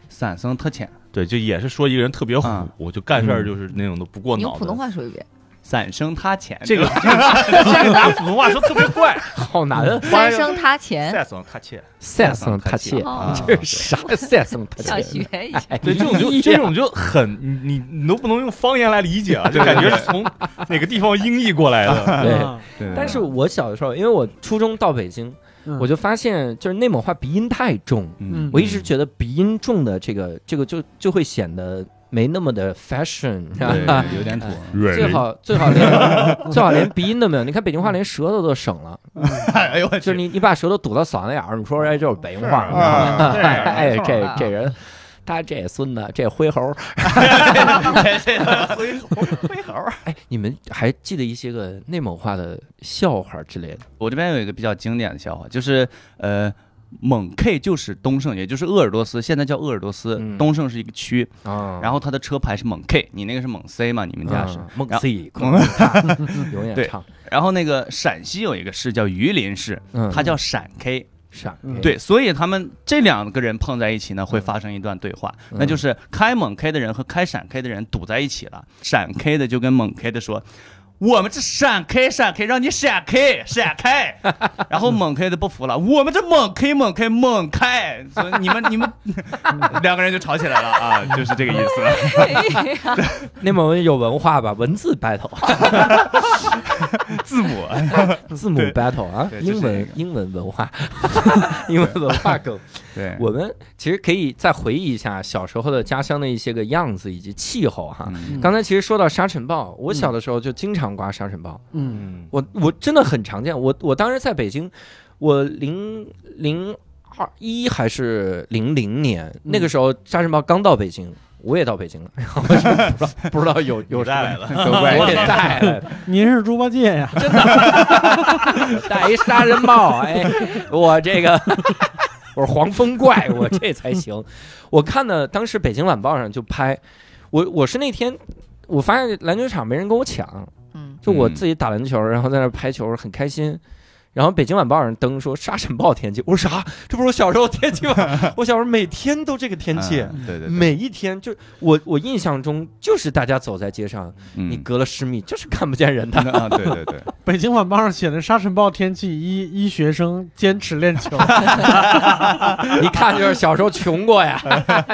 Speaker 6: 散僧特浅，
Speaker 4: 对，就也是说一个人特别虎
Speaker 6: 啊，
Speaker 4: 就干事儿
Speaker 1: 嗯
Speaker 4: 就是那种都不过
Speaker 5: 你
Speaker 4: 脑
Speaker 5: 用
Speaker 4: 子。
Speaker 5: 普通话说一遍，
Speaker 6: 散生他浅，
Speaker 4: 这个 这个拿普通话说特别怪，
Speaker 1: 好难 啊，
Speaker 5: 三声他前，
Speaker 4: 赛僧踏浅。
Speaker 1: 赛僧他切，
Speaker 5: 哦
Speaker 1: 这 是啥赛僧他
Speaker 4: 啊
Speaker 5: 想
Speaker 1: 切？
Speaker 5: 学一下。
Speaker 1: 哎
Speaker 4: 对，这种就
Speaker 1: 呀
Speaker 4: 这种就很你你你都不能用方言来理解啊，就
Speaker 6: 对对
Speaker 4: 感觉是从哪个地方音译过来的。
Speaker 1: 哎对。
Speaker 3: 嗯
Speaker 6: 对，
Speaker 1: 但是我小的时候，因为我初中到北京，
Speaker 3: 嗯
Speaker 1: 我就发现就是内蒙话鼻音太重，
Speaker 6: 嗯
Speaker 1: 我一直觉得鼻音重的这个这个就就会显得没那么的 fashion，
Speaker 6: 对
Speaker 1: 啊
Speaker 6: 有点土，
Speaker 1: 最好最好连最好连鼻音都没有。你看北京话连舌头都省了，
Speaker 6: 哎呦我
Speaker 1: 就是你你把舌头堵到嗓子眼儿，你说哎这是北京话，
Speaker 4: 是啊
Speaker 1: 哎 哎
Speaker 5: 是啊
Speaker 1: 这这人。他这孙子，这灰 猴，
Speaker 6: 哎灰猴灰猴，
Speaker 1: 哎，你们还记得一些个内蒙话的笑话之类的？
Speaker 6: 我这边有一个比较经典的笑话，就是呃。蒙 K 就是东胜，也就是鄂尔多斯，现在叫鄂尔多斯。
Speaker 1: 嗯
Speaker 6: 东胜是一个区，
Speaker 1: 啊
Speaker 6: 然后它的车牌是蒙 K，你那个是蒙 C 嘛？你们家是？
Speaker 1: 嗯梦
Speaker 6: 然后
Speaker 1: C，梦 C，永远
Speaker 6: 对
Speaker 1: 唱，
Speaker 6: 然后那个陕西有一个市叫榆林市，
Speaker 1: 嗯，
Speaker 6: 它叫陕 K，
Speaker 1: 闪
Speaker 3: 嗯
Speaker 6: 对，所以他们这两个人碰在一起呢，会发生一段对话，
Speaker 1: 嗯
Speaker 6: 那就是开蒙 K 的人和开陕 K 的人堵在一起了，陕 K 的就跟蒙 K 的说。我们这闪开闪开，让你闪开闪 开，然后猛 K 的不服了，我们这猛 K 猛 K 猛开，所以你们你们 两个人就吵起来了啊，就是这个意 思。
Speaker 1: 内蒙文有文化吧？文字 battle，啊
Speaker 6: 字母，
Speaker 1: 字母 battle 啊，
Speaker 6: 对这是
Speaker 1: 英
Speaker 6: 一
Speaker 1: 文
Speaker 6: 个
Speaker 1: 英文文化， 英文文化梗。
Speaker 6: 对，
Speaker 1: 我们其实可以再回忆一下小时候的家乡的一些个样子以及气候哈。
Speaker 6: 嗯
Speaker 1: 刚才其实说到沙尘暴，我小的时候就经常刮沙尘暴，
Speaker 3: 嗯
Speaker 4: 嗯，
Speaker 1: 我我真的很常见。我我当时在北京，我零零二一还是零零年那个时候沙尘暴刚到北京。我也到北京了，然后我就不知道不知道有有
Speaker 4: 我
Speaker 1: 什
Speaker 4: 带
Speaker 1: 么
Speaker 4: 来了，
Speaker 1: 我给带来了，
Speaker 3: 您是猪八戒呀？
Speaker 1: 带一杀人帽，哎，我这 个我是黄风怪，我这才行。我看的当时《北京晚报》上就拍，我我是那天我发现篮球场没人跟我抢，
Speaker 5: 嗯，
Speaker 1: 就我
Speaker 6: 嗯
Speaker 1: 自己打篮球，然后在那儿拍球，很开心。然后《北京晚报》上登说沙尘暴天气，我说啥？这不是我小时候天气吗？ 我小时候每天都这个天气，
Speaker 6: 嗯对对对，
Speaker 1: 每一天就我我印象中就是大家走在街上，
Speaker 6: 嗯
Speaker 1: 你隔了十米就是看不见人的。
Speaker 6: 啊，对 对对，
Speaker 3: 北京晚报上写的沙尘暴天气，医医学生坚持练 球。
Speaker 1: 一看就是小时候穷过呀，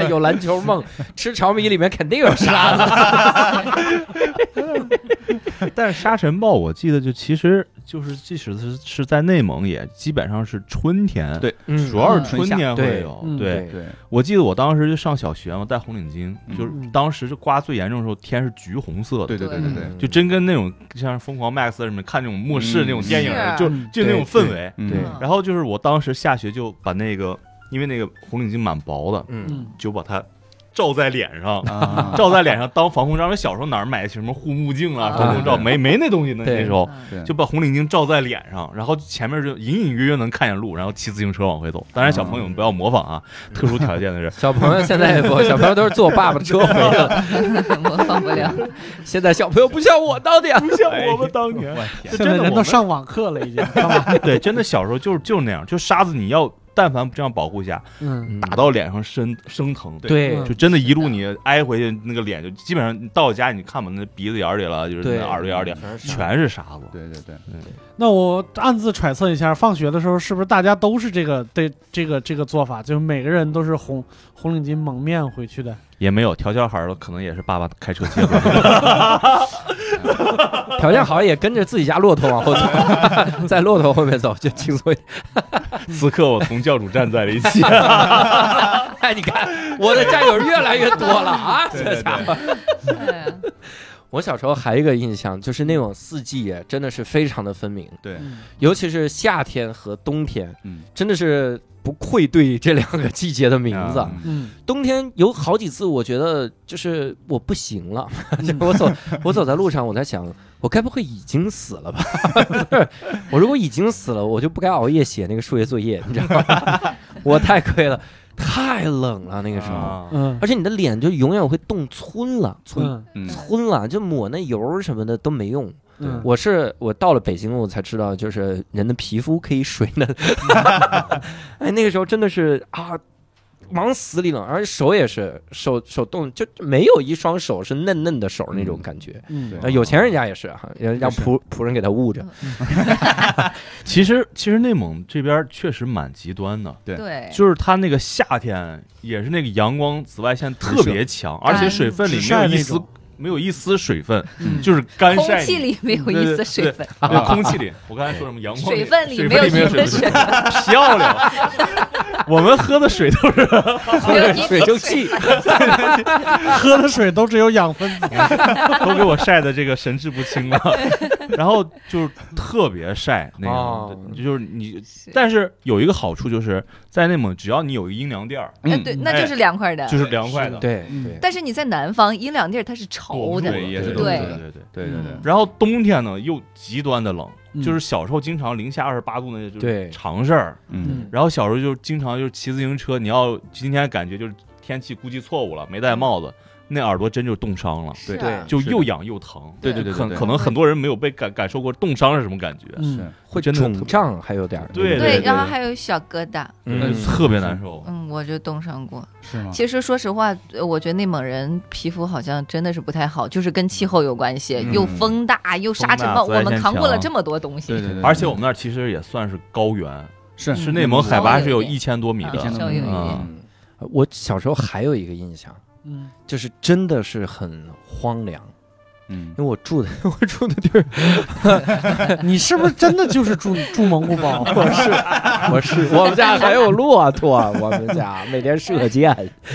Speaker 1: 有篮球梦，吃炒米里面肯定有 沙子。
Speaker 4: 哎但是沙尘暴，我记得就其实就是，即使是是在内蒙，也基本上是春天，
Speaker 6: 对
Speaker 1: 嗯
Speaker 4: 主要
Speaker 5: 嗯
Speaker 4: 是春天
Speaker 1: 春夏
Speaker 4: 会有。
Speaker 3: 对嗯
Speaker 4: 对，
Speaker 6: 对，
Speaker 4: 我记得我当时就上小学嘛，戴红领巾，
Speaker 6: 嗯
Speaker 4: 就是当时就刮最严重的时候，天是橘红色的，
Speaker 6: 对对对对对，
Speaker 4: 就真跟那种像《疯狂 Max》什么看那种末世那种电影，
Speaker 5: 嗯
Speaker 4: 就是就那种氛围。
Speaker 6: 嗯
Speaker 1: 对
Speaker 5: 嗯
Speaker 4: 然后就是我当时下学就把那个，因为那个红领巾蛮薄的，
Speaker 1: 嗯，
Speaker 3: 嗯，
Speaker 4: 就把它罩在脸 上。
Speaker 6: 啊，
Speaker 4: 罩在脸上当防护罩，因为小时候哪儿买得起什么护目镜啊、
Speaker 5: 啊
Speaker 4: 防护罩，没没那东西呢。
Speaker 1: 对
Speaker 4: 那时候
Speaker 5: 嗯
Speaker 6: 对
Speaker 4: 就把红领巾罩在脸上，然后前面就隐隐约约能看见路，然后骑自行车往回走。当然，小朋友们不要模仿啊，特殊条件的人。
Speaker 1: 小朋友现在也 不，小朋友都是坐爸爸车回来了。
Speaker 5: 嗯模仿不 了。
Speaker 1: 现在小朋友不像我啊当年，
Speaker 4: 不 像我们当年，
Speaker 3: 现
Speaker 4: 真
Speaker 3: 在
Speaker 4: 的
Speaker 3: 人
Speaker 4: 我
Speaker 3: 都
Speaker 4: 们
Speaker 3: 上网课了，已经。干嘛
Speaker 4: 对，真的小时候就是就是那样，就沙子你要但凡不这样保护一下，
Speaker 3: 嗯，
Speaker 4: 打到脸上生生疼。
Speaker 1: 对
Speaker 3: 嗯
Speaker 4: 就真的，一路你挨回去，那个脸就基本上你到家，你看吧，那鼻子眼儿里了，就是
Speaker 1: 对
Speaker 4: 那耳朵眼儿里，
Speaker 1: 全是沙
Speaker 4: 全是沙子。
Speaker 6: 对对对，
Speaker 3: 那我暗自揣测一下，放学的时候是不是大家都是这个对这个这个做法？就是每个人都是红红领巾蒙面回去的。
Speaker 4: 也没有调教孩儿了，可能也是爸爸开车接 回来。
Speaker 1: 条件好也跟着自己家骆驼往后走， 在骆驼后面走就轻松一 点。
Speaker 4: 此刻我同教主站在了一起。
Speaker 1: 哎，你看我的战友越来越多了啊！
Speaker 4: 对
Speaker 1: 这
Speaker 4: 对
Speaker 1: 家伙。
Speaker 5: 哎呀
Speaker 1: 我小时候还有一个印象，就是那种四季也真的是非常的分明，
Speaker 6: 对
Speaker 1: 尤其是夏天和冬天，
Speaker 6: 嗯，
Speaker 1: 真的是不愧对这两个季节的名字。
Speaker 4: 啊
Speaker 3: 嗯，
Speaker 1: 冬天有好几次，我觉得就是我不行了，就我走我走在路上，我在想，我该不会已经死了吧？ 我如果已经死了，我就不该熬夜写那个数学作业，你知道吗？我太亏了，太冷了那个时候，
Speaker 4: 啊
Speaker 3: 嗯
Speaker 1: 而且你的脸就永远会冻皴了，皴
Speaker 3: 嗯
Speaker 6: 嗯
Speaker 1: 皴了，就抹那油儿什么的都没用。
Speaker 3: 嗯，
Speaker 1: 我是我到了北京，我才知道，就是人的皮肤可以水嫩。哎，那个时候真的是啊，往死里冷，而且手也是手手冻，就没有一双手是嫩嫩的手那种感觉。
Speaker 3: 嗯
Speaker 6: 对
Speaker 1: 呃有钱人家也是哈，人家让仆仆人给他捂着。
Speaker 4: 其实其实内蒙这边确实蛮极端的，
Speaker 5: 对，
Speaker 4: 就是它那个夏天也是那个阳光紫外线特别强，而且水分里没有一
Speaker 3: 直晒那
Speaker 4: 丝
Speaker 3: 种
Speaker 4: 没有一丝水分，
Speaker 3: 嗯
Speaker 4: 就是干
Speaker 5: 空
Speaker 4: 晒
Speaker 5: 气
Speaker 4: 你。
Speaker 5: 里没有一丝水分，
Speaker 4: 对，空气里，我刚才说什么阳光
Speaker 5: 水分里
Speaker 4: 水
Speaker 5: 没有
Speaker 4: 分
Speaker 5: 一
Speaker 4: 里没有
Speaker 5: 丝
Speaker 4: 水
Speaker 5: 水
Speaker 4: 分，
Speaker 5: 分，
Speaker 4: 漂亮。 我们喝的水都是
Speaker 5: 没有一 丝
Speaker 1: 水蒸气，
Speaker 3: 喝的水都只有养分子。
Speaker 4: 都给我晒的这个神志不清了，然后就是特别晒那个，
Speaker 1: 哦
Speaker 4: 就是你
Speaker 5: 是
Speaker 4: 但是有一个好处就是在内蒙，只要你有一个阴凉地儿，
Speaker 5: 哎，对，那就是凉快的。
Speaker 4: 嗯就是凉快的。
Speaker 1: 对
Speaker 3: 嗯
Speaker 1: 对，
Speaker 5: 但呃是你在南方阴凉地儿它是
Speaker 4: 我
Speaker 5: 潮
Speaker 4: 们
Speaker 5: 的，
Speaker 4: 对，也是
Speaker 5: 对
Speaker 4: 对对对。
Speaker 6: 对对对，
Speaker 4: 然后冬天呢又极端的冷，
Speaker 3: 嗯
Speaker 4: 就是小时候经常零下二十八度那就
Speaker 1: 对
Speaker 4: 是常事儿。
Speaker 6: 嗯
Speaker 3: 嗯
Speaker 4: 然后小时候就经常就是骑自行车，你要今天感觉就是天气估计错误了，没戴帽子。那耳朵真就冻伤了，
Speaker 5: 是啊
Speaker 6: 对
Speaker 4: 就是又
Speaker 6: 的
Speaker 4: 痒又疼。
Speaker 6: 对对对
Speaker 4: 可
Speaker 6: 对对
Speaker 4: 可能很多人没有被感感受过冻伤是什么感觉，
Speaker 3: 嗯，
Speaker 1: 会
Speaker 4: 真的特
Speaker 1: 肿胀，还有点儿
Speaker 4: 对
Speaker 5: 对，
Speaker 4: 对
Speaker 5: 然后还有小疙瘩，
Speaker 4: 那
Speaker 1: 嗯
Speaker 4: 就特别难受。
Speaker 5: 嗯，我就冻伤过。
Speaker 6: 是吗？
Speaker 5: 其实说实话，呃我觉得内蒙人皮肤好像真的是不太好，就是跟气候有关系，
Speaker 4: 嗯
Speaker 5: 又风大又沙尘
Speaker 4: 风大
Speaker 5: 暴，
Speaker 4: 紫
Speaker 5: 我
Speaker 4: 外
Speaker 5: 们
Speaker 4: 线
Speaker 5: 扛过了
Speaker 4: 强
Speaker 5: 这么多东西。
Speaker 6: 对对对，
Speaker 4: 而且我们那儿其实也算是高原，
Speaker 6: 是
Speaker 4: 是内蒙海拔是
Speaker 5: 稍
Speaker 4: 有
Speaker 5: 微有一点
Speaker 4: 一千多米
Speaker 5: 啊
Speaker 4: 的，
Speaker 6: 1000
Speaker 5: 稍
Speaker 6: 多
Speaker 5: 微
Speaker 6: 米
Speaker 5: 有一点
Speaker 4: 嗯，
Speaker 1: 我小时候还有一个印象，
Speaker 3: 嗯，
Speaker 1: 就是真的是很荒凉，
Speaker 6: 嗯
Speaker 1: 因为我住的我住的地儿，
Speaker 3: 你是不是真的就是住住蒙古啊包？
Speaker 1: 我是我 是我们家还有骆驼，我们家每天射箭，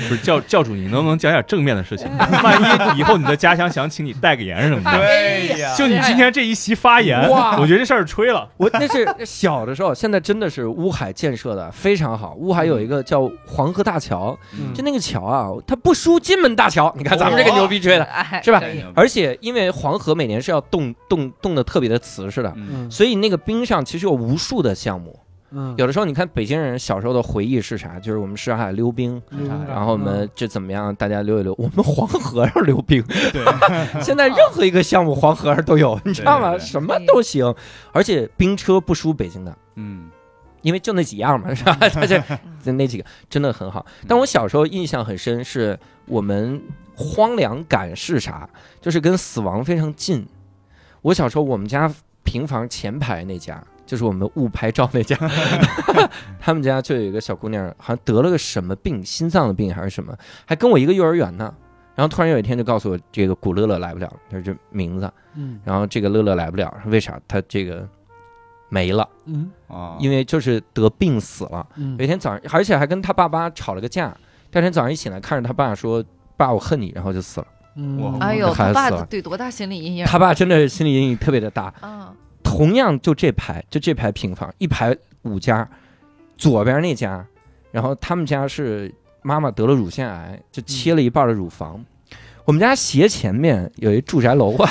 Speaker 4: 不是教教主，你能不能讲点正面的事情？万一以后你的家乡想请你代个言什么的，
Speaker 6: 对呀，
Speaker 4: 就你今天这一席发言，
Speaker 1: 哇
Speaker 4: 我觉得这事儿吹了。
Speaker 1: 我那是小的时候，现在真的是乌海建设的非常好。乌海有一个叫黄河大桥，
Speaker 3: 嗯
Speaker 1: 就那个桥啊，它不输金门大桥。你看咱们这个牛逼吹的，
Speaker 5: 哎
Speaker 1: 是吧
Speaker 5: 可以
Speaker 4: 嗯
Speaker 6: 嗯
Speaker 1: 而且因为黄河每年是要冻冻冻的特别的瓷实的，
Speaker 6: 嗯
Speaker 3: 嗯
Speaker 1: 所以那个冰上其实有无数的项目。
Speaker 3: 嗯，
Speaker 1: 有的时候你看北京人小时候的回忆是啥？就是我们上海溜冰。
Speaker 3: 溜
Speaker 6: 嗯
Speaker 3: 冰
Speaker 1: 然后我们这怎么样？大家溜一溜。我们黄河上溜冰， 现在任何一个项目黄河上都有，你知道吗？
Speaker 6: 对对对
Speaker 1: 什么都行，而且冰车不输北京的。
Speaker 6: 嗯
Speaker 1: 因为就那几样嘛，是吧？他这就那几个真的很好。但我小时候印象很深，是我们荒凉感是啥？就是跟死亡非常近。我小时候我们家平房前排那家，就是我们误拍照那家，他们家就有一个小姑娘，好像得了个什么病，心脏的病还是什么，还跟我一个幼儿园呢。然后突然有一天就告诉我，这个古乐乐来不了，就是这名字。
Speaker 3: 嗯
Speaker 1: 然后这个乐乐来不了，为啥？他这个没了，
Speaker 3: 嗯
Speaker 6: 啊，
Speaker 1: 因为就是得病死了。有
Speaker 3: 嗯
Speaker 1: 一天早上，而且还跟他爸爸吵了个架。第二天早上一醒来，看着他爸说：“爸，我恨你。”然后就死了。
Speaker 3: 嗯，
Speaker 5: 哎呦，他爸
Speaker 1: 孩子
Speaker 5: 得多大心理阴影
Speaker 1: 他爸真的心理阴影特别的大。
Speaker 5: 啊！
Speaker 1: 同样就这排，就这排平房，一排五家，左边那家，然后他们家是妈妈得了乳腺癌，就切了一半的乳房。我们家斜前面有一住宅楼 啊，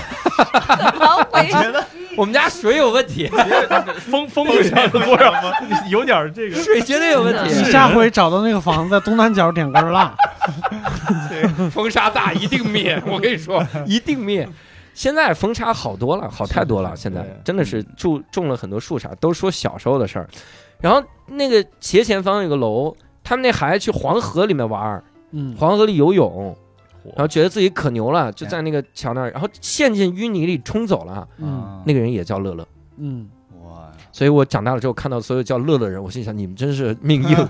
Speaker 5: 王维
Speaker 1: 我们家水有问题，
Speaker 4: 风风水上多少 有点这个，
Speaker 1: 水 绝对有问
Speaker 3: 你
Speaker 1: 题，
Speaker 3: 下回找到那个房子，在东南角点根蜡。
Speaker 1: 风沙大一定灭，我跟你说一定灭。现在风沙好多了，好太多了。现在
Speaker 6: 对
Speaker 1: 真的是种种了很多树啥，都说小时候的事儿。然后那个斜前方有个楼，他们那孩子去黄河里面玩儿，
Speaker 3: 嗯，
Speaker 1: 黄河里游泳，
Speaker 4: 嚯
Speaker 1: 然后觉得自己可牛了，就在那个桥那儿，然后陷进淤泥里冲走了。
Speaker 3: 嗯
Speaker 1: 那个人也叫乐乐，
Speaker 3: 嗯，
Speaker 6: 啊哇，
Speaker 1: 所以我长大了之后看到所有叫乐乐人，我心想你们真是命硬，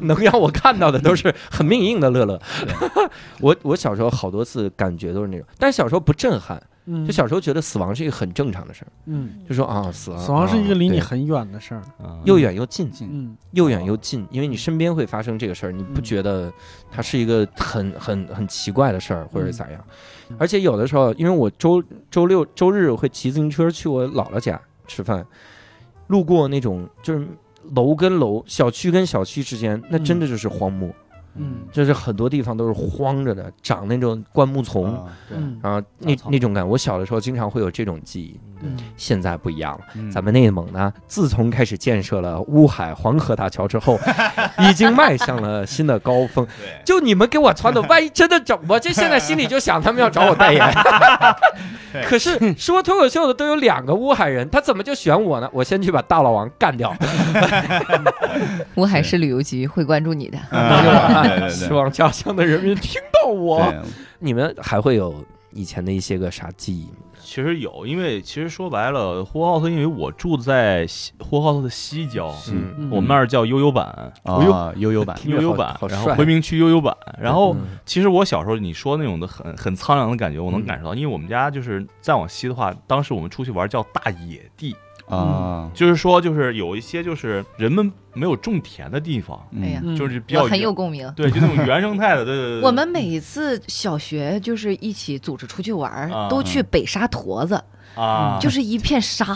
Speaker 1: 能让我看到的都是很命硬的乐乐。 我我小时候好多次感觉都是那种，但是小时候不震撼，
Speaker 3: 嗯，
Speaker 1: 就小时候觉得死亡是一个很正常的事儿，
Speaker 3: 嗯，
Speaker 1: 就说啊死了，啊
Speaker 3: 死亡是一个离你
Speaker 1: 对
Speaker 3: 很远的事儿。
Speaker 1: 又远又近，
Speaker 3: 嗯
Speaker 1: 又远又近，因为你身边会发生这个事儿，你不
Speaker 3: 嗯
Speaker 1: 觉得它是一个很很很奇怪的事儿，或者咋样
Speaker 3: 嗯？
Speaker 1: 而且有的时候，因为我周周六周日会骑自行车去我姥姥家吃饭，路过那种就是楼跟楼、小区跟小区之间，那真的就是荒漠，
Speaker 3: 嗯
Speaker 1: 就是很多地方都是荒着的，长那种灌木丛
Speaker 6: 啊对
Speaker 3: 嗯
Speaker 1: 啊，那
Speaker 6: 草
Speaker 1: 那种感。我小的时候经常会有这种记忆，
Speaker 3: 嗯
Speaker 1: 现在不一样了。
Speaker 6: 嗯
Speaker 1: 咱们内蒙呢，自从开始建设了乌海黄河大桥之 后，已经迈向了新的高峰。
Speaker 6: 对
Speaker 1: 就你们给我穿的，万一真的找我，这现在心里就想他们要找我代 言。可是说脱口秀的都有两个乌海人，他怎么就选我呢？我先去把大老王干 掉，
Speaker 5: 乌海市旅游局会关注你的。
Speaker 6: 啊对对对
Speaker 1: 希望家乡的人民听到我。
Speaker 6: 对
Speaker 1: 你们还会有以前的一些个啥记忆吗？
Speaker 4: 其实有，因为其实说白了，呼和浩特，因为我住在西呼和浩特的西郊，
Speaker 1: 嗯
Speaker 3: 嗯
Speaker 4: 我们那儿叫悠悠版，
Speaker 6: 啊，悠悠版
Speaker 1: 听着
Speaker 4: 悠悠
Speaker 1: 好
Speaker 4: 版
Speaker 1: 好，
Speaker 4: 然
Speaker 1: 帅
Speaker 4: 后回民区悠悠版，然后
Speaker 1: 嗯
Speaker 4: 其实我小时候你说那种的很很苍凉的感觉，我能
Speaker 1: 嗯
Speaker 4: 感受到，因为我们家就是再往西的话，当时我们出去玩叫大野地，
Speaker 6: 啊，
Speaker 4: 就是说就是有一些就是人们没有种田的地方，
Speaker 5: 哎呀
Speaker 3: 嗯
Speaker 4: 就是比较
Speaker 5: 我很有
Speaker 4: 原
Speaker 5: 共鸣。
Speaker 4: 对，就那种原生态的，对对对对，
Speaker 5: 我们每一次小学就是一起组织出去玩儿，
Speaker 4: 啊
Speaker 5: 都去北沙坨子，
Speaker 4: 啊
Speaker 5: 就是一片沙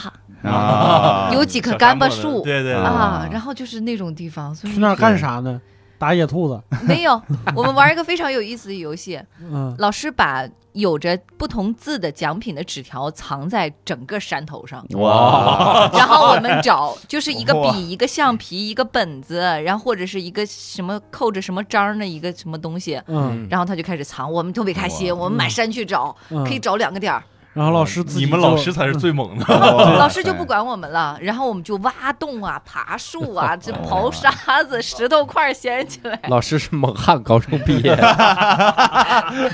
Speaker 6: 啊，
Speaker 5: 有几棵
Speaker 4: 小
Speaker 5: 干
Speaker 4: 沙漠
Speaker 5: 巴
Speaker 4: 的
Speaker 5: 树
Speaker 4: 对对对
Speaker 6: 啊
Speaker 5: 然后就是那种地方。所以
Speaker 3: 去那儿
Speaker 5: 我觉得
Speaker 3: 干啥呢？打野兔子，
Speaker 5: 没有，我们玩一个非常有意思的游戏，
Speaker 3: 嗯，
Speaker 5: 老师把有着不同字的奖品的纸条藏在整个山头上，
Speaker 1: 啊
Speaker 4: 哇，
Speaker 5: 然后我们找，就是一个
Speaker 6: 哇
Speaker 5: 笔、一个橡皮、一个本子，然后或者是一个什么扣着什么章儿的一个什么东西，
Speaker 3: 嗯，
Speaker 5: 然后他就开始藏，我们特别开心，我们满山去找，
Speaker 3: 嗯
Speaker 5: 可以。找两个点儿，
Speaker 3: 然后老师自己嗯
Speaker 4: 你们
Speaker 3: 就
Speaker 4: 老师才是最猛的，
Speaker 6: 嗯
Speaker 5: 老师就不管我们了，然后我们就挖洞啊、爬树啊、这刨沙子、石头块儿掀起来，
Speaker 1: 老师是蒙汉高中毕业的，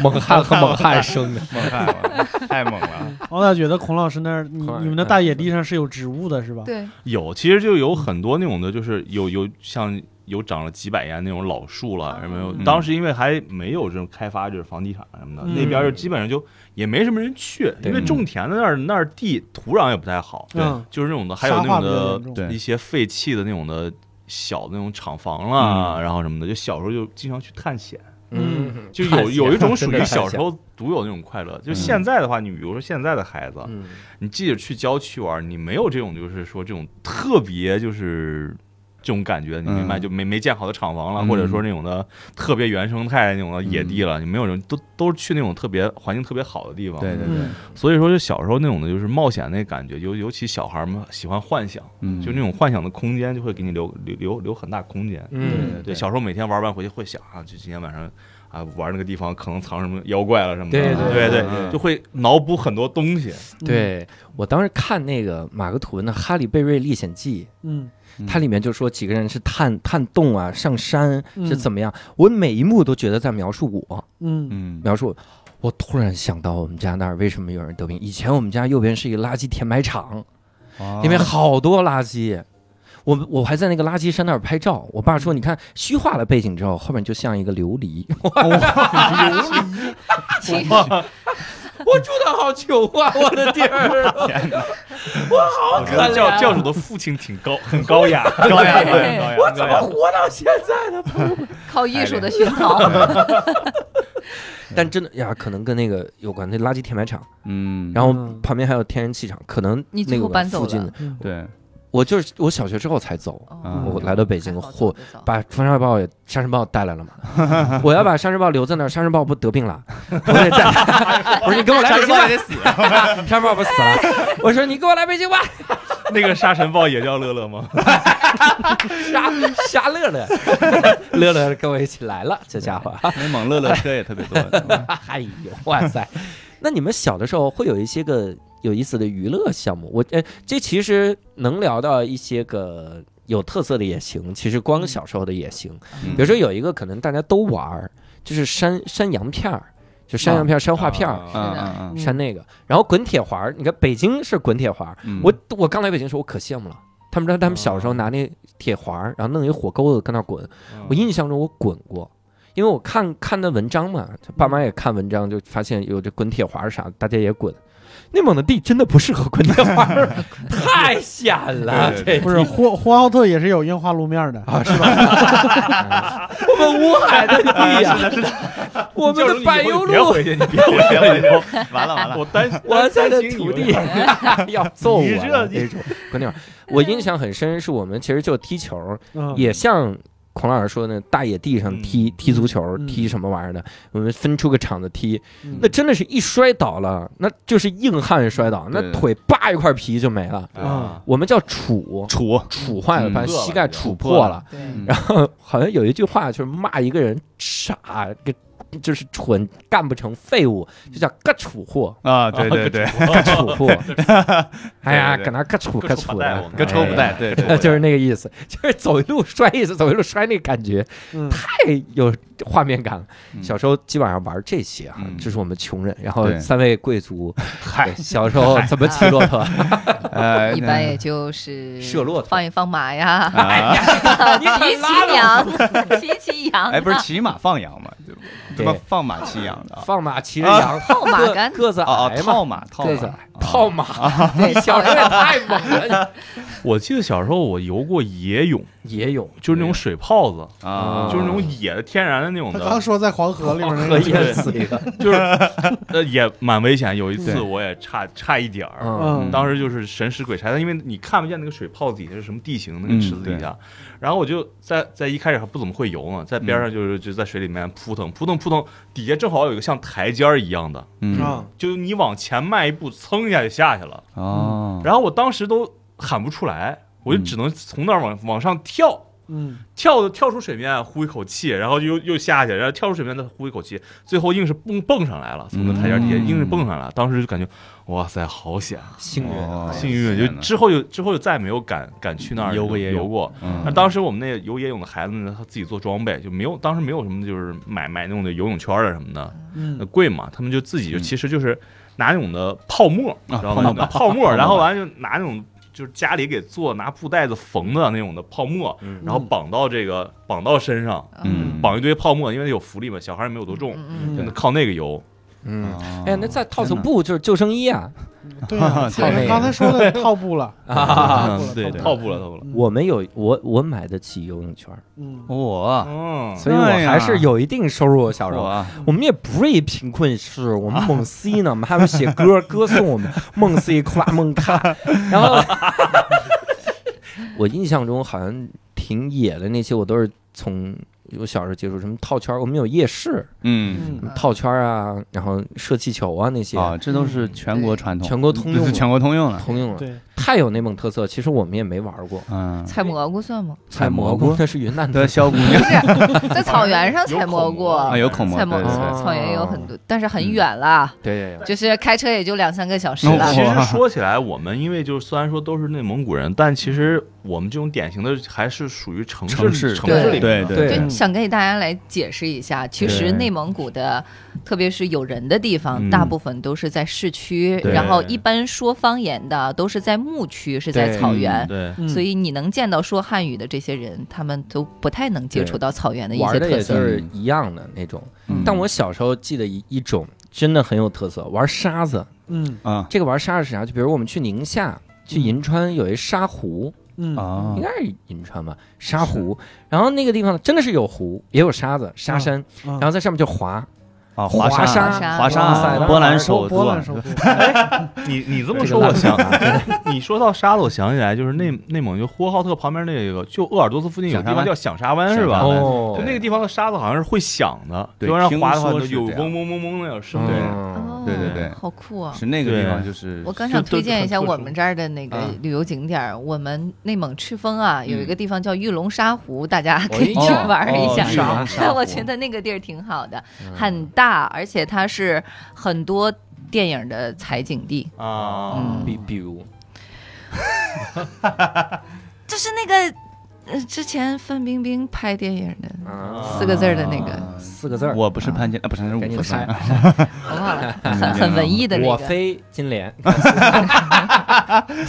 Speaker 1: 蒙汉和蒙汉生的。
Speaker 6: 猛太猛了，太 猛了！
Speaker 3: 我咋觉得孔老师那儿，你
Speaker 1: 孔老师
Speaker 3: 你们的大野地上是有植物的，是吧？
Speaker 5: 对，
Speaker 4: 有，其实就有很多那种的，就是有有像有长了几百年那种老树了，什么、
Speaker 5: 嗯
Speaker 4: 当时因为还没有这种开发，就是房地产什么的，
Speaker 3: 嗯
Speaker 4: 那边就基本上就也没什么人去，
Speaker 1: 对
Speaker 4: 因为种田的那儿那儿地土壤也不太好，
Speaker 3: 对嗯
Speaker 4: 就是那种的，还有
Speaker 3: 沙
Speaker 4: 那
Speaker 3: 化比
Speaker 4: 种
Speaker 3: 较严
Speaker 4: 的
Speaker 3: 重。
Speaker 6: 对
Speaker 4: 一些废弃的那种的。小的那种厂房啦、
Speaker 3: 嗯
Speaker 4: 然后什么的，就小时候就经常去探险，
Speaker 1: 嗯，
Speaker 4: 就有有一种属 于小时
Speaker 1: 候，
Speaker 4: 候独有那 种快乐。就现在的话，你比如说现在的孩子，
Speaker 1: 嗯，
Speaker 4: 你即使去郊区玩，你没有这种就是说这种特别就是这种感觉，你明白？
Speaker 6: 嗯
Speaker 4: 就没没建好的厂房了，
Speaker 6: 嗯
Speaker 4: 或者说那种的特别原生态那种的野地了，你没有人都都是去那种特别环境特别好的地方。
Speaker 6: 对对对
Speaker 3: 嗯，
Speaker 4: 所以说就小时候那种的就是冒险那感觉，尤尤其小孩们喜欢幻想，
Speaker 6: 嗯
Speaker 4: 就那种幻想的空间就会给你留留留留很大空间。
Speaker 1: 嗯，
Speaker 4: 对，小时候每天玩完回去会想啊，就今天晚上啊玩那个地方可能藏什么妖怪了什么的，
Speaker 1: 对
Speaker 4: 对
Speaker 1: 对
Speaker 4: 就会脑补很多东西。
Speaker 3: 嗯
Speaker 1: 对我当时看那个马克吐温的《哈利贝瑞历险记》，
Speaker 3: 嗯，
Speaker 1: 它里面就说几个人是探探洞啊，上山
Speaker 3: 嗯
Speaker 1: 是怎么样，我每一幕都觉得在描述我，
Speaker 3: 嗯
Speaker 6: 嗯
Speaker 1: 描述我。我突然想到我们家那儿为什么有人得病，以前我们家右边是一个垃圾填埋场，
Speaker 6: 哦
Speaker 1: 里面好多垃圾。我我还在那个垃圾山那儿拍照，我爸说：“你看虚化了背景之后，后面就像一个琉璃。
Speaker 5: 其实”
Speaker 1: 我住的好穷啊，我的地儿！
Speaker 4: 我觉得 教教主的父亲挺高， 很高雅，
Speaker 6: 高雅
Speaker 5: 对
Speaker 6: 高雅高雅，我怎么
Speaker 1: 活到现在呢？
Speaker 5: 靠艺术的熏陶，
Speaker 1: 但真的呀，可能跟那个有关，那垃圾填埋场，
Speaker 6: 嗯，
Speaker 1: 然后
Speaker 3: 嗯
Speaker 1: 旁边还有天然气场，可能
Speaker 5: 你
Speaker 1: 那
Speaker 5: 最后
Speaker 1: 个
Speaker 5: 搬走
Speaker 1: 附近
Speaker 5: 了
Speaker 1: 的。
Speaker 3: 嗯
Speaker 6: 对，
Speaker 1: 我就是我小学之后才走，
Speaker 5: 哦
Speaker 1: 我来到北京
Speaker 5: 还好
Speaker 1: 嚯
Speaker 5: 走得早
Speaker 1: 把风沙豹也沙尘暴带来了嘛。 我要把沙尘暴留在那儿，沙尘暴不得病了，我得带。 我说你跟我来北京吧，
Speaker 6: 死，
Speaker 1: 沙尘暴不死了。我说你跟我来北京吧，
Speaker 4: 那个沙尘暴也叫乐乐吗？
Speaker 1: 沙沙乐乐，乐乐跟我一起来了，这家伙。
Speaker 6: 那猛乐乐车也特别多， 嗯
Speaker 1: 哎呦，哇塞！那你们小的时候会有一些个有意思的娱乐项目？我呃，这其实能聊到一些个有特色的也行，其实光小时候的也行。
Speaker 6: 嗯
Speaker 1: 比如说有一个可能大家都玩儿，就是山山羊片儿，就山羊片儿、山画片儿。
Speaker 4: 啊
Speaker 6: 嗯嗯
Speaker 1: 山那个，然后滚铁环儿，你看北京是滚铁环儿，
Speaker 6: 嗯，
Speaker 1: 我我刚来北京的时候，我可羡慕了。他们说他们小时候拿那铁环儿，然后弄一火钩子跟那儿滚，我印象中我滚过，因为我看看那文章嘛，爸妈也看文章，就发现有这滚铁环啥，大家也滚。内蒙的地真的不适合滚铁环儿，太险了，
Speaker 4: 对
Speaker 1: 这
Speaker 3: 不是呼呼和浩特也是有樱花路面的，
Speaker 1: 啊，是吧？我们乌海的地呀，我们的柏油
Speaker 4: 你别
Speaker 1: 路，
Speaker 4: 回去，你别回去，别回去，
Speaker 6: 完了完了，
Speaker 4: 我担心
Speaker 1: 我在的土地 要揍我
Speaker 4: 你这
Speaker 1: 了那种滚铁环儿。我印象很深，是我们其实就踢球，
Speaker 3: 嗯，
Speaker 1: 也像孔老师说的，大野地上踢、踢足球、
Speaker 3: 嗯
Speaker 1: 踢什么玩意儿的，我们分出个场子踢，
Speaker 3: 嗯
Speaker 1: 那真的是一摔倒了，那就是硬汉摔倒，那
Speaker 6: 对
Speaker 1: 腿扒一块皮就没了。
Speaker 6: 嗯
Speaker 4: 啊！
Speaker 1: 我们叫杵，
Speaker 6: 楚，
Speaker 1: 杵坏了，
Speaker 6: 嗯
Speaker 1: 把
Speaker 4: 饿了
Speaker 1: 膝盖
Speaker 4: 就
Speaker 1: 杵
Speaker 4: 破
Speaker 1: 破
Speaker 4: 了
Speaker 1: 了。
Speaker 5: 对
Speaker 6: 嗯
Speaker 1: 然后好像有一句话就是骂一个人傻，个就是蠢，干不成废物，就叫“个杵货
Speaker 6: 啊，对对对，”，
Speaker 1: 个杵货。哎呀，
Speaker 4: 对对
Speaker 1: 搁那个杵个
Speaker 4: 各处
Speaker 1: 杵
Speaker 4: 不带
Speaker 1: 的
Speaker 4: 我们，
Speaker 6: 跟抽不带，
Speaker 1: 哎
Speaker 6: 对，
Speaker 1: 呀，嗯就是 那个意思，就是走一路摔一次，走一路摔那感觉。
Speaker 3: 嗯
Speaker 1: 太有画面感了。
Speaker 6: 嗯
Speaker 1: 小时候基本上玩这些啊，
Speaker 6: 嗯
Speaker 1: 这是我们穷人，然后
Speaker 6: 对
Speaker 1: 三位贵族，
Speaker 6: 嗨
Speaker 1: 对，小时候怎么骑骆驼？
Speaker 6: 呃，
Speaker 5: 一般也就是
Speaker 1: 射骆驼
Speaker 5: 放一放马 呀，
Speaker 6: 啊，
Speaker 5: 骑骑羊，骑骑羊，啊
Speaker 6: 哎，不是骑马放羊嘛，对吧？怎么
Speaker 1: 对
Speaker 6: 放马骑羊的啊？
Speaker 1: 放马骑着羊，
Speaker 5: 套马
Speaker 1: 个
Speaker 5: 杆
Speaker 1: 个子
Speaker 6: 哦哦，
Speaker 1: 矮嘛
Speaker 6: 套，马套
Speaker 1: 个
Speaker 6: 马啊
Speaker 1: 子矮，套马。
Speaker 5: 对，
Speaker 1: 小时候也太猛了，
Speaker 4: 我记得小时候我游过野泳，
Speaker 1: 野泳
Speaker 4: 就是那种水泡子，
Speaker 6: 啊，
Speaker 4: 就是那种野的天然的那种
Speaker 3: 他刚
Speaker 4: 的，
Speaker 3: 说在黄河里面那
Speaker 1: 河
Speaker 3: 个
Speaker 1: 也死一个，
Speaker 4: 就是呃也蛮危险。有一次
Speaker 1: 对
Speaker 4: 我也差差一点儿，
Speaker 1: 嗯
Speaker 4: 当时就是神使鬼差的，因为你看不见那个水泡底下是什么地形，那个池子底下。然后我就在在一开始还不怎么会游呢，在边上就是就在水里面扑腾扑腾扑腾，底下正好有一个像台阶儿一样的，
Speaker 6: 嗯
Speaker 3: 啊，
Speaker 4: 就是你往前迈一步，噌一下就下去了。
Speaker 6: 哦，
Speaker 4: 然后我当时都喊不出来，我就只能从那儿往往上跳。
Speaker 3: 嗯，
Speaker 4: 跳跳出水面呼一口气，然后又又下去，然后跳出水面再呼一口气，最后硬是蹦蹦上来了，从那台阶底下
Speaker 6: 嗯
Speaker 4: 硬是蹦上来了。当时就感觉，哇塞，好险！
Speaker 1: 幸运啊，
Speaker 6: 哦
Speaker 4: 幸运，就之后就之后就再也没有敢敢去那儿
Speaker 6: 游过野
Speaker 4: 游
Speaker 6: 泳
Speaker 4: 过。那
Speaker 6: 嗯
Speaker 4: 当时我们那游野泳的孩子呢，他自己做装备，就没有当时没有什么就是买买那种的游泳圈儿啊什么的，那
Speaker 3: 嗯，
Speaker 4: 贵嘛，他们就自己就
Speaker 6: 嗯
Speaker 4: 其实就是拿那种的泡沫，你知 道
Speaker 6: 泡沫
Speaker 4: 吗？拿泡沫，
Speaker 6: 沫
Speaker 4: 然后完了就拿那种就是家里给做拿布袋子缝的那种的泡沫，
Speaker 1: 嗯
Speaker 4: 然后绑到这个绑到身上，
Speaker 6: 嗯
Speaker 4: 绑一堆泡沫，因为有浮力嘛，小孩儿也没有多重，
Speaker 5: 嗯
Speaker 4: 就
Speaker 3: 嗯
Speaker 4: 能靠那个游。
Speaker 1: 嗯，
Speaker 6: 哦嗯
Speaker 1: 哎呀，那再套层布就是救生衣啊
Speaker 3: 对啊，
Speaker 1: 太那个
Speaker 3: 刚才说的套步了，
Speaker 1: 啊！
Speaker 3: 套步了
Speaker 6: 对对
Speaker 4: 套布了，套布了。
Speaker 3: 嗯
Speaker 1: 我没有，我我买得起游泳圈儿，
Speaker 3: 嗯，
Speaker 6: 我
Speaker 4: 嗯，
Speaker 1: 所以我还是有一定收入。小柔，
Speaker 6: 我
Speaker 1: 我们也不是一贫困市，我们猛 C 呢，我们还会写歌，歌颂我们梦 C 夸梦卡。然后我印象中好像挺野的那些，我都是从我小时候接触什么套圈儿，我们有夜市
Speaker 6: 嗯
Speaker 3: 嗯
Speaker 5: 嗯
Speaker 1: 套圈儿啊，然后射气球啊那些，
Speaker 6: 啊，这都是全国传统，
Speaker 1: 全国通用
Speaker 6: 这
Speaker 1: 了
Speaker 6: 是全国通用了。
Speaker 1: 通用了，
Speaker 3: 对，
Speaker 1: 太有内蒙特色。其实我们也没玩过
Speaker 6: 嗯，
Speaker 5: 采蘑菇算吗？
Speaker 6: 采蘑
Speaker 1: 蘑
Speaker 6: 菇
Speaker 1: 那是云南
Speaker 6: 对，
Speaker 1: 的。
Speaker 6: 小姑
Speaker 5: 不
Speaker 6: 娘
Speaker 5: 是，在草原上采蘑菇，
Speaker 6: 啊，有口蘑，
Speaker 5: 采
Speaker 6: 对
Speaker 5: 蘑
Speaker 6: 对嗯
Speaker 5: 菇，
Speaker 6: 对。
Speaker 5: 草原有很多，但是很远了，
Speaker 1: 对对对，
Speaker 5: 就是开车也就两三个小 时
Speaker 6: 那
Speaker 5: 了
Speaker 6: 我。
Speaker 4: 其实说起来，我们因为就是虽然说都是内蒙古人，但其实我们这种典型的还是属于城市
Speaker 6: 城市
Speaker 4: 哦城市里面
Speaker 6: 对
Speaker 4: 的
Speaker 1: 对
Speaker 5: 就想给大家来解释一下，其实
Speaker 6: 嗯对
Speaker 5: 内蒙古的，特别是有人的地方，
Speaker 4: 嗯
Speaker 5: 大部分都是在市区，
Speaker 4: 对
Speaker 5: 然后一般说方言的都是在牧区，是在
Speaker 1: 对
Speaker 5: 草原。
Speaker 4: 对
Speaker 3: 嗯
Speaker 5: 所以你能见到说汉语的这些人，他们都不太能接触到草原的一
Speaker 1: 玩
Speaker 5: 些
Speaker 1: 的也
Speaker 5: 特色
Speaker 1: 就。是一样的那种。
Speaker 6: 嗯
Speaker 1: 但我小时候记得一一种真的很有特色，玩沙子。
Speaker 3: 嗯
Speaker 6: 啊
Speaker 1: 这个玩沙子是啥？就比如我们去宁夏、去
Speaker 6: 嗯
Speaker 1: 银川有一沙湖，
Speaker 3: 嗯
Speaker 6: 啊
Speaker 1: 应该是银川吧，沙湖。然后那个地方真的是有湖，也有沙子、沙山，
Speaker 3: 嗯
Speaker 1: 然后在上面就滑。
Speaker 6: 啊，华
Speaker 1: 华沙
Speaker 6: 沙华
Speaker 3: 啊
Speaker 1: 哇塞
Speaker 6: 沙，
Speaker 1: 那
Speaker 6: 波兰
Speaker 1: 玩意儿
Speaker 6: 首
Speaker 3: 波
Speaker 6: 都
Speaker 3: 兰
Speaker 6: 啊，
Speaker 3: 首都，
Speaker 4: 你你这么
Speaker 1: 这
Speaker 4: 说，
Speaker 1: 个
Speaker 4: 我
Speaker 1: 烂
Speaker 4: 想， 你说到沙子，我想起来就是内内蒙就呼和浩特旁边那个，就鄂尔多斯附近有个地方叫响沙湾是吧
Speaker 6: 响？沙湾
Speaker 1: 哦
Speaker 4: 就那个地方的沙子好像是会响的，
Speaker 6: 对
Speaker 4: 就让滑的
Speaker 6: 听
Speaker 4: 话
Speaker 6: 说
Speaker 4: 就是有
Speaker 6: 这样
Speaker 4: 嗡嗡嗡嗡那种声音。
Speaker 5: 哦
Speaker 1: 嗯
Speaker 6: 对对对
Speaker 5: 好酷啊！
Speaker 6: 是那个地方，就是
Speaker 5: 我刚想推荐一下
Speaker 4: 就都
Speaker 5: 我们这儿的那个
Speaker 6: 啊
Speaker 5: 旅游景点儿，我们内蒙赤峰啊，有一
Speaker 6: 嗯
Speaker 5: 个地方叫玉龙沙湖，大家可以
Speaker 1: 哦
Speaker 5: 去啊玩儿一
Speaker 6: 哦
Speaker 5: 下。
Speaker 6: 玉 龙沙
Speaker 5: 但
Speaker 6: 湖
Speaker 5: 我觉得那个地儿挺好的，很大，而且它是很多电影的采景地，
Speaker 4: 啊，
Speaker 5: 嗯
Speaker 1: 比比如，
Speaker 5: 就是那个呃之前范冰冰拍电影的
Speaker 1: 啊
Speaker 5: 四个字儿的那个，
Speaker 6: 啊
Speaker 1: 四个字儿，
Speaker 6: 我不是潘金，啊，不是那是
Speaker 1: 赶
Speaker 6: 五
Speaker 1: 紧
Speaker 6: 福山
Speaker 1: 拍，。
Speaker 5: 好不好？
Speaker 6: 嗯
Speaker 5: 很很文艺的那
Speaker 1: 我
Speaker 5: 个。
Speaker 1: 非金 莲，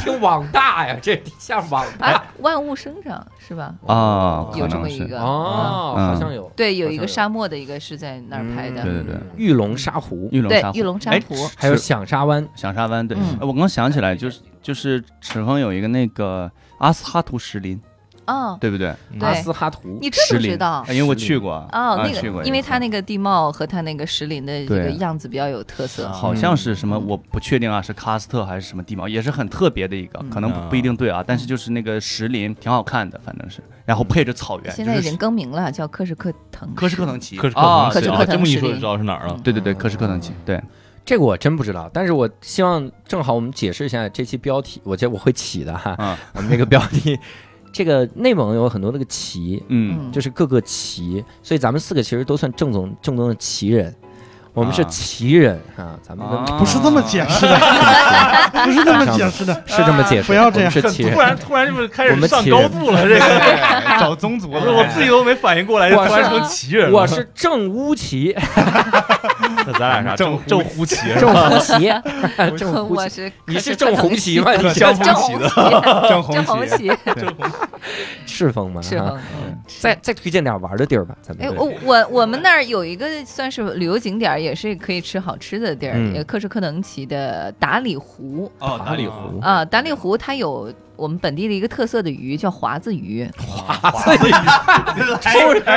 Speaker 1: 听网大呀，这像网大
Speaker 5: 啊，万物生长是吧？
Speaker 6: 啊，
Speaker 5: 有
Speaker 6: 可
Speaker 5: 这么
Speaker 6: 能
Speaker 5: 一
Speaker 6: 是
Speaker 5: 个
Speaker 1: 哦，
Speaker 6: 嗯
Speaker 1: 好像有
Speaker 5: 对，有一个沙漠的一个是在那儿拍
Speaker 6: 嗯
Speaker 5: 的，
Speaker 6: 对对对
Speaker 1: 玉龙沙湖，
Speaker 6: 玉龙
Speaker 5: 对
Speaker 6: 沙湖
Speaker 5: 玉龙沙
Speaker 6: 哎
Speaker 5: 湖
Speaker 6: 是
Speaker 1: 还有响沙湾，
Speaker 6: 响沙湾，对，
Speaker 5: 嗯
Speaker 6: 呃我刚想起来，就是就是赤峰有一个那个阿斯哈图石林，
Speaker 5: 哦，
Speaker 6: 对不对？
Speaker 5: 对
Speaker 1: 阿斯哈图，
Speaker 5: 你这
Speaker 6: 石
Speaker 5: 都
Speaker 6: 林
Speaker 5: 知道
Speaker 6: 啊？因为我去过
Speaker 5: 哦，
Speaker 6: 啊
Speaker 5: 那
Speaker 6: 去过
Speaker 5: 个，
Speaker 6: 一
Speaker 5: 因为
Speaker 6: 次
Speaker 5: 它那个地貌和它那个石林的这个
Speaker 6: 对啊
Speaker 5: 样子比较有特色。
Speaker 6: 好像是什么，我不确定啊，是喀斯特还是什么地貌，也是很特别的一个，
Speaker 5: 嗯
Speaker 6: 可能不不一定对啊，但是就是那个石林挺好看的，反正是，然后配着草原，
Speaker 5: 现在
Speaker 6: 啊
Speaker 5: 已
Speaker 6: 就
Speaker 5: 经
Speaker 6: 是
Speaker 5: 更名了，叫柯什克腾。
Speaker 6: 科什克腾旗，
Speaker 4: 可是
Speaker 6: 啊，
Speaker 5: 可
Speaker 4: 可
Speaker 5: 是
Speaker 4: 是
Speaker 5: 可
Speaker 6: 对
Speaker 5: 可
Speaker 4: 这
Speaker 5: 能
Speaker 4: 么一
Speaker 5: 是
Speaker 4: 说
Speaker 5: 零
Speaker 4: 就知道是哪 儿了。
Speaker 6: 对对对，科什克腾旗，对，
Speaker 1: 这个我真不知道，但是我希望正好我们解释一下这期标题，我觉得我会起的 哈，
Speaker 6: 啊，
Speaker 1: 我们这个标题，这个内蒙有很多那个旗，
Speaker 6: 嗯，
Speaker 5: 嗯，
Speaker 1: 就是各个旗，所以咱们四个其实都算正宗正宗的旗人，我们是
Speaker 6: 啊
Speaker 1: 旗人啊，咱们
Speaker 6: 啊
Speaker 3: 不是这么解释的，不是这么解释的，
Speaker 1: 是这么解释，
Speaker 3: 不要这样
Speaker 1: 我们是旗人
Speaker 4: 突。然突然就是开
Speaker 1: 我
Speaker 4: 始
Speaker 1: 们
Speaker 4: 上
Speaker 1: 旗
Speaker 4: 高
Speaker 1: 人
Speaker 4: 步了，这个
Speaker 6: 找宗族了，哎
Speaker 4: 我自己都没反应过来，就
Speaker 1: 我
Speaker 4: 突然
Speaker 1: 是
Speaker 4: 成旗人了。
Speaker 1: 我是正乌旗，
Speaker 4: 那 咱俩啥
Speaker 6: 正
Speaker 4: 正正 呼旗是吧
Speaker 1: 正乌旗，正乌
Speaker 5: 我
Speaker 1: 旗，
Speaker 5: 是
Speaker 1: 你
Speaker 5: 柯
Speaker 1: 是
Speaker 5: 什克
Speaker 1: 正
Speaker 5: 腾
Speaker 1: 红旗吗？你
Speaker 5: 旗？
Speaker 1: 是
Speaker 5: 正红旗，
Speaker 6: 正红
Speaker 5: 正红
Speaker 6: 旗，
Speaker 5: 旗，
Speaker 4: 正红旗
Speaker 1: 赤峰嘛，
Speaker 5: 是
Speaker 1: 啊
Speaker 5: 吗？
Speaker 1: 再再推荐点玩的地儿吧，咱们
Speaker 5: 哎，我我我们那儿有一个算是旅游景点儿，也是可以吃好吃的地儿，
Speaker 1: 嗯
Speaker 5: 也克什克能旗的达里湖
Speaker 6: 哦，打理
Speaker 4: 湖
Speaker 5: 啊、达里湖它有我们本地的一个特色的鱼，叫华子鱼。
Speaker 4: 抽着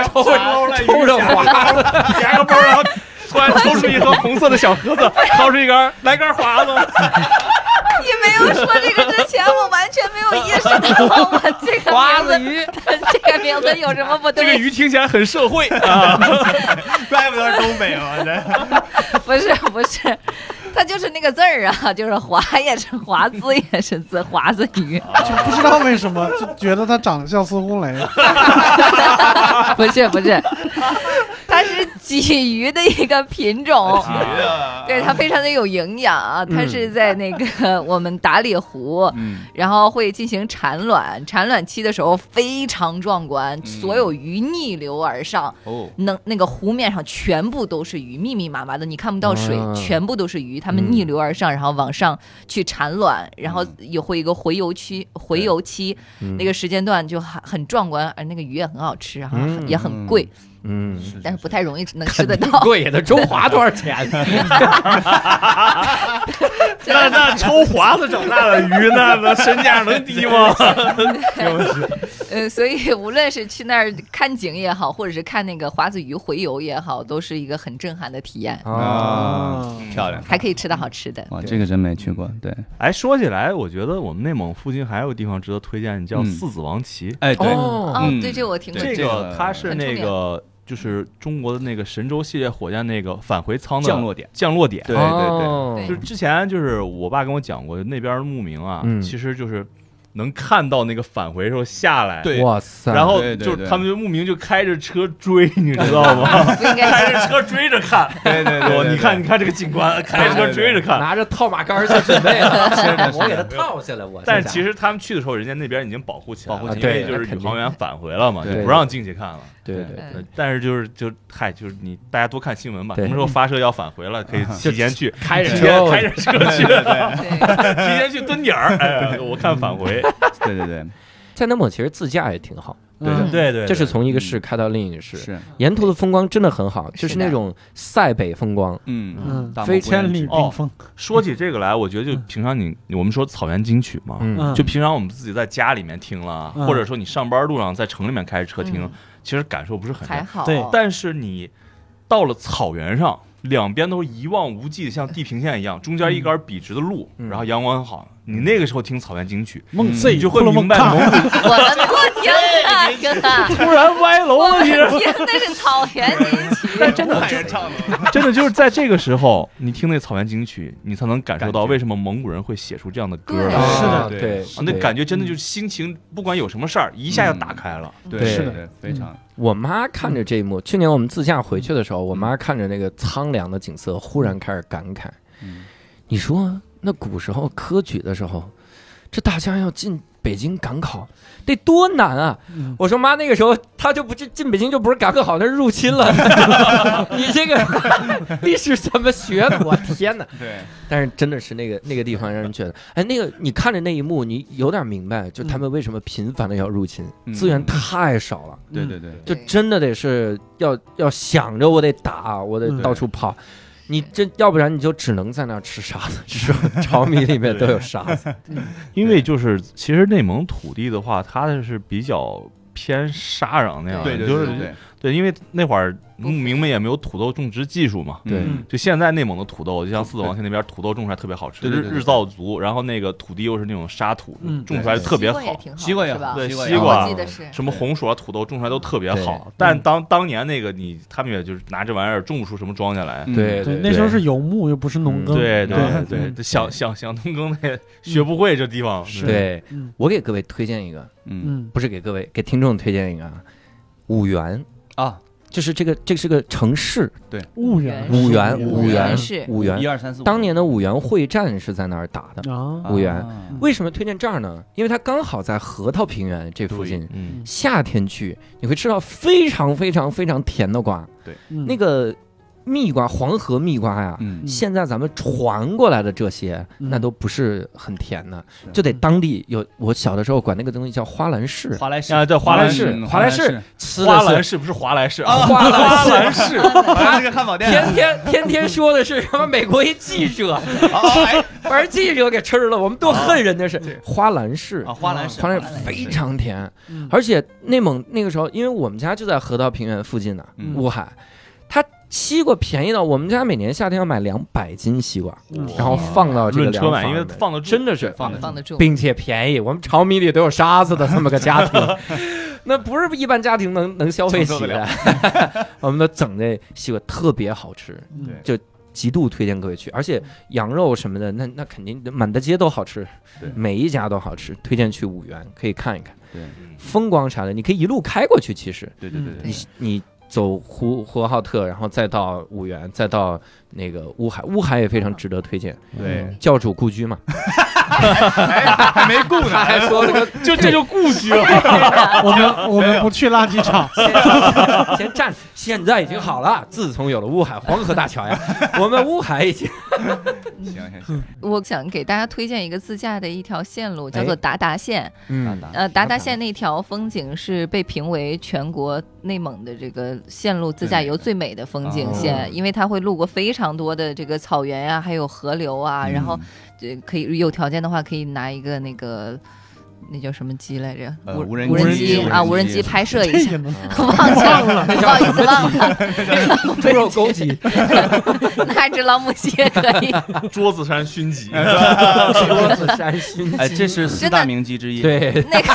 Speaker 4: 抽着
Speaker 1: 抽着华子，
Speaker 4: 夹个包，然后突然抽出一个红色的小盒子，掏出一根，来根华子。
Speaker 5: 你没有说这个之前，我完全没有意识到我这个
Speaker 1: 华
Speaker 5: 名
Speaker 1: 子
Speaker 5: 字，
Speaker 1: 鱼，
Speaker 5: 这个名字有什么不
Speaker 4: 这个
Speaker 5: 对？
Speaker 4: 鱼听起来很社会啊，
Speaker 6: 怪不得是东北嘛，这
Speaker 5: 不是不是，它就是那个字儿啊，就是华也是华子也是字，华子鱼。
Speaker 3: 就不知道为什么就觉得他长得像孙红雷。
Speaker 5: 不是不是，它是鲫鱼的一个品
Speaker 6: 哎
Speaker 5: 种。
Speaker 6: 啊
Speaker 5: 对它非常的有营养啊，它是在那个 我们打里湖，
Speaker 6: 嗯，
Speaker 5: 然后会进行产卵，产卵期的时候非常壮观，
Speaker 6: 嗯
Speaker 5: 所有鱼逆流而上，
Speaker 6: 哦，
Speaker 5: 能那个湖面上全部都是鱼，密密麻麻的，你看不到水，
Speaker 1: 啊
Speaker 5: 全部都是鱼，它
Speaker 6: 嗯
Speaker 5: 们逆流而上，然后往上去产卵，然后也会一个洄游区，洄游期那
Speaker 1: 那
Speaker 5: 个时间段就很很壮观，而那个鱼也很好吃，然后
Speaker 1: 嗯
Speaker 5: 也很贵，
Speaker 1: 嗯，
Speaker 5: 但是不太容易能吃得到。
Speaker 1: 贵的中华多少 钱？
Speaker 4: 那那抽华子长大的鱼，那那身价能低吗？
Speaker 5: 呃，所以无论是去那儿看景也好，或者是看那个华子鱼洄游也好，都是一个很震撼的体验，
Speaker 1: 啊，
Speaker 6: 漂亮，
Speaker 5: 还可以吃到好吃的。
Speaker 6: 哇，
Speaker 1: 对
Speaker 6: 这个真没去过，对，
Speaker 4: 哎，说起来，我觉得我们内蒙附近还有个地方值得推荐，叫
Speaker 6: 嗯
Speaker 4: 四子王旗。
Speaker 6: 哎，对，
Speaker 1: 哦
Speaker 5: 哦
Speaker 6: 嗯，
Speaker 5: 对，这我听过。
Speaker 6: 对
Speaker 4: 这
Speaker 6: 这个
Speaker 4: 个它是
Speaker 5: 很出
Speaker 4: 那个就是中国的那个神舟系列火箭那个返回舱的
Speaker 6: 降落点，
Speaker 4: 降落点。
Speaker 6: 对对对，
Speaker 1: 哦
Speaker 4: 就是之前就是我爸跟我讲过，那边的牧民啊，
Speaker 1: 嗯
Speaker 4: 其实就是能看到那个返回时候下来，
Speaker 6: 对
Speaker 1: 哇塞，
Speaker 4: 然后
Speaker 6: 对对
Speaker 4: 就是
Speaker 6: 对
Speaker 4: 他们就牧民就开着车追，你知道吗？
Speaker 5: 不应该
Speaker 4: 开着车追着看，
Speaker 6: 对对
Speaker 4: 我你看你，看这个景观，开着车追着看。
Speaker 1: 拿着套马杆儿就准备 了， 我给他套下来，我
Speaker 4: 但是其实他们去的时候，人家那边已经保护起来了，
Speaker 6: 保护起
Speaker 1: 来了
Speaker 4: 因为就是
Speaker 1: 对
Speaker 4: 宇航员返回了嘛，
Speaker 6: 对
Speaker 4: 就不让进去看了。
Speaker 1: 对
Speaker 6: 对
Speaker 1: 对，
Speaker 5: 嗯
Speaker 4: 对但是就是就嗨，就是你大家多看新闻吧，什
Speaker 1: 对
Speaker 4: 么时候发射要返回了，可以提前去，
Speaker 1: 开
Speaker 4: 提
Speaker 1: 着
Speaker 4: 前开着车去，
Speaker 5: 对，
Speaker 4: 提前去蹲点儿。哎呀，我看返回，
Speaker 6: 对对对，
Speaker 1: 在内蒙其实自驾也挺好，
Speaker 5: 嗯
Speaker 4: 对对，
Speaker 1: 就是从一个市开到另一个市，
Speaker 6: 是，
Speaker 1: 沿途的风光真的很好，就是是
Speaker 5: 的
Speaker 1: 那种塞北风光，
Speaker 6: 嗯，
Speaker 3: 嗯，
Speaker 6: 大漠
Speaker 3: 非
Speaker 6: 不言
Speaker 3: 千里
Speaker 6: 之
Speaker 3: 冰封。
Speaker 4: 说起这个来，我觉得就平常你我们说草原金曲嘛，
Speaker 1: 嗯，
Speaker 3: 嗯
Speaker 4: 就平常我们自己在家里面听了，
Speaker 3: 嗯
Speaker 4: 或者说你上班路上在城里面开着车听，
Speaker 5: 嗯
Speaker 4: 其实感受不是很
Speaker 5: 还
Speaker 4: 大。
Speaker 5: 好。
Speaker 3: 对
Speaker 4: 但是你到了草原上，两边都是一望无际的，像地平线一样，中间一杆笔直的路，
Speaker 1: 嗯
Speaker 4: 然后阳光很好。你那个时候听草原金曲，
Speaker 3: 梦
Speaker 6: 嗯
Speaker 3: 碎
Speaker 4: 你就会
Speaker 3: 呼噜
Speaker 4: 明
Speaker 3: 梦
Speaker 4: 白
Speaker 3: 看
Speaker 4: 蒙古
Speaker 5: 我们不听啊，哥，
Speaker 4: 突然歪楼
Speaker 5: 我
Speaker 4: 了，
Speaker 5: 们
Speaker 4: 你知道吗
Speaker 5: 听的是草原金曲。
Speaker 6: 真 的人哎唱的，
Speaker 4: 真的就是在这个时候，你听那草原金曲，你才能感受到
Speaker 6: 感觉
Speaker 4: 为什么蒙古人会写出这样的歌
Speaker 5: 对
Speaker 4: 来。
Speaker 5: 是
Speaker 6: 的
Speaker 1: 啊
Speaker 6: 对
Speaker 1: 对
Speaker 4: 啊，那感觉真的就是心情，不管有什么事儿，一下就打开了。
Speaker 6: 对
Speaker 1: 对
Speaker 3: 是的
Speaker 6: 对，非常，
Speaker 1: 我妈看着这一幕，去年我们自驾回去的时候，我妈看着那个苍凉的景色，忽然开始感慨：
Speaker 6: 嗯
Speaker 1: 你说那古时候科举的时候，这大家要进北京赶考，得多难啊！
Speaker 3: 嗯
Speaker 1: 我说妈，那个时候他就不进进北京就不是赶考，那是入侵了。你这个 历史怎么学的？我天哪！
Speaker 6: 嗯对，
Speaker 1: 但是真的是那个那个地方让人觉得，哎，那个你看着那一幕，你有点明白，就他们为什么频繁的要入侵，
Speaker 6: 嗯
Speaker 1: 资源太少了。
Speaker 6: 对对对，
Speaker 1: 就
Speaker 5: 对
Speaker 1: 真的得是要要想着我得打，我得
Speaker 3: 嗯
Speaker 1: 到处跑。你这要不然你就只能在那儿吃沙子， 吃炒米里面都有沙子。
Speaker 4: 因为就是其实内蒙土地的话，它是比较偏沙壤那样的，
Speaker 6: 对对
Speaker 4: 就是
Speaker 6: 对对
Speaker 4: 对因为那会儿
Speaker 5: 不
Speaker 4: 牧民们也没有土豆种植技术嘛。
Speaker 1: 对
Speaker 6: 嗯
Speaker 4: 就现在内蒙的土豆，就像四子王县那边土豆种出来特别好吃，
Speaker 6: 对对对
Speaker 4: 日
Speaker 6: 对
Speaker 4: 日照足，然后那个土地又是那种沙土，
Speaker 3: 嗯
Speaker 4: 种出来特别
Speaker 5: 西瓜也
Speaker 4: 好。
Speaker 5: 挺好，
Speaker 6: 西瓜也
Speaker 5: 是吧
Speaker 6: 好对
Speaker 4: 西
Speaker 6: 西瓜
Speaker 5: 然后
Speaker 4: 瓜
Speaker 5: 我记得是
Speaker 4: 什么红薯啊、土豆种出来都特别好
Speaker 1: 对，
Speaker 4: 但当当年那个你他们也就是拿这玩意儿种不出什么庄稼来，
Speaker 6: 嗯
Speaker 1: 对
Speaker 3: 对，那时候是游牧，又不是农耕。
Speaker 4: 对
Speaker 3: 对
Speaker 4: 对
Speaker 3: 嗯
Speaker 4: 对，想想想农耕那学不会这地方，
Speaker 3: 是
Speaker 1: 对
Speaker 3: 嗯
Speaker 1: 我给各位推荐一个，
Speaker 6: 嗯
Speaker 3: 嗯
Speaker 1: 不是给各位，给听众推荐一个啊，五原。
Speaker 6: 啊，
Speaker 1: 就是这个，这是个城市，
Speaker 3: 婺源
Speaker 1: 五原，
Speaker 5: 五
Speaker 1: 五
Speaker 5: 原
Speaker 1: 原
Speaker 5: 是
Speaker 1: 五原
Speaker 6: 一。二三四，
Speaker 1: 当年的五原会战是在那儿打的。
Speaker 3: 啊，
Speaker 1: 五原为什么推荐这儿呢？因为它刚好在河套平原这附近，
Speaker 4: 嗯，
Speaker 1: 夏天去你会吃到非常非常非常甜的瓜。
Speaker 3: 嗯
Speaker 1: 那个蜜瓜、黄河蜜瓜呀，
Speaker 6: 嗯
Speaker 1: 现在咱们传过来的这些，
Speaker 3: 嗯
Speaker 1: 那都不是很甜的
Speaker 6: 是，
Speaker 1: 就得当地有。我小的时候管那个东西叫花篮柿，
Speaker 6: 嗯华莱士
Speaker 4: 啊，，对，华莱
Speaker 1: 兰
Speaker 4: 士，
Speaker 1: 士，
Speaker 6: 嗯
Speaker 1: 华
Speaker 6: 华莱
Speaker 1: 士
Speaker 6: 士
Speaker 1: 吃的
Speaker 4: 花
Speaker 1: 是
Speaker 4: 篮士不是华莱士啊，
Speaker 1: 花
Speaker 4: 花
Speaker 1: 篮
Speaker 4: 篮
Speaker 1: 柿。
Speaker 4: 士，
Speaker 6: 啊，这个汉堡店
Speaker 1: 天天天天说的是什么？美国一记 者，哦把人记者给吃了，我们多恨人家是花篮柿
Speaker 6: 啊，，华莱士，
Speaker 1: 哦花篮
Speaker 6: 华
Speaker 1: 柿
Speaker 6: 莱士
Speaker 1: 非常甜，
Speaker 3: 嗯
Speaker 1: 而且内蒙那个时候，因为我们家就在河道平原附近呢，
Speaker 6: 嗯
Speaker 1: 乌海，它西瓜便宜到我们家每年夏天要买两百斤西瓜，
Speaker 3: 嗯
Speaker 1: 然后放到这个
Speaker 4: 论车
Speaker 1: 粮
Speaker 4: 买，
Speaker 1: 房
Speaker 4: 因
Speaker 1: 里
Speaker 4: 为
Speaker 1: 面，
Speaker 4: 放得住
Speaker 1: 真的是
Speaker 6: 放的
Speaker 5: 放得住。
Speaker 1: 并且便宜，我们炒米里都有沙子的这么个家 庭，那不是一般家庭能能消费
Speaker 6: 承
Speaker 1: 起
Speaker 6: 受得
Speaker 1: 的。 我们都整这西瓜特别好吃，
Speaker 3: 嗯
Speaker 6: 对
Speaker 1: 极度推荐各位去，而且羊肉什么的，那那肯定满大街都好吃
Speaker 4: 对，
Speaker 1: 每一家都好吃，推荐去五原可以看一看。
Speaker 6: 对
Speaker 1: 风光啥的，你可以一路开过去，其实
Speaker 6: 对对对
Speaker 5: 嗯
Speaker 6: 对
Speaker 1: 你你走呼呼和浩特，然后再到五原，再到那个乌海，乌海也非常值得推荐。
Speaker 6: 对，
Speaker 1: 教主故居嘛，
Speaker 6: 还没顾 呢，
Speaker 1: 还说了个
Speaker 4: 就这就故居了。
Speaker 3: 啊我们我们不去垃圾 场，
Speaker 1: 先先站，现在已经好了。自从有了乌海黄河大桥呀，我们乌海已经
Speaker 6: 行行行，
Speaker 5: 我想给大家推荐一个自驾的一条线路，叫
Speaker 1: 哎
Speaker 5: 做达达线。
Speaker 1: 嗯
Speaker 5: 呃，达达线那条风景是被评为全国内蒙的这个线路自驾游最美的风景
Speaker 1: 哦
Speaker 5: 线，因为它会路过非常多的这个草原呀、还有河流啊，然后呃可以有条件的话，可以拿一个那个那叫什么机来着？
Speaker 6: 呃
Speaker 5: 无
Speaker 6: 无人
Speaker 5: 无人
Speaker 3: 机
Speaker 5: 啊，无
Speaker 6: 无人
Speaker 5: 人
Speaker 6: 机
Speaker 5: 机拍摄
Speaker 3: 这
Speaker 5: 一
Speaker 3: 也
Speaker 5: 下。
Speaker 3: 能
Speaker 5: 忘记了，不好意思，忘了。
Speaker 1: 猪肉枸杞，
Speaker 5: 那只 老母鸡也可以，
Speaker 4: 桌子山熏鸡，
Speaker 1: 哎桌子山熏鸡，
Speaker 6: 哎，这是四
Speaker 5: 真的
Speaker 6: 大名鸡之一，
Speaker 1: 对
Speaker 5: 那 个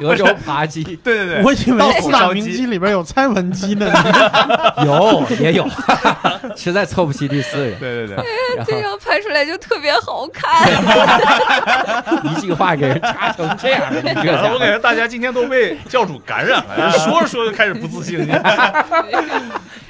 Speaker 1: 德州扒鸡
Speaker 6: 对对对
Speaker 5: 嗯
Speaker 3: 我以
Speaker 6: 到
Speaker 3: 为
Speaker 6: 火
Speaker 3: 四
Speaker 6: 烧
Speaker 3: 大
Speaker 6: 鸡
Speaker 3: 名鸡里边有蔡文姬呢，
Speaker 1: 有也有， 实在凑不齐第 四个。
Speaker 6: 对对对，
Speaker 1: 然
Speaker 5: 这
Speaker 1: 后
Speaker 5: 样拍出来就特别好看。
Speaker 1: 一句话给人插成这样的，你这
Speaker 4: 我
Speaker 1: 家
Speaker 4: 感
Speaker 1: 伙
Speaker 4: 觉大家今天都被教主感染了，啊 说着说着就开始不自信
Speaker 1: 哎
Speaker 4: 了。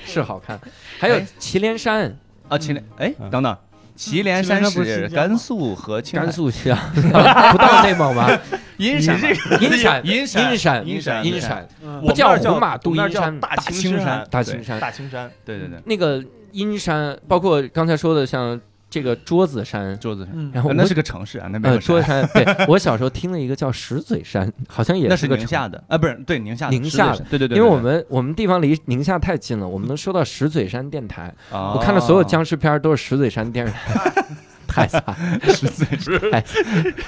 Speaker 1: 是好看。还有祁连山、
Speaker 6: 啊，祁连，哎，等
Speaker 1: 嗯
Speaker 6: 等，祁连
Speaker 3: 祁连
Speaker 6: 山
Speaker 3: 山不是
Speaker 6: 是
Speaker 3: 新疆吗
Speaker 6: 甘肃和青海
Speaker 1: 甘肃西啊，不到内蒙吗？
Speaker 6: 阴
Speaker 4: 你
Speaker 6: 山吧
Speaker 4: 这个
Speaker 1: 阴山、
Speaker 6: 阴
Speaker 1: 山、阴
Speaker 6: 山
Speaker 1: 阴
Speaker 6: 阴山
Speaker 1: 阴山，不
Speaker 4: 我们那儿
Speaker 1: 叫
Speaker 4: 叫
Speaker 1: 红马
Speaker 4: 我
Speaker 1: 度
Speaker 4: 们那儿
Speaker 1: 阴
Speaker 4: 叫
Speaker 1: 山，
Speaker 4: 大
Speaker 6: 青
Speaker 4: 青
Speaker 6: 山
Speaker 1: 大
Speaker 6: 对
Speaker 1: 青山。
Speaker 4: 大青山，
Speaker 6: 对对对，
Speaker 1: 那个阴山，包括刚才说的像这个桌子山，
Speaker 6: 桌子上，
Speaker 3: 嗯
Speaker 1: 然后
Speaker 6: 啊
Speaker 1: 我
Speaker 6: 那是个城市啊，那没
Speaker 1: 呃
Speaker 6: 有
Speaker 1: 桌
Speaker 6: 山
Speaker 1: 子山，对我小时候听了一个叫石嘴山，好像也
Speaker 6: 那是
Speaker 1: 个
Speaker 6: 宁
Speaker 1: 城。
Speaker 6: 夏的啊，不是对宁夏的
Speaker 1: 宁夏的
Speaker 6: 是对对对对，
Speaker 1: 因为我
Speaker 6: 对
Speaker 1: 们我们地方离宁夏太近了，我们能收到石嘴山电台。
Speaker 6: 哦
Speaker 1: 我看的所有僵尸片儿都是石嘴山电视台， 太惨了，
Speaker 6: 十岁之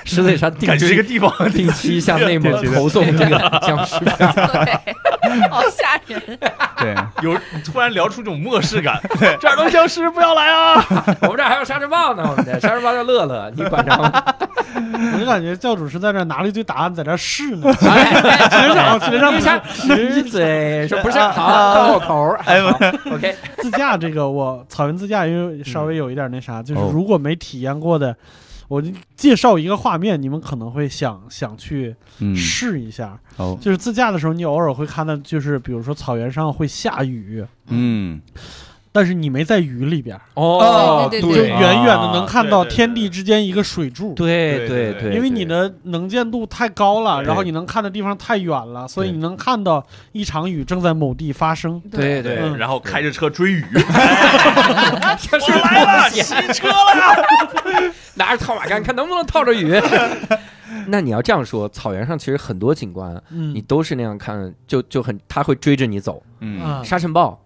Speaker 1: 石嘴山定
Speaker 4: 感觉这
Speaker 1: 期
Speaker 4: 个地方
Speaker 1: 定期向内蒙投送这个僵尸片儿。
Speaker 5: 对， 好吓人。
Speaker 6: 对，啊
Speaker 4: 有突然聊出一种漠视 感，这儿都僵尸，不要来啊！
Speaker 1: 我们这儿还有沙尘暴呢，我们这沙尘暴叫乐乐，你管着 吗？
Speaker 3: 我就感觉教主是在这儿拿了一堆答案在这儿试呢，
Speaker 1: 石
Speaker 3: 实
Speaker 1: 哎
Speaker 3: 上实上不是
Speaker 1: 石嘴说不是
Speaker 6: 啊
Speaker 1: 好
Speaker 6: 啊
Speaker 1: 道口儿，
Speaker 6: 哎我
Speaker 1: 好 OK，
Speaker 3: 自驾这个我草原自驾因为稍微有一点那啥，就是
Speaker 1: 哦
Speaker 3: 如果没体验过的，我就介绍一个画面，你们可能会想想去
Speaker 6: 嗯
Speaker 3: 试一下。
Speaker 6: 哦
Speaker 3: 就是自驾的时候，你偶尔会看到，就是比如说草原上会下雨，
Speaker 6: 嗯
Speaker 3: 但是你没在雨里边，
Speaker 1: 哦，
Speaker 5: 对
Speaker 3: 就
Speaker 5: 对
Speaker 3: 远远的能看到
Speaker 4: 啊对对对
Speaker 3: 天地之间一个水柱。
Speaker 1: 对
Speaker 4: 对
Speaker 1: 对
Speaker 4: 对
Speaker 1: 对，
Speaker 3: 因为你的能见度太高了，
Speaker 1: 对
Speaker 3: 然后你能看的地方太远了，所以
Speaker 1: 对
Speaker 3: 你能看到一场雨正在某地发生。
Speaker 1: 对对
Speaker 3: 嗯
Speaker 4: 然后开着车追雨，
Speaker 1: 僵尸
Speaker 4: 我来了，
Speaker 1: 冒险
Speaker 4: 骑车了。
Speaker 1: 拿着套马杆看能不能套着雨。 那你要这样说，草原上其实很多景观。
Speaker 3: 嗯，
Speaker 1: 你都是那样看，就就很，他会追着你走。
Speaker 6: 嗯
Speaker 3: 啊，
Speaker 1: 沙尘暴、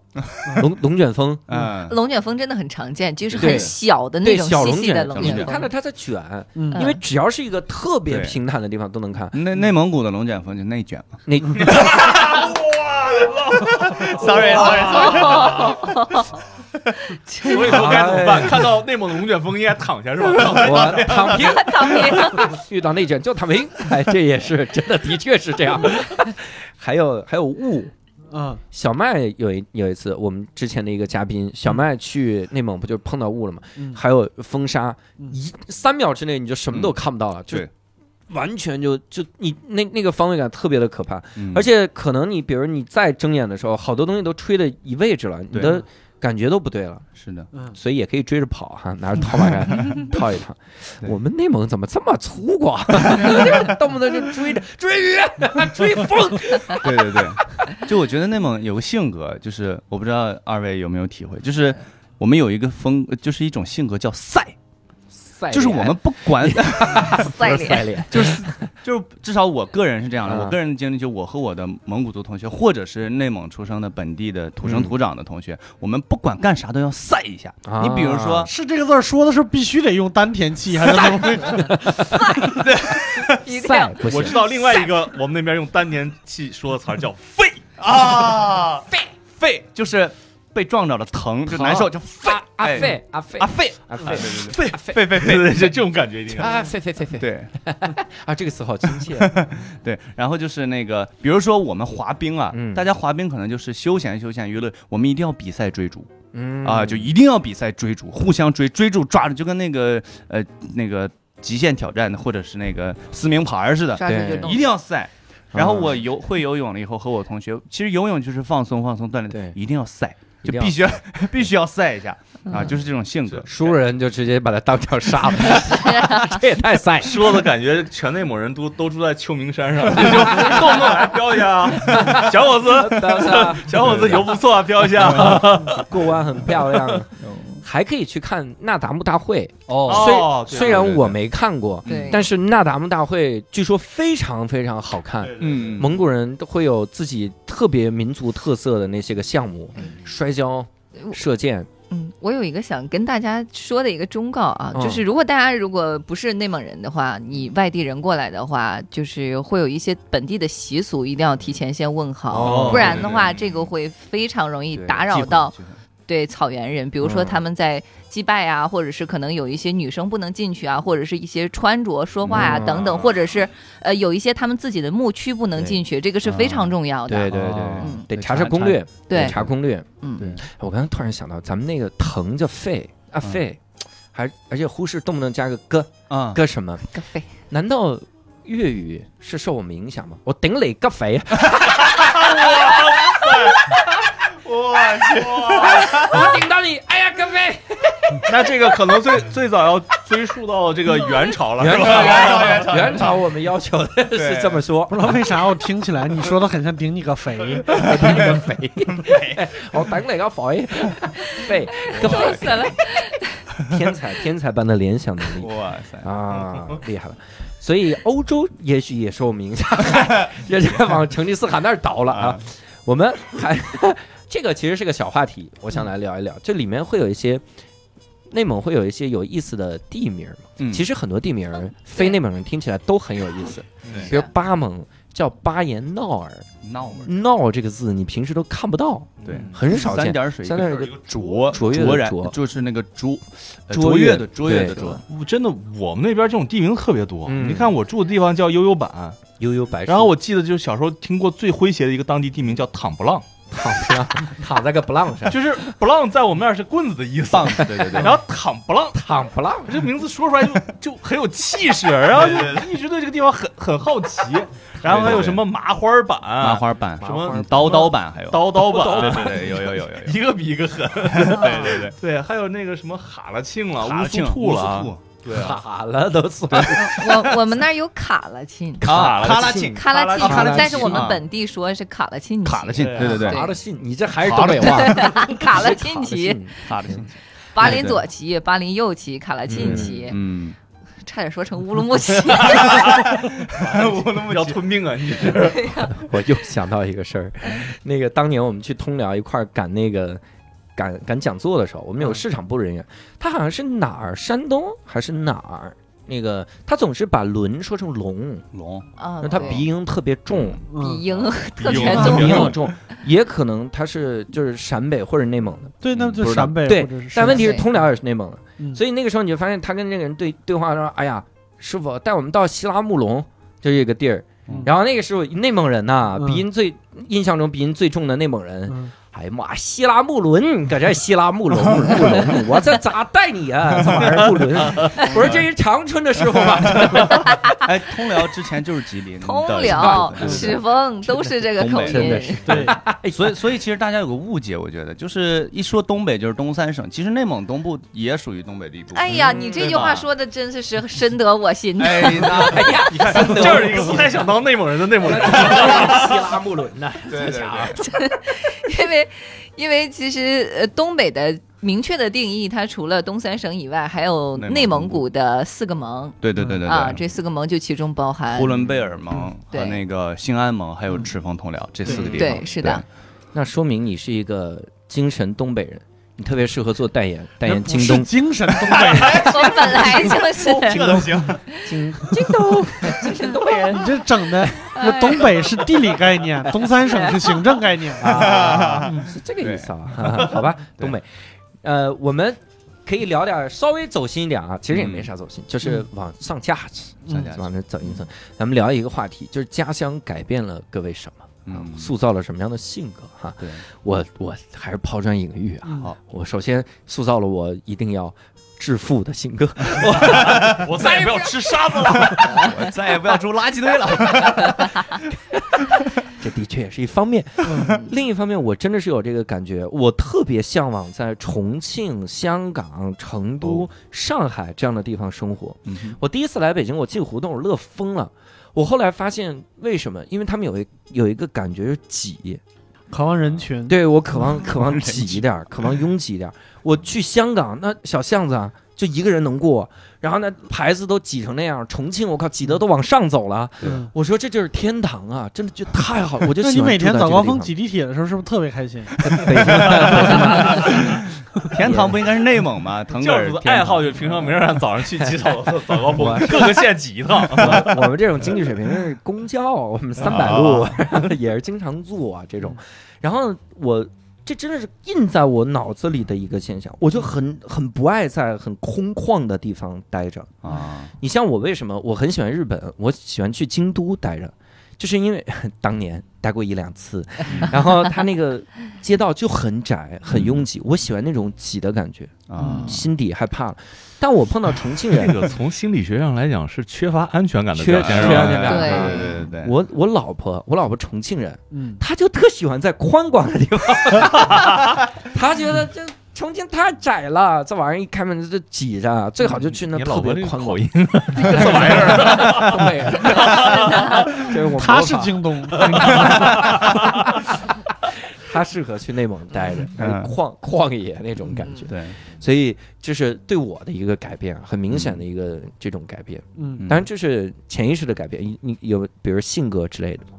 Speaker 1: 龙龙卷风，
Speaker 6: 嗯，
Speaker 5: 龙卷风真的很常见，就是
Speaker 1: 对
Speaker 5: 很小的那
Speaker 1: 对
Speaker 5: 种
Speaker 1: 小
Speaker 5: 细
Speaker 1: 龙
Speaker 5: 细的
Speaker 1: 卷，
Speaker 5: 龙
Speaker 1: 你
Speaker 5: 卷
Speaker 1: 就看到
Speaker 5: 风。
Speaker 1: 它在卷，
Speaker 3: 嗯
Speaker 1: 因为只要是一个特别
Speaker 6: 对
Speaker 1: 平坦的地方都能看。
Speaker 6: 内内蒙古的龙卷风就内卷嘛
Speaker 1: 那
Speaker 6: ，sorry sorry，
Speaker 4: 所以说该怎么
Speaker 1: 哎
Speaker 4: 办？看到内蒙的龙卷风应该躺下是吧？
Speaker 1: 我躺平，
Speaker 5: 躺平，
Speaker 1: 遇到内卷就躺平。 哎，这也是真的，的确是这样。 还有还有雾，
Speaker 3: 嗯
Speaker 1: 小麦有一有一次，我们之前的一个嘉宾小
Speaker 6: 嗯
Speaker 1: 麦去内蒙，不就碰到雾了吗？
Speaker 3: 嗯
Speaker 1: 还有风沙，
Speaker 3: 嗯
Speaker 1: 一三秒之内你就什么都看不到了，就
Speaker 6: 嗯对
Speaker 1: 完全就就你那那个方位感特别的可怕，
Speaker 6: 嗯
Speaker 1: 而且可能你比如你再睁眼的时候，好多东西都吹的一位置了，你
Speaker 4: 对
Speaker 1: 的感觉都不对了，
Speaker 6: 是的，
Speaker 3: 嗯，
Speaker 1: 所以也可以追着跑哈，拿着套马 杆套一套。
Speaker 6: 对
Speaker 1: 我们内蒙怎么这么粗犷， 动不动就追着追雨、 追风，
Speaker 6: 对对对， 就我觉得内蒙有个性格，就是我不知道二位有没有体会，就是我们有一个风，就是一种性格叫赛，
Speaker 1: 赛
Speaker 6: 就是我们不管，
Speaker 5: 赛
Speaker 1: 脸啊赛
Speaker 5: 脸，
Speaker 1: 脸，
Speaker 6: 就是就是至少我个人是这样的，
Speaker 1: 嗯
Speaker 6: 我个人的经历就我和我的蒙古族同学，或者是内蒙出生的本地的土生土长的同学，我们不管干啥都要赛一下。
Speaker 1: 啊
Speaker 6: 你比如说，
Speaker 3: 是这个字儿说的时候必须得用丹田气，还是怎么 回事？
Speaker 5: 一定
Speaker 1: 赛
Speaker 5: 要
Speaker 1: 不
Speaker 4: 我
Speaker 1: 行
Speaker 4: 知。道另外一个我们那边用丹田气说的词 儿叫肺，
Speaker 6: 啊，肺肺就是被撞着了
Speaker 1: 啊
Speaker 6: 疼就难受就肺
Speaker 1: 阿阿
Speaker 6: 哎
Speaker 1: 费阿费
Speaker 6: 啊肺
Speaker 1: 阿费
Speaker 6: 肺
Speaker 1: 费
Speaker 6: 肺肺肺，
Speaker 4: 对 对对，这种感觉一定要。
Speaker 1: 啊费费费费
Speaker 6: 对
Speaker 1: 啊，这个词好亲切。啊
Speaker 6: 对，然后就是那个，比如说我们滑冰啊，
Speaker 1: 嗯
Speaker 6: 大家滑冰可能就是休闲休闲娱乐，我们一定要比赛追逐
Speaker 1: 嗯
Speaker 6: 啊，就一定要比赛追逐，互相追追逐抓着，就跟那个呃那个极限挑战或者是那个撕名牌儿似的，
Speaker 5: 抓住就
Speaker 1: 对
Speaker 5: 弄
Speaker 6: 一定要赛。然后
Speaker 1: 啊
Speaker 6: 我游会游泳了以后，和我同学，其实游泳就是放松放松锻炼，
Speaker 1: 对
Speaker 6: 一定要赛，
Speaker 1: 一
Speaker 6: 就
Speaker 1: 定要
Speaker 6: 必须必须要 赛一下啊，
Speaker 5: 嗯
Speaker 6: 就是这种性格。
Speaker 1: 熟人就直接把他当场杀 了，这也太晒。
Speaker 4: 说的感觉全内蒙人都都住在秋名山 上，就动不动来飘一下啊，小伙 子，小伙子游不错啊，飘一下啊。
Speaker 1: 过弯 很漂亮，还可以去看那达慕大会。
Speaker 4: 哦
Speaker 1: 虽
Speaker 4: 对
Speaker 1: 虽然我没看过，
Speaker 5: 对，
Speaker 1: 但是那达慕大会据说非常非常好看。
Speaker 6: 嗯，
Speaker 1: 蒙古人都会有自己特别民族特色的那些个项目，摔跤、射箭。
Speaker 5: 嗯，我有一个想跟大家说的一个忠告啊，
Speaker 1: 嗯
Speaker 5: 就是如果大家如果不是内蒙人的话，你外地人过来的话，就是会有一些本地的习俗，一定要提前先问好，
Speaker 1: 哦
Speaker 5: 不然的话，
Speaker 6: 对对
Speaker 5: 这个会非常容易
Speaker 6: 对
Speaker 5: 打
Speaker 6: 忌
Speaker 5: 扰
Speaker 6: 讳
Speaker 5: 到
Speaker 6: 忌讳
Speaker 5: 对草原人，比如说
Speaker 1: 嗯
Speaker 5: 他们在祭拜啊，或者是可能有一些女生不能进去啊，或者是一些穿着、说话啊
Speaker 1: 嗯
Speaker 5: 等等，或者是呃有一些他们自己的牧区不能
Speaker 1: 对
Speaker 5: 进去，这个是非常重要的。
Speaker 1: 对对对
Speaker 6: 哦，
Speaker 5: 嗯
Speaker 1: 得查查攻略，
Speaker 5: 对
Speaker 1: 得查攻略。哎
Speaker 5: 嗯
Speaker 6: 对
Speaker 1: 我刚刚突然想到，咱们那个疼叫肺啊
Speaker 6: 嗯
Speaker 1: 肺，还而且忽视动不动加个咯
Speaker 6: 啊，
Speaker 1: 咯什么。
Speaker 5: 个肺
Speaker 1: 难道粤语是受我们影响吗？我顶你个啊肥！
Speaker 4: 我去，
Speaker 1: 我顶到你！哎呀，个肥！
Speaker 4: 那这个可能最最早要追溯到这个元朝了，是吧？
Speaker 1: 元朝，元朝，我们要求的是这么 说
Speaker 3: 不。知道为啥我听起来你说的很像顶你个肺，
Speaker 1: 我顶你个肥！我顶你个肥！肥个
Speaker 5: 笑
Speaker 1: 肥！
Speaker 5: 死了，
Speaker 1: 天才，天才般的联想能力
Speaker 6: 哇塞，
Speaker 1: 啊，厉害了！所以欧洲也许也受我们影响， 也是往成吉思汗那儿倒了啊。我们还 这个其实是个小话题，我想来聊一聊，这里面会有一些内蒙会有一些有意思的地名儿。
Speaker 6: 嗯
Speaker 1: 其实很多地名儿非内蒙人听起来都很有意思，
Speaker 6: 对
Speaker 1: 比如巴盟叫巴彦淖尔，
Speaker 6: 闹味儿
Speaker 1: 淖这个字你平时都看不到，
Speaker 6: 对，
Speaker 1: 很少
Speaker 6: 三
Speaker 1: 见。
Speaker 6: 点水一
Speaker 1: 三
Speaker 6: 个
Speaker 1: 点水一个
Speaker 6: 卓
Speaker 1: 卓越的
Speaker 6: 卓然
Speaker 1: 卓
Speaker 6: 就是那个卓呃
Speaker 1: 卓越
Speaker 6: 越的卓越的
Speaker 1: 对
Speaker 6: 卓，
Speaker 4: 我真的，我们那边这种地名特别多。
Speaker 1: 嗯
Speaker 4: 你看我住的地方叫悠悠坂，
Speaker 1: 悠悠白树，
Speaker 4: 然后我记哎得就是小时候听过最诙谐的一个当地地名叫躺不浪，
Speaker 1: 躺 上躺在个不浪上，
Speaker 4: 就是不浪在我们那儿是棍子的意思，
Speaker 6: 棒子，对对对，
Speaker 4: 然后躺不浪。
Speaker 1: 躺不浪
Speaker 4: 这名字说出来就就很有气势，然后就一直对这个地方很很好奇， 然后还有什么麻花板、
Speaker 6: 啊麻花板、
Speaker 4: 什
Speaker 1: 嗯
Speaker 4: 么
Speaker 6: 刀刀板，还有
Speaker 4: 刀刀
Speaker 6: 对
Speaker 4: 板，，
Speaker 6: 对对，有有有有有
Speaker 4: 一个比一个狠。
Speaker 6: 对对对，
Speaker 4: 对，还有那个什么哈拉庆了、
Speaker 6: 哈
Speaker 4: 乌
Speaker 6: 拉
Speaker 4: 苏
Speaker 6: 庆
Speaker 4: 兔了
Speaker 6: 乌
Speaker 4: 啊
Speaker 6: 苏，
Speaker 4: 对啊，
Speaker 1: 卡了都算。
Speaker 5: 我我们那儿有卡了亲。
Speaker 6: 兔啊，卡
Speaker 4: 卡拉
Speaker 6: 拉
Speaker 4: 沁
Speaker 6: 沁，
Speaker 5: 嗯卡拉沁，
Speaker 1: 卡拉沁
Speaker 5: 但是我们
Speaker 6: 啊
Speaker 5: 本地说是卡拉沁旗，
Speaker 6: 卡拉沁，
Speaker 4: 对
Speaker 6: 对对对，
Speaker 1: 卡
Speaker 5: 对
Speaker 1: 的信，你这还是东北话。
Speaker 5: 卡拉沁旗，
Speaker 6: 卡拉沁，
Speaker 5: 巴林左旗，巴林右旗，卡拉沁旗，
Speaker 6: 嗯，
Speaker 5: 差点说成乌鲁木齐。
Speaker 4: 我那么要吞并啊！你这
Speaker 1: 我又想到一个事儿，
Speaker 5: 嗯
Speaker 1: 那个当年我们去通辽一块儿赶那个赶赶讲座的时候，我们有市场部人员，他好像是哪儿山东还是哪儿。那个他总是把轮说成龙，
Speaker 6: 龙，
Speaker 5: 啊
Speaker 1: 那，他
Speaker 5: 对哎
Speaker 1: 鼻音特别重，
Speaker 5: 鼻
Speaker 3: 嗯，
Speaker 5: 音特
Speaker 4: 鼻
Speaker 5: 别
Speaker 4: 音
Speaker 5: 重
Speaker 1: 鼻
Speaker 4: 别
Speaker 1: 音啊
Speaker 4: 重
Speaker 1: 很重，也可能他是就是陕北或者内蒙的，
Speaker 3: 对，那
Speaker 6: 不
Speaker 3: 就
Speaker 6: 知道
Speaker 3: 陕北
Speaker 1: 对
Speaker 3: 或者是
Speaker 1: 但问题是
Speaker 5: 对
Speaker 1: 通辽也是内蒙的，
Speaker 3: 嗯
Speaker 1: 所以那个时候你就发现他跟那个人对对话说：“哎呀，师傅带我们到西拉木龙，就这个地儿。
Speaker 6: 嗯
Speaker 1: 然后那个时候内蒙人呐、
Speaker 3: 嗯
Speaker 1: 鼻音最印象中鼻音最重的内蒙人，
Speaker 3: 嗯
Speaker 1: 哎哎呀妈，希拉穆伦，搁这希拉穆伦 穆伦，我这咋带你啊？这玩意儿穆伦，我说这是长春的师傅吧？
Speaker 6: 哎，通辽之前就是吉林，
Speaker 5: 通
Speaker 6: 的
Speaker 5: 辽、
Speaker 6: 对对
Speaker 5: 赤峰都是这个口
Speaker 6: 啊真
Speaker 5: 音
Speaker 1: 的是，
Speaker 3: 对，
Speaker 6: 所以，所以其实大家有个误解，我觉得就是一说东北就是东三省，其实内蒙东部也属于东北的一部分。
Speaker 5: 哎呀，你这句
Speaker 6: 对吧
Speaker 5: 话说的真是是深得我心呐。
Speaker 6: 哎那
Speaker 1: 哎呀，
Speaker 4: 你看，这是一个不太想当内蒙人的内蒙 人。
Speaker 1: 希拉穆伦呐，
Speaker 6: 对对对，
Speaker 5: 因为，因为其实呃，东北的明确的定义，它除了东三省以外，还有
Speaker 6: 内蒙
Speaker 5: 内蒙古的四个盟
Speaker 6: 对对对对
Speaker 5: 啊，
Speaker 6: 对。
Speaker 5: 这四个盟就其中包含
Speaker 6: 呼伦贝尔盟
Speaker 5: 对
Speaker 6: 和那个兴安盟，还有赤峰、通辽这四个地方。
Speaker 5: 对是的
Speaker 1: 那说明你是一个精神东北人，你特别适合做代言，代
Speaker 3: 人
Speaker 1: 言
Speaker 3: 不
Speaker 1: 京
Speaker 3: 是
Speaker 1: 东，
Speaker 3: 精神东北 人，
Speaker 5: 我本来就是，
Speaker 6: 这都行。
Speaker 1: 京京东，精神东北人
Speaker 3: 你这整的，
Speaker 1: 哎
Speaker 3: 那东北是地理 概念，东三省是行政概念。
Speaker 1: 啊，是这个意思啊？ 好吧，东北，呃，我们可以聊点儿稍微走心一点啊，其实也没啥走心，就是往上价值，
Speaker 3: 嗯
Speaker 1: 上价值往这走一走。咱们聊一个话题，就是家乡改变了各位什么。啊
Speaker 6: 嗯
Speaker 1: 塑造了什么样的性格哈、
Speaker 6: 对
Speaker 1: 我我还是抛砖引玉啊。
Speaker 3: 嗯
Speaker 6: 好
Speaker 1: 我首先塑造了我一定要致富的性格，
Speaker 4: 我再也不要吃沙子了。
Speaker 6: 我再也不要住垃圾堆了。
Speaker 1: 这的确也是一方面。
Speaker 3: 嗯
Speaker 1: 另一方面，我真的是有这个感觉，我特别向往在重庆、香港、成都、
Speaker 3: 哦
Speaker 1: 上海这样的地方生活。
Speaker 6: 嗯哼
Speaker 1: 我第一次来北京，我进胡同，我乐疯了。我后来发现为什么？因为他们有一有一个感觉就是挤，
Speaker 3: 渴望人群，
Speaker 1: 对我渴望渴
Speaker 3: 嗯
Speaker 1: 望挤一点儿，渴望拥挤一点儿。我去香港那小巷子啊，就一个人能过，然后那牌子都挤成那样。重庆，我靠，挤得都往上走了。
Speaker 3: 嗯，
Speaker 1: 我说这就是天堂啊，真的就太好了，我就
Speaker 3: 那
Speaker 1: 喜
Speaker 3: 你
Speaker 1: 欢
Speaker 3: 每
Speaker 1: 住在
Speaker 3: 天
Speaker 1: 这
Speaker 3: 早
Speaker 1: 个
Speaker 3: 高
Speaker 1: 地
Speaker 3: 峰
Speaker 1: 方
Speaker 3: 挤地铁的时候，是不是特别开心？
Speaker 1: 北京
Speaker 6: 天堂不应该是内蒙吗？腾格
Speaker 4: 教
Speaker 6: 尔
Speaker 4: 主的
Speaker 6: 天堂
Speaker 4: 爱好就是平常没事干，早上去挤 早早高峰，各个县挤一趟。
Speaker 1: 我们这种经济水平是公交，我们三百路 也是经常坐啊这种。然后我这真的是印在我脑子里的一个现象，我就很很不爱在很空旷的地方待着。
Speaker 6: 啊，
Speaker 1: 你像我为什么我很喜欢日本，我喜欢去京都待着，就是因为 当年待过一两次，然后它那个街道就很窄很拥挤，我喜欢那种挤的感觉，
Speaker 6: 啊，
Speaker 1: 心底害怕了。但我碰到重庆人
Speaker 4: 这，个从心理学上来讲是缺乏安全感的
Speaker 1: 缺
Speaker 4: 表现，是
Speaker 1: 缺
Speaker 4: 吧
Speaker 1: 安全感
Speaker 6: 对对对对对，
Speaker 1: 我我老婆，我老婆重庆人，
Speaker 3: 嗯，
Speaker 1: 她就特喜欢在宽广的地方， 她觉得这重庆太窄了，这玩意儿一开门就挤着，最好就去那
Speaker 4: 你
Speaker 1: 特
Speaker 4: 老婆这
Speaker 1: 别
Speaker 4: 个
Speaker 1: 宽
Speaker 4: 口
Speaker 1: 广。
Speaker 4: 音，
Speaker 1: 这玩意儿，东北人， 这是我
Speaker 3: 他
Speaker 1: 模
Speaker 3: 是
Speaker 1: 仿
Speaker 3: 京东，
Speaker 1: 嗯他适合去内蒙待着，
Speaker 6: 嗯
Speaker 1: 旷旷野那种感觉，
Speaker 6: 对，
Speaker 1: 所以这是对我的一个改变，啊很明
Speaker 6: 嗯
Speaker 1: 显的一个这种改变。
Speaker 3: 嗯，
Speaker 1: 当然这是潜意识的改变，你你有比如性格之类的吗？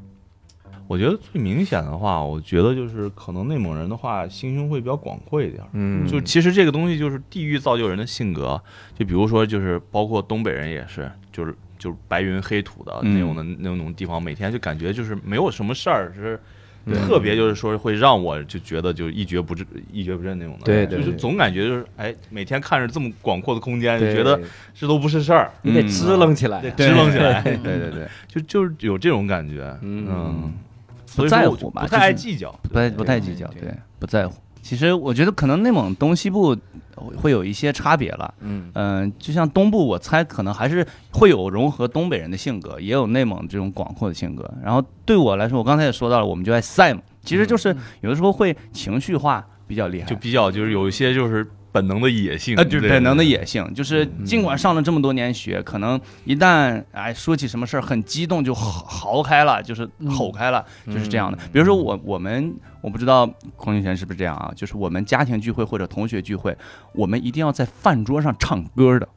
Speaker 4: 我觉得最明显的话，我觉得就是可能内蒙人的话，心胸会比较广阔一点儿。
Speaker 1: 嗯
Speaker 4: 就其实这个东西就是地域造就人的性格，就比如说就是包括东北人也是，就是就是白云黑土的
Speaker 6: 嗯
Speaker 4: 那种的、那种地方，每天就感觉就是没有什么事儿，是
Speaker 1: 对
Speaker 4: 特别就是说会让我就觉得就一蹶不振一蹶不振那种的，
Speaker 1: 对对
Speaker 4: 就是
Speaker 1: 对
Speaker 4: 总感觉就是哎，每天看着这么广阔的空间，就
Speaker 1: 对
Speaker 4: 觉得这都不是事儿，
Speaker 6: 嗯
Speaker 1: 你得支棱起来
Speaker 4: 得
Speaker 1: 啊，
Speaker 4: 支棱起来，
Speaker 6: 对对对，
Speaker 4: 就就是有这种感觉，
Speaker 1: 嗯
Speaker 4: 嗯，所以
Speaker 6: 在
Speaker 4: 说
Speaker 6: 乎
Speaker 4: 我就
Speaker 6: 吧
Speaker 4: 不
Speaker 6: 就
Speaker 4: 太爱
Speaker 6: 是
Speaker 4: 计较，
Speaker 6: 不太不太计较，对，不在乎。其实我觉得可能内蒙东西部会有一些差别了，
Speaker 1: 嗯
Speaker 6: 嗯、就像东部，我猜可能还是会有融合东北人的性格，也有内蒙这种广阔的性格。然后对我来说，我刚才也说到了，我们就爱赛嘛，其实就是有的时候会情绪化比较厉害，
Speaker 4: 嗯就比较就是有一些就是本能的野性
Speaker 6: 啊，就是
Speaker 4: 对
Speaker 6: 本能的野性，就是尽管上了这么多年学，可能一旦哎说起什么事儿很激动就嚎嚎开了，就是吼开了，就是这样的。比如说我我们我不知道孔俊贤是不是这样啊，就是我们家庭聚会或者同学聚会，我们一定要在饭桌上唱歌的。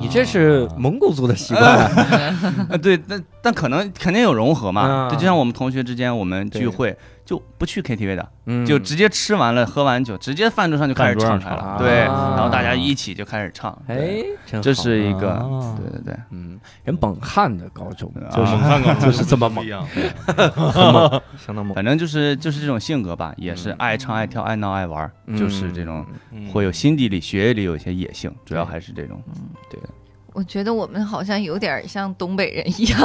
Speaker 1: 你这是
Speaker 4: 啊
Speaker 1: 蒙古族的习惯啊，
Speaker 6: 啊，对，但但可能肯定有融合嘛，
Speaker 1: 啊
Speaker 6: 对，就像我们同学之间我们
Speaker 1: 对
Speaker 6: 聚会就不去 KTV 的，
Speaker 1: 嗯
Speaker 6: 就直接吃完了喝完酒，直接饭桌上就开始
Speaker 4: 饭桌上
Speaker 6: 唱开了，
Speaker 1: 唱
Speaker 6: 对，
Speaker 1: 啊
Speaker 6: 然后大家一起就开始唱，对，
Speaker 1: 哎，真
Speaker 6: 这
Speaker 1: 好
Speaker 6: 是一个，
Speaker 4: 啊
Speaker 6: 对对对。啊
Speaker 1: 嗯，人本汉的高中
Speaker 6: 就
Speaker 4: 就是是看看
Speaker 1: 就是这么猛
Speaker 4: 啊一样。
Speaker 1: 很猛，相当猛，
Speaker 6: 反正就是就是这种性格吧，也是爱唱爱跳爱闹爱玩
Speaker 1: 嗯
Speaker 6: 儿，就是这种
Speaker 4: 嗯
Speaker 6: 会有心底里血液里有一些野性，主要还是这种。
Speaker 5: 我觉得我们好像有点像东北人一样，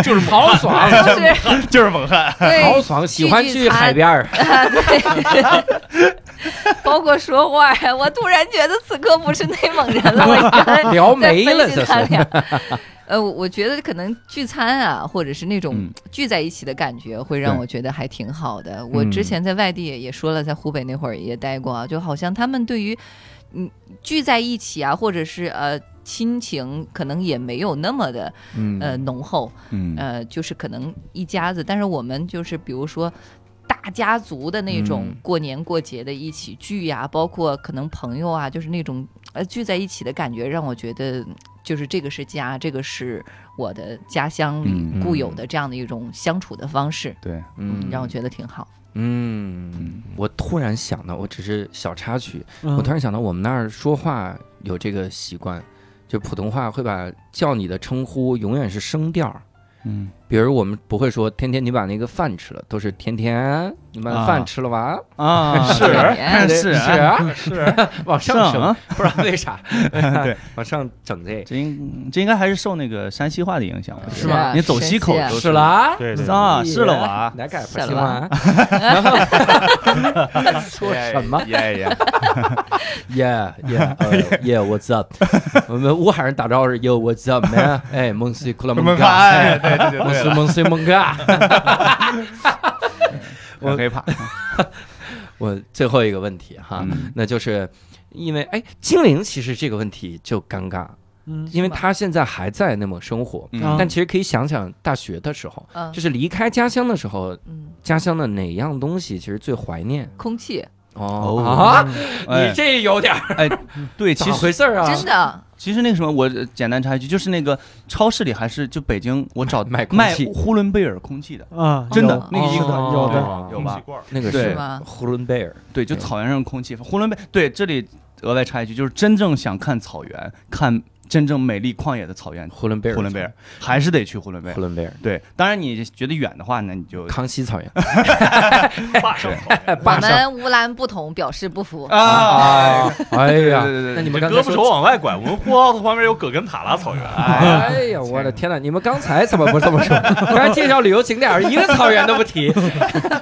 Speaker 1: 就是豪爽，
Speaker 5: 就是
Speaker 6: 就是猛汉。
Speaker 1: 豪
Speaker 5: 对
Speaker 1: 爽，喜欢
Speaker 5: 聚聚
Speaker 1: 去
Speaker 5: 餐
Speaker 1: 海边儿。
Speaker 5: 啊，对， 包括说话，我突然觉得此刻不是内蒙人了，我刚才
Speaker 1: 聊没了
Speaker 5: 啊
Speaker 1: 这
Speaker 5: 在分析他
Speaker 1: 是
Speaker 5: 俩。 呃，我我觉得可能聚餐啊，或者是那种
Speaker 6: 嗯
Speaker 5: 聚在一起的感觉，会让我觉得还挺好的。我之前在外地也也说了，在湖北那会儿也待过啊，就好像他们对于嗯聚在一起啊，或者是呃亲情，可能也没有那么的
Speaker 1: 嗯
Speaker 5: 呃浓厚。
Speaker 6: 嗯
Speaker 5: 呃，就是可能一家子，但是我们就是比如说大家族的那种
Speaker 1: 嗯
Speaker 5: 过年过节的一起聚呀、包括可能朋友啊，就是那种呃聚在一起的感觉，让我觉得就是这个是家，这个是我的家乡里
Speaker 6: 嗯
Speaker 5: 固有的这样的一种相处的方式，
Speaker 6: 对，
Speaker 1: 嗯
Speaker 5: 让我觉得挺好。
Speaker 1: 嗯，我突然想到，我只是小插曲，
Speaker 3: 嗯
Speaker 1: 我突然想到我们那儿说话有这个习惯，就普通话会把叫你的称呼永远是声调儿。
Speaker 6: 嗯
Speaker 1: 比如我们不会说“天天你把那个饭吃了”，都是“天天你把饭吃了吧
Speaker 6: 啊，
Speaker 4: 是
Speaker 5: 哎
Speaker 6: 是
Speaker 1: 是啊，
Speaker 4: 是
Speaker 1: 往上
Speaker 6: 上
Speaker 1: 升
Speaker 6: 啊，，
Speaker 1: 不知道为啥，
Speaker 6: 对，
Speaker 1: 往上整这
Speaker 6: 这应这应该还是受那个山西话的影响，
Speaker 5: 是
Speaker 6: 吧？
Speaker 5: 啊
Speaker 6: 你走西口
Speaker 5: 山西
Speaker 6: 都
Speaker 5: 啊
Speaker 1: 是了啊
Speaker 4: 对
Speaker 6: 啊，是了娃，
Speaker 1: 哪改不
Speaker 5: 是
Speaker 1: 行
Speaker 5: 了
Speaker 1: 啊？ 说什么？
Speaker 4: 耶耶，
Speaker 1: 耶耶耶 ，What's uh, up？我们武汉人打招呼是 Yo What's up man？哎，蒙西库拉蒙
Speaker 6: 看，
Speaker 1: 嘎，
Speaker 6: 哎，对对对
Speaker 1: 我
Speaker 6: 对
Speaker 1: 是
Speaker 6: 了，
Speaker 1: 蒙西蒙嘎。
Speaker 6: 我可以怕，
Speaker 1: 我最后一个问题哈，
Speaker 6: 嗯
Speaker 1: 那就是因为哎，精灵其实这个问题就尴尬，
Speaker 3: 嗯
Speaker 1: 因为他现在还在内蒙生活，
Speaker 6: 嗯
Speaker 3: 啊
Speaker 1: 但其实可以想想大学的时候，
Speaker 5: 嗯
Speaker 1: 就是离开家乡的时候，
Speaker 5: 嗯，
Speaker 1: 家乡的哪样东西其实最怀念？
Speaker 5: 空气
Speaker 1: 哦哎
Speaker 6: 哦
Speaker 1: 啊，
Speaker 3: 嗯
Speaker 6: 哎
Speaker 1: 你这有点儿
Speaker 6: 对，
Speaker 1: 咋
Speaker 6: 其实
Speaker 1: 回事儿啊？
Speaker 5: 真的
Speaker 6: 其实那个什么，我呃简单插一句，就是那个超市里还是就北京，我找
Speaker 1: 卖卖空
Speaker 6: 卖
Speaker 1: 气
Speaker 6: 呼伦贝尔空气的，
Speaker 3: 啊，
Speaker 6: 真的
Speaker 3: 有
Speaker 6: 那个
Speaker 3: 是
Speaker 6: 一
Speaker 3: 的
Speaker 6: 个
Speaker 3: 有的，
Speaker 1: 哦
Speaker 6: 有吧？
Speaker 1: 那个
Speaker 5: 是
Speaker 1: 是
Speaker 5: 吗？
Speaker 1: 呼伦贝尔，
Speaker 6: 对，就草原上的空气，呼伦贝对，这里额外插一句，就是真正想看草原，看真正美丽旷野的草原，
Speaker 1: 呼伦贝尔，
Speaker 6: 呼伦贝尔，还是得去呼伦贝
Speaker 1: 呼
Speaker 6: 尔。
Speaker 1: 伦贝尔，
Speaker 6: 对，当然你觉得远的话，那你就
Speaker 1: 康熙草原，
Speaker 4: 霸上草原，
Speaker 5: 我
Speaker 1: 坝上。
Speaker 5: 们乌兰不同，表示不服。
Speaker 6: 啊，
Speaker 1: 哎，哎呀
Speaker 6: 对对对对，
Speaker 1: 那你们刚
Speaker 4: 胳
Speaker 1: 才
Speaker 4: 膊肘
Speaker 1: 说，
Speaker 4: 往外拐，我们呼和浩特旁边有葛根塔拉草原，
Speaker 1: 哎呀，我的天哪！你们刚才怎么不这么 说？刚才介绍旅游景点儿，一个草原都不 提，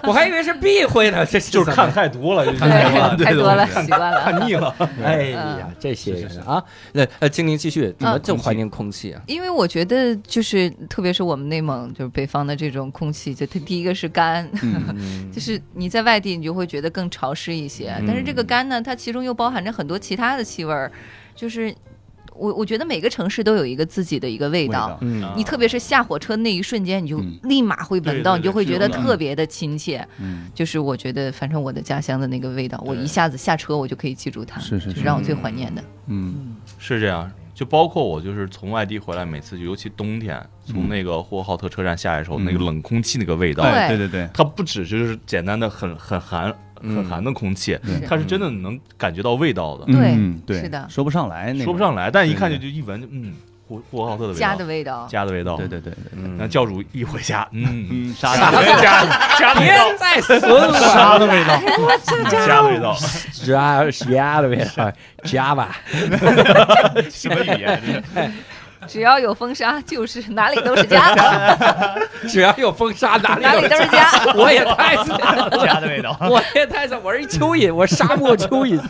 Speaker 1: 我还以为是避讳呢。这
Speaker 4: 就是
Speaker 1: 怎
Speaker 4: 看
Speaker 1: 么
Speaker 4: 太多了，就是
Speaker 5: 对，太多了，习惯了。
Speaker 4: 看腻了，
Speaker 1: 哎呀，这些人啊，那呃，精灵继续，怎么就怀念空气啊？
Speaker 5: 因为我觉得就是，特别是我们内蒙，就是北方的这种空气，就它第一个是干，
Speaker 1: 嗯
Speaker 5: 就是你在外地你就会觉得更潮湿一些，
Speaker 1: 嗯
Speaker 5: 但是这个干呢，它其中又包含着很多其他的气味儿，就是我我觉得每个城市都有一个自己的一个味
Speaker 6: 味
Speaker 5: 道。
Speaker 6: 道，
Speaker 1: 嗯
Speaker 5: 你特别是下火车那一瞬间，你就
Speaker 6: 嗯
Speaker 5: 立马会闻到，
Speaker 4: 对对对
Speaker 5: 你就会觉得
Speaker 4: 是有的
Speaker 5: 特别的亲切。
Speaker 6: 嗯，
Speaker 5: 就是我觉得，反正我的家乡的那个味道，我
Speaker 4: 对
Speaker 5: 一下子下车我就可以记住它，
Speaker 6: 是是
Speaker 5: 就是让我最怀念的。
Speaker 6: 嗯
Speaker 4: 是这样。就包括我，就是从外地回来，每次尤其冬天，从那个呼和浩特车站下来的时候，
Speaker 6: 嗯
Speaker 4: 那个冷空气那个味道，
Speaker 5: 对
Speaker 6: 哎，对对对，
Speaker 4: 它不只就是简单的很很寒很寒的空气，
Speaker 6: 嗯
Speaker 5: 是
Speaker 4: 它是真的能感觉到味道的，嗯
Speaker 5: 对
Speaker 6: 嗯对，
Speaker 5: 是的
Speaker 6: 说不上来，那个
Speaker 4: 说不，上来，但一看就
Speaker 6: 对
Speaker 4: 就一闻就嗯，呼呼和浩特的味
Speaker 5: 家
Speaker 4: 道，
Speaker 5: 的味道，
Speaker 4: 家的味道，
Speaker 6: 对对对对，
Speaker 1: 嗯
Speaker 4: 那教主一回家，嗯，
Speaker 6: 嗯，啥的，
Speaker 4: 家家的味道，
Speaker 1: 别再损 我，
Speaker 6: 的味道，
Speaker 4: 家的味道，
Speaker 1: 家 家的味道，家吧，
Speaker 4: 什么语言？这是
Speaker 5: 只要有风沙，就是哪里都是家，
Speaker 1: 只要有风沙， 哪
Speaker 5: 哪里
Speaker 1: 里
Speaker 5: 都是家。
Speaker 1: 有。我也太 损了，
Speaker 6: 家的味道，
Speaker 1: 我也太损，我是一蚯蚓，我是沙漠蚯蚓。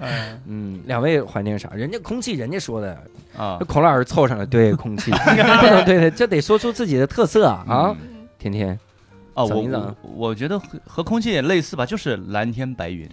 Speaker 1: 哎嗯，两位怀念啥？人家空气，人家说的，
Speaker 6: 啊
Speaker 1: 孔老师凑上了对空 气，不能对的，这得说出自己的特色啊！
Speaker 6: 嗯
Speaker 1: 天天
Speaker 6: 啊，
Speaker 1: 怎
Speaker 6: 我
Speaker 1: 么怎么
Speaker 6: 我我觉得和和空气也类似吧，就是蓝天白云，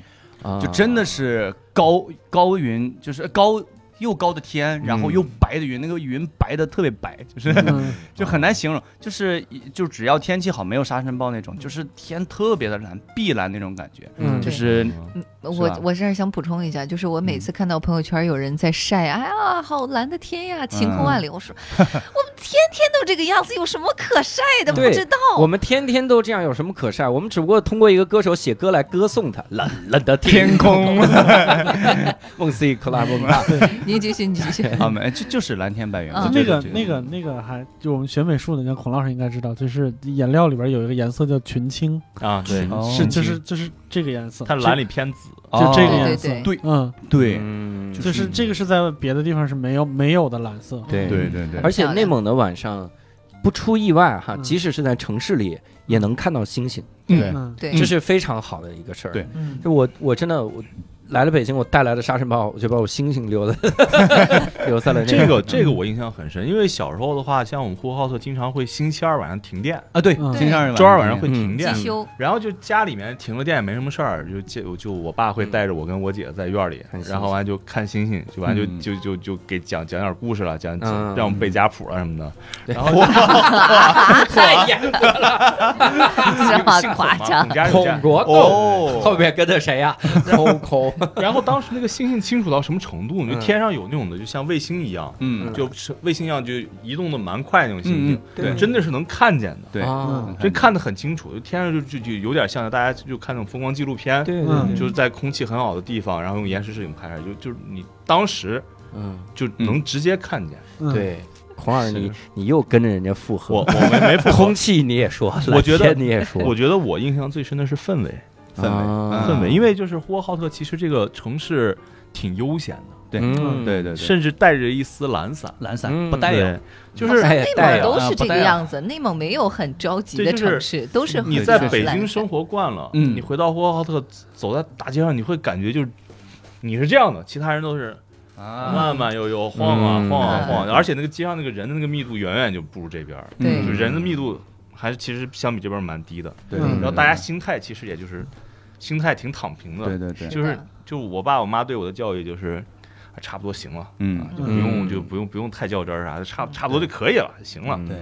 Speaker 1: 啊
Speaker 6: 就真的是高高云，就是呃高又高的天，然后又白的云，那个云白的特别白，就是、
Speaker 3: 嗯
Speaker 6: 就很难形容，就是就只要天气好，没有沙尘暴那种，就是天特别的蓝，碧蓝那种感觉，
Speaker 1: 嗯
Speaker 6: 就
Speaker 5: 对
Speaker 6: 是
Speaker 5: 嗯，
Speaker 6: 是
Speaker 5: 我
Speaker 6: 吧
Speaker 5: 我这儿想补充一下，就是我
Speaker 1: 嗯
Speaker 5: 每次看到朋友圈有人在晒，哎呀，好蓝的天呀，晴空万里，我说我天天都这个样子，有什么可晒的？不
Speaker 1: 对
Speaker 5: 知道。
Speaker 1: 我们天天都这样，有什么可晒？我们只不过通过一个歌手写歌来歌颂他。冷冷的天
Speaker 6: 天，空，
Speaker 1: 梦思一克拉蒙大。
Speaker 5: 你继续，你继续。
Speaker 6: 好啊没，就就是蓝天白云。
Speaker 5: 啊
Speaker 6: 我
Speaker 3: 就
Speaker 6: 觉
Speaker 3: 那
Speaker 6: 得
Speaker 3: 个
Speaker 6: 这
Speaker 3: 那个那个还就我们学美术的，像孔老师应该知道，就是颜料里边有一个颜色叫群青，
Speaker 4: 啊，对，
Speaker 6: 哦
Speaker 3: 是就是就是这个颜色，
Speaker 4: 它蓝里偏紫，
Speaker 3: 就就这个
Speaker 5: 对
Speaker 3: 颜色，
Speaker 5: 对
Speaker 6: 对
Speaker 3: 嗯，
Speaker 6: 对
Speaker 1: 嗯
Speaker 3: 就
Speaker 6: 就是
Speaker 3: 是这个是在别的地方是没有没有的蓝色，
Speaker 1: 对
Speaker 6: 对对对，
Speaker 1: 而且
Speaker 5: 漂亮
Speaker 1: 内蒙的晚上，不出意外哈，
Speaker 3: 嗯
Speaker 1: 即使是在城市里也能看到星星，
Speaker 6: 对
Speaker 3: 嗯，
Speaker 5: 对，
Speaker 1: 这是非常好的一个事儿。
Speaker 6: 对
Speaker 3: 嗯
Speaker 1: 就我我真的我来了北京，我带来的沙尘暴，我就把我星星留了，留在了那
Speaker 4: 这个这个我印象很深，因为小时候的话，像我们呼和浩特经常会星期二晚上停电，
Speaker 6: 啊对，
Speaker 3: 嗯
Speaker 6: 星期二
Speaker 4: 周二晚上会停电，
Speaker 5: 机修
Speaker 4: 然后就家里面停了电也没什么事儿，就就就我爸会带着我跟我姐在院里
Speaker 1: 看，星星
Speaker 4: 然后完就看星星，就完就
Speaker 6: 嗯
Speaker 4: 就就就给讲讲点故事了，讲
Speaker 1: 嗯
Speaker 4: 让我们背家谱啊什么的。
Speaker 1: 对
Speaker 4: 然后哇
Speaker 1: 太
Speaker 4: 啊
Speaker 1: 严格了，
Speaker 5: 这 么夸张
Speaker 4: 孔。家有家
Speaker 1: 孔国栋。啊后
Speaker 4: 哦，
Speaker 1: 面跟着谁啊呀、抠抠，
Speaker 4: 然后当时那个星星清楚到什么程度呢？就
Speaker 1: 嗯
Speaker 4: 天上有那种的，就像卫星一样，
Speaker 6: 嗯，
Speaker 4: 就是卫星一样就移动的蛮快那种星
Speaker 6: 嗯
Speaker 4: 星，
Speaker 1: 对
Speaker 4: 真的是能看见的。
Speaker 6: 对，
Speaker 1: 啊
Speaker 4: 真看得很清楚，就天上就就就有点像大家就看那种风光纪录片，
Speaker 1: 对对
Speaker 3: 嗯
Speaker 1: 对，
Speaker 4: 就是在空气很好的地方，然后用延时摄影拍下来，就就是你当时
Speaker 1: 嗯，
Speaker 4: 就能直接看见。
Speaker 3: 嗯，
Speaker 1: 对，孔老师，
Speaker 6: 是
Speaker 1: 你你又跟着人家附
Speaker 4: 我
Speaker 1: 和，
Speaker 4: 我没没复
Speaker 1: 空气你也说，
Speaker 4: 我觉得
Speaker 1: 蓝天你也说，
Speaker 4: 我觉得我印象最深的是氛围，
Speaker 6: 氛围
Speaker 1: 啊
Speaker 4: 氛围，因为就是呼和浩特其实这个城市挺悠闲的，
Speaker 6: 对
Speaker 1: 嗯
Speaker 6: 对对，
Speaker 4: 甚至带着一丝懒散，
Speaker 6: 懒
Speaker 1: 嗯
Speaker 6: 散不带有，
Speaker 4: 就是
Speaker 1: 哎
Speaker 5: 内
Speaker 1: 带
Speaker 5: 蒙
Speaker 1: 呀
Speaker 5: 都是
Speaker 6: 啊
Speaker 5: 这
Speaker 6: 不
Speaker 5: 个
Speaker 6: 带呀
Speaker 5: 样子，内蒙没有很着急的
Speaker 4: 对就是
Speaker 5: 城市，都是
Speaker 4: 你
Speaker 5: 很
Speaker 4: 在
Speaker 5: 懒
Speaker 4: 北
Speaker 5: 散
Speaker 4: 京
Speaker 5: 的
Speaker 4: 生活惯了，
Speaker 6: 嗯
Speaker 4: 你回到呼和浩特走在大街上，你会感觉就是你是这样的，其他人都是
Speaker 6: 啊，
Speaker 4: 慢慢悠悠晃啊晃啊
Speaker 5: 嗯
Speaker 4: 晃，而且那个街上那个人的那个密度远远就不如这边儿，
Speaker 5: 对
Speaker 4: 就人的密度还是其实相比这边儿蛮低的。
Speaker 6: 对，
Speaker 3: 嗯
Speaker 4: 然后大家心态其实也就是心态挺躺平的，
Speaker 6: 对对对，
Speaker 4: 就是
Speaker 5: 是的嗯
Speaker 4: 就我爸我妈对我的教育就是。啊差不多行了，
Speaker 6: 嗯
Speaker 4: 就不用就不用不用太较真儿啥的，差差不多就可以了，行
Speaker 1: 嗯
Speaker 4: 了。
Speaker 6: 对，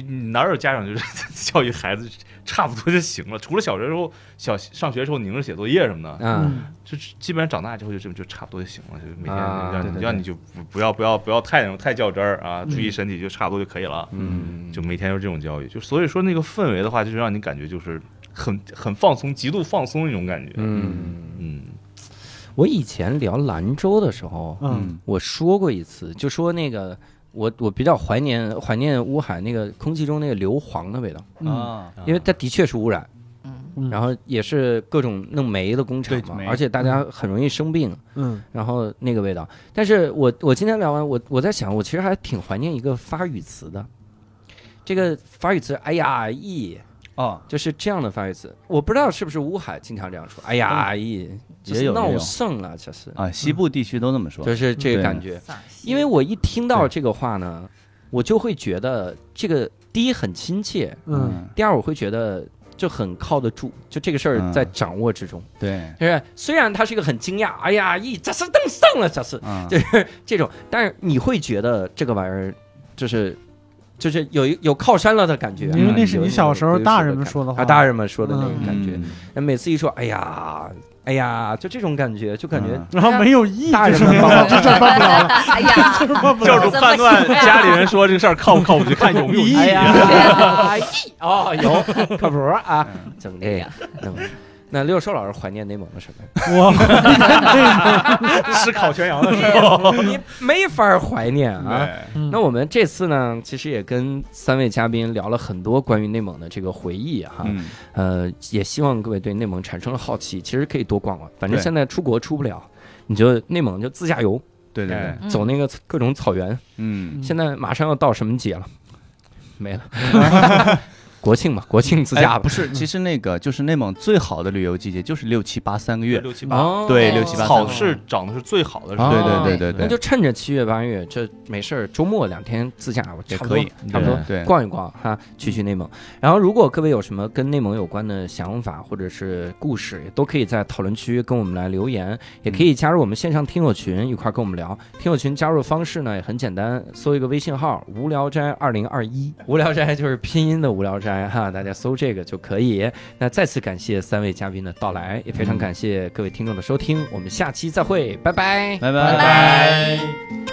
Speaker 4: 就你哪有家长就是 教育孩子差不多就行了？除了小学时候小上学时候拧着写作业什么的，
Speaker 1: 嗯，
Speaker 3: 嗯
Speaker 4: 就基本上长大之后就就就差不多就行了，就每天
Speaker 1: 啊
Speaker 4: 让
Speaker 1: 对
Speaker 4: 你
Speaker 6: 对
Speaker 4: 让
Speaker 6: 对
Speaker 4: 你就不不要不要不要太那种太较真儿啊，注意身体就差不多就可以了。
Speaker 1: 嗯，
Speaker 4: 就每天就这种教育，就所以说那个氛围的话，就是让你感觉就是很很放松，极度放松那种感觉。
Speaker 1: 嗯，
Speaker 4: 嗯
Speaker 1: 我以前聊兰州的时候，
Speaker 3: 嗯，
Speaker 1: 我说过一次，就说那个我我比较怀念怀念乌海那个空气中那个硫磺的味道，
Speaker 3: 嗯
Speaker 6: 啊，
Speaker 1: 因为它的确是污染，
Speaker 5: 嗯，
Speaker 3: 嗯
Speaker 1: 然后也是各种弄煤的工厂
Speaker 6: 对
Speaker 1: 嘛
Speaker 6: 煤，
Speaker 1: 而且大家很容易生病，
Speaker 3: 嗯
Speaker 1: 然后那个味道。但是我我今天聊完，我我在想，我其实还挺怀念一个法语词的，这个法语词哎呀 e
Speaker 6: 哦，
Speaker 1: 就是这样的法语词，我不知道是不是乌海经常这样说，哎呀 e 就
Speaker 6: 也
Speaker 1: 是
Speaker 6: 嗯有也
Speaker 1: 闹
Speaker 6: 有
Speaker 1: 剩了，这是
Speaker 6: 啊，西部地区都这么说，
Speaker 1: 就是这个
Speaker 6: 对
Speaker 1: 感觉。
Speaker 5: 丧 心
Speaker 1: 因为我一听到这个话呢，我就会觉得这个第一很亲切，
Speaker 3: 嗯，
Speaker 1: 第二我会觉得就很靠得住，就这个事儿
Speaker 6: 嗯
Speaker 1: 在掌握之中。
Speaker 6: 对，
Speaker 1: 就是虽然他是一个很惊讶，哎呀，咦，这是登上了，这是
Speaker 6: 啊，
Speaker 1: 就是这种，但是你会觉得这个玩意儿就是就是有一有靠山了的感觉，
Speaker 3: 因为那
Speaker 1: 嗯
Speaker 3: 是
Speaker 1: 有
Speaker 3: 你
Speaker 1: 一
Speaker 3: 小时候
Speaker 1: 有一
Speaker 3: 大
Speaker 1: 种
Speaker 3: 人们
Speaker 1: 感
Speaker 3: 说的
Speaker 1: 啊，
Speaker 3: 话，
Speaker 1: 大人们说的那种
Speaker 3: 嗯
Speaker 1: 感觉。每次一说，哎呀，哎呀，就这种感觉，就感觉
Speaker 6: 嗯
Speaker 3: 然后没有意义，
Speaker 1: 大人
Speaker 3: 就是
Speaker 1: 们帮我
Speaker 3: 这事儿办不了了，
Speaker 5: 哎呀，
Speaker 3: 这事儿办不了
Speaker 4: 教
Speaker 3: 了
Speaker 4: 主判断
Speaker 5: 啊
Speaker 4: 家里人说这个事儿靠不靠谱，就看有没有意义。
Speaker 1: 哎呀，咦哦，有靠谱啊，
Speaker 6: 嗯
Speaker 1: 整这样弄。那六兽老师怀念内蒙的什么？
Speaker 3: 我
Speaker 4: 吃烤全羊的时
Speaker 6: 哦
Speaker 1: 你没法怀念啊。
Speaker 3: 嗯
Speaker 1: 那我们这次呢，其实也跟三位嘉宾聊了很多关于内蒙的这个回忆哈。
Speaker 6: 嗯，
Speaker 1: 呃，也希望各位对内蒙产生了好奇，其实可以多逛逛，反正
Speaker 6: 对
Speaker 1: 现在出国出不了。你就内蒙就自驾游，
Speaker 6: 对对对
Speaker 4: 哎，
Speaker 5: 嗯
Speaker 1: 走那个各种草原。
Speaker 6: 嗯，
Speaker 1: 现在马上要到什么节了？没了， 国庆嘛，国庆自驾
Speaker 6: 哎
Speaker 1: 吧
Speaker 6: 不。是，其实那个就是内蒙最好的旅游季节就是六七八三个
Speaker 4: 候，
Speaker 6: 月，
Speaker 4: 六七八，
Speaker 1: 哦
Speaker 6: 对六七八
Speaker 4: 草是长得是最好的时候。
Speaker 6: 对
Speaker 1: 哦
Speaker 6: 对对
Speaker 1: 那
Speaker 6: 对
Speaker 1: 就
Speaker 6: 对，
Speaker 1: 趁着七月八月，这没事儿，周末两天自驾，我
Speaker 6: 也
Speaker 1: 差不多
Speaker 6: 可以，
Speaker 1: 差不多
Speaker 6: 对对
Speaker 1: 逛一逛哈，去去内蒙。然后，如果各位有什么跟内蒙有关的想法或者是故事，也都可以在讨论区跟我们来留言，也可
Speaker 6: 嗯
Speaker 1: 以加入我们线上听友群，一块儿跟我们聊。听友群加入方式呢也很简单，搜一个微信号“无聊斋二零二一”，无聊斋就是拼音的无聊斋哈，大家搜这个就可以。那再次感谢三位嘉宾的到来，
Speaker 6: 嗯
Speaker 1: 也非常感谢各位听众的收听，我们下期再会，拜拜。
Speaker 6: 拜
Speaker 5: 拜
Speaker 6: 拜
Speaker 5: 拜。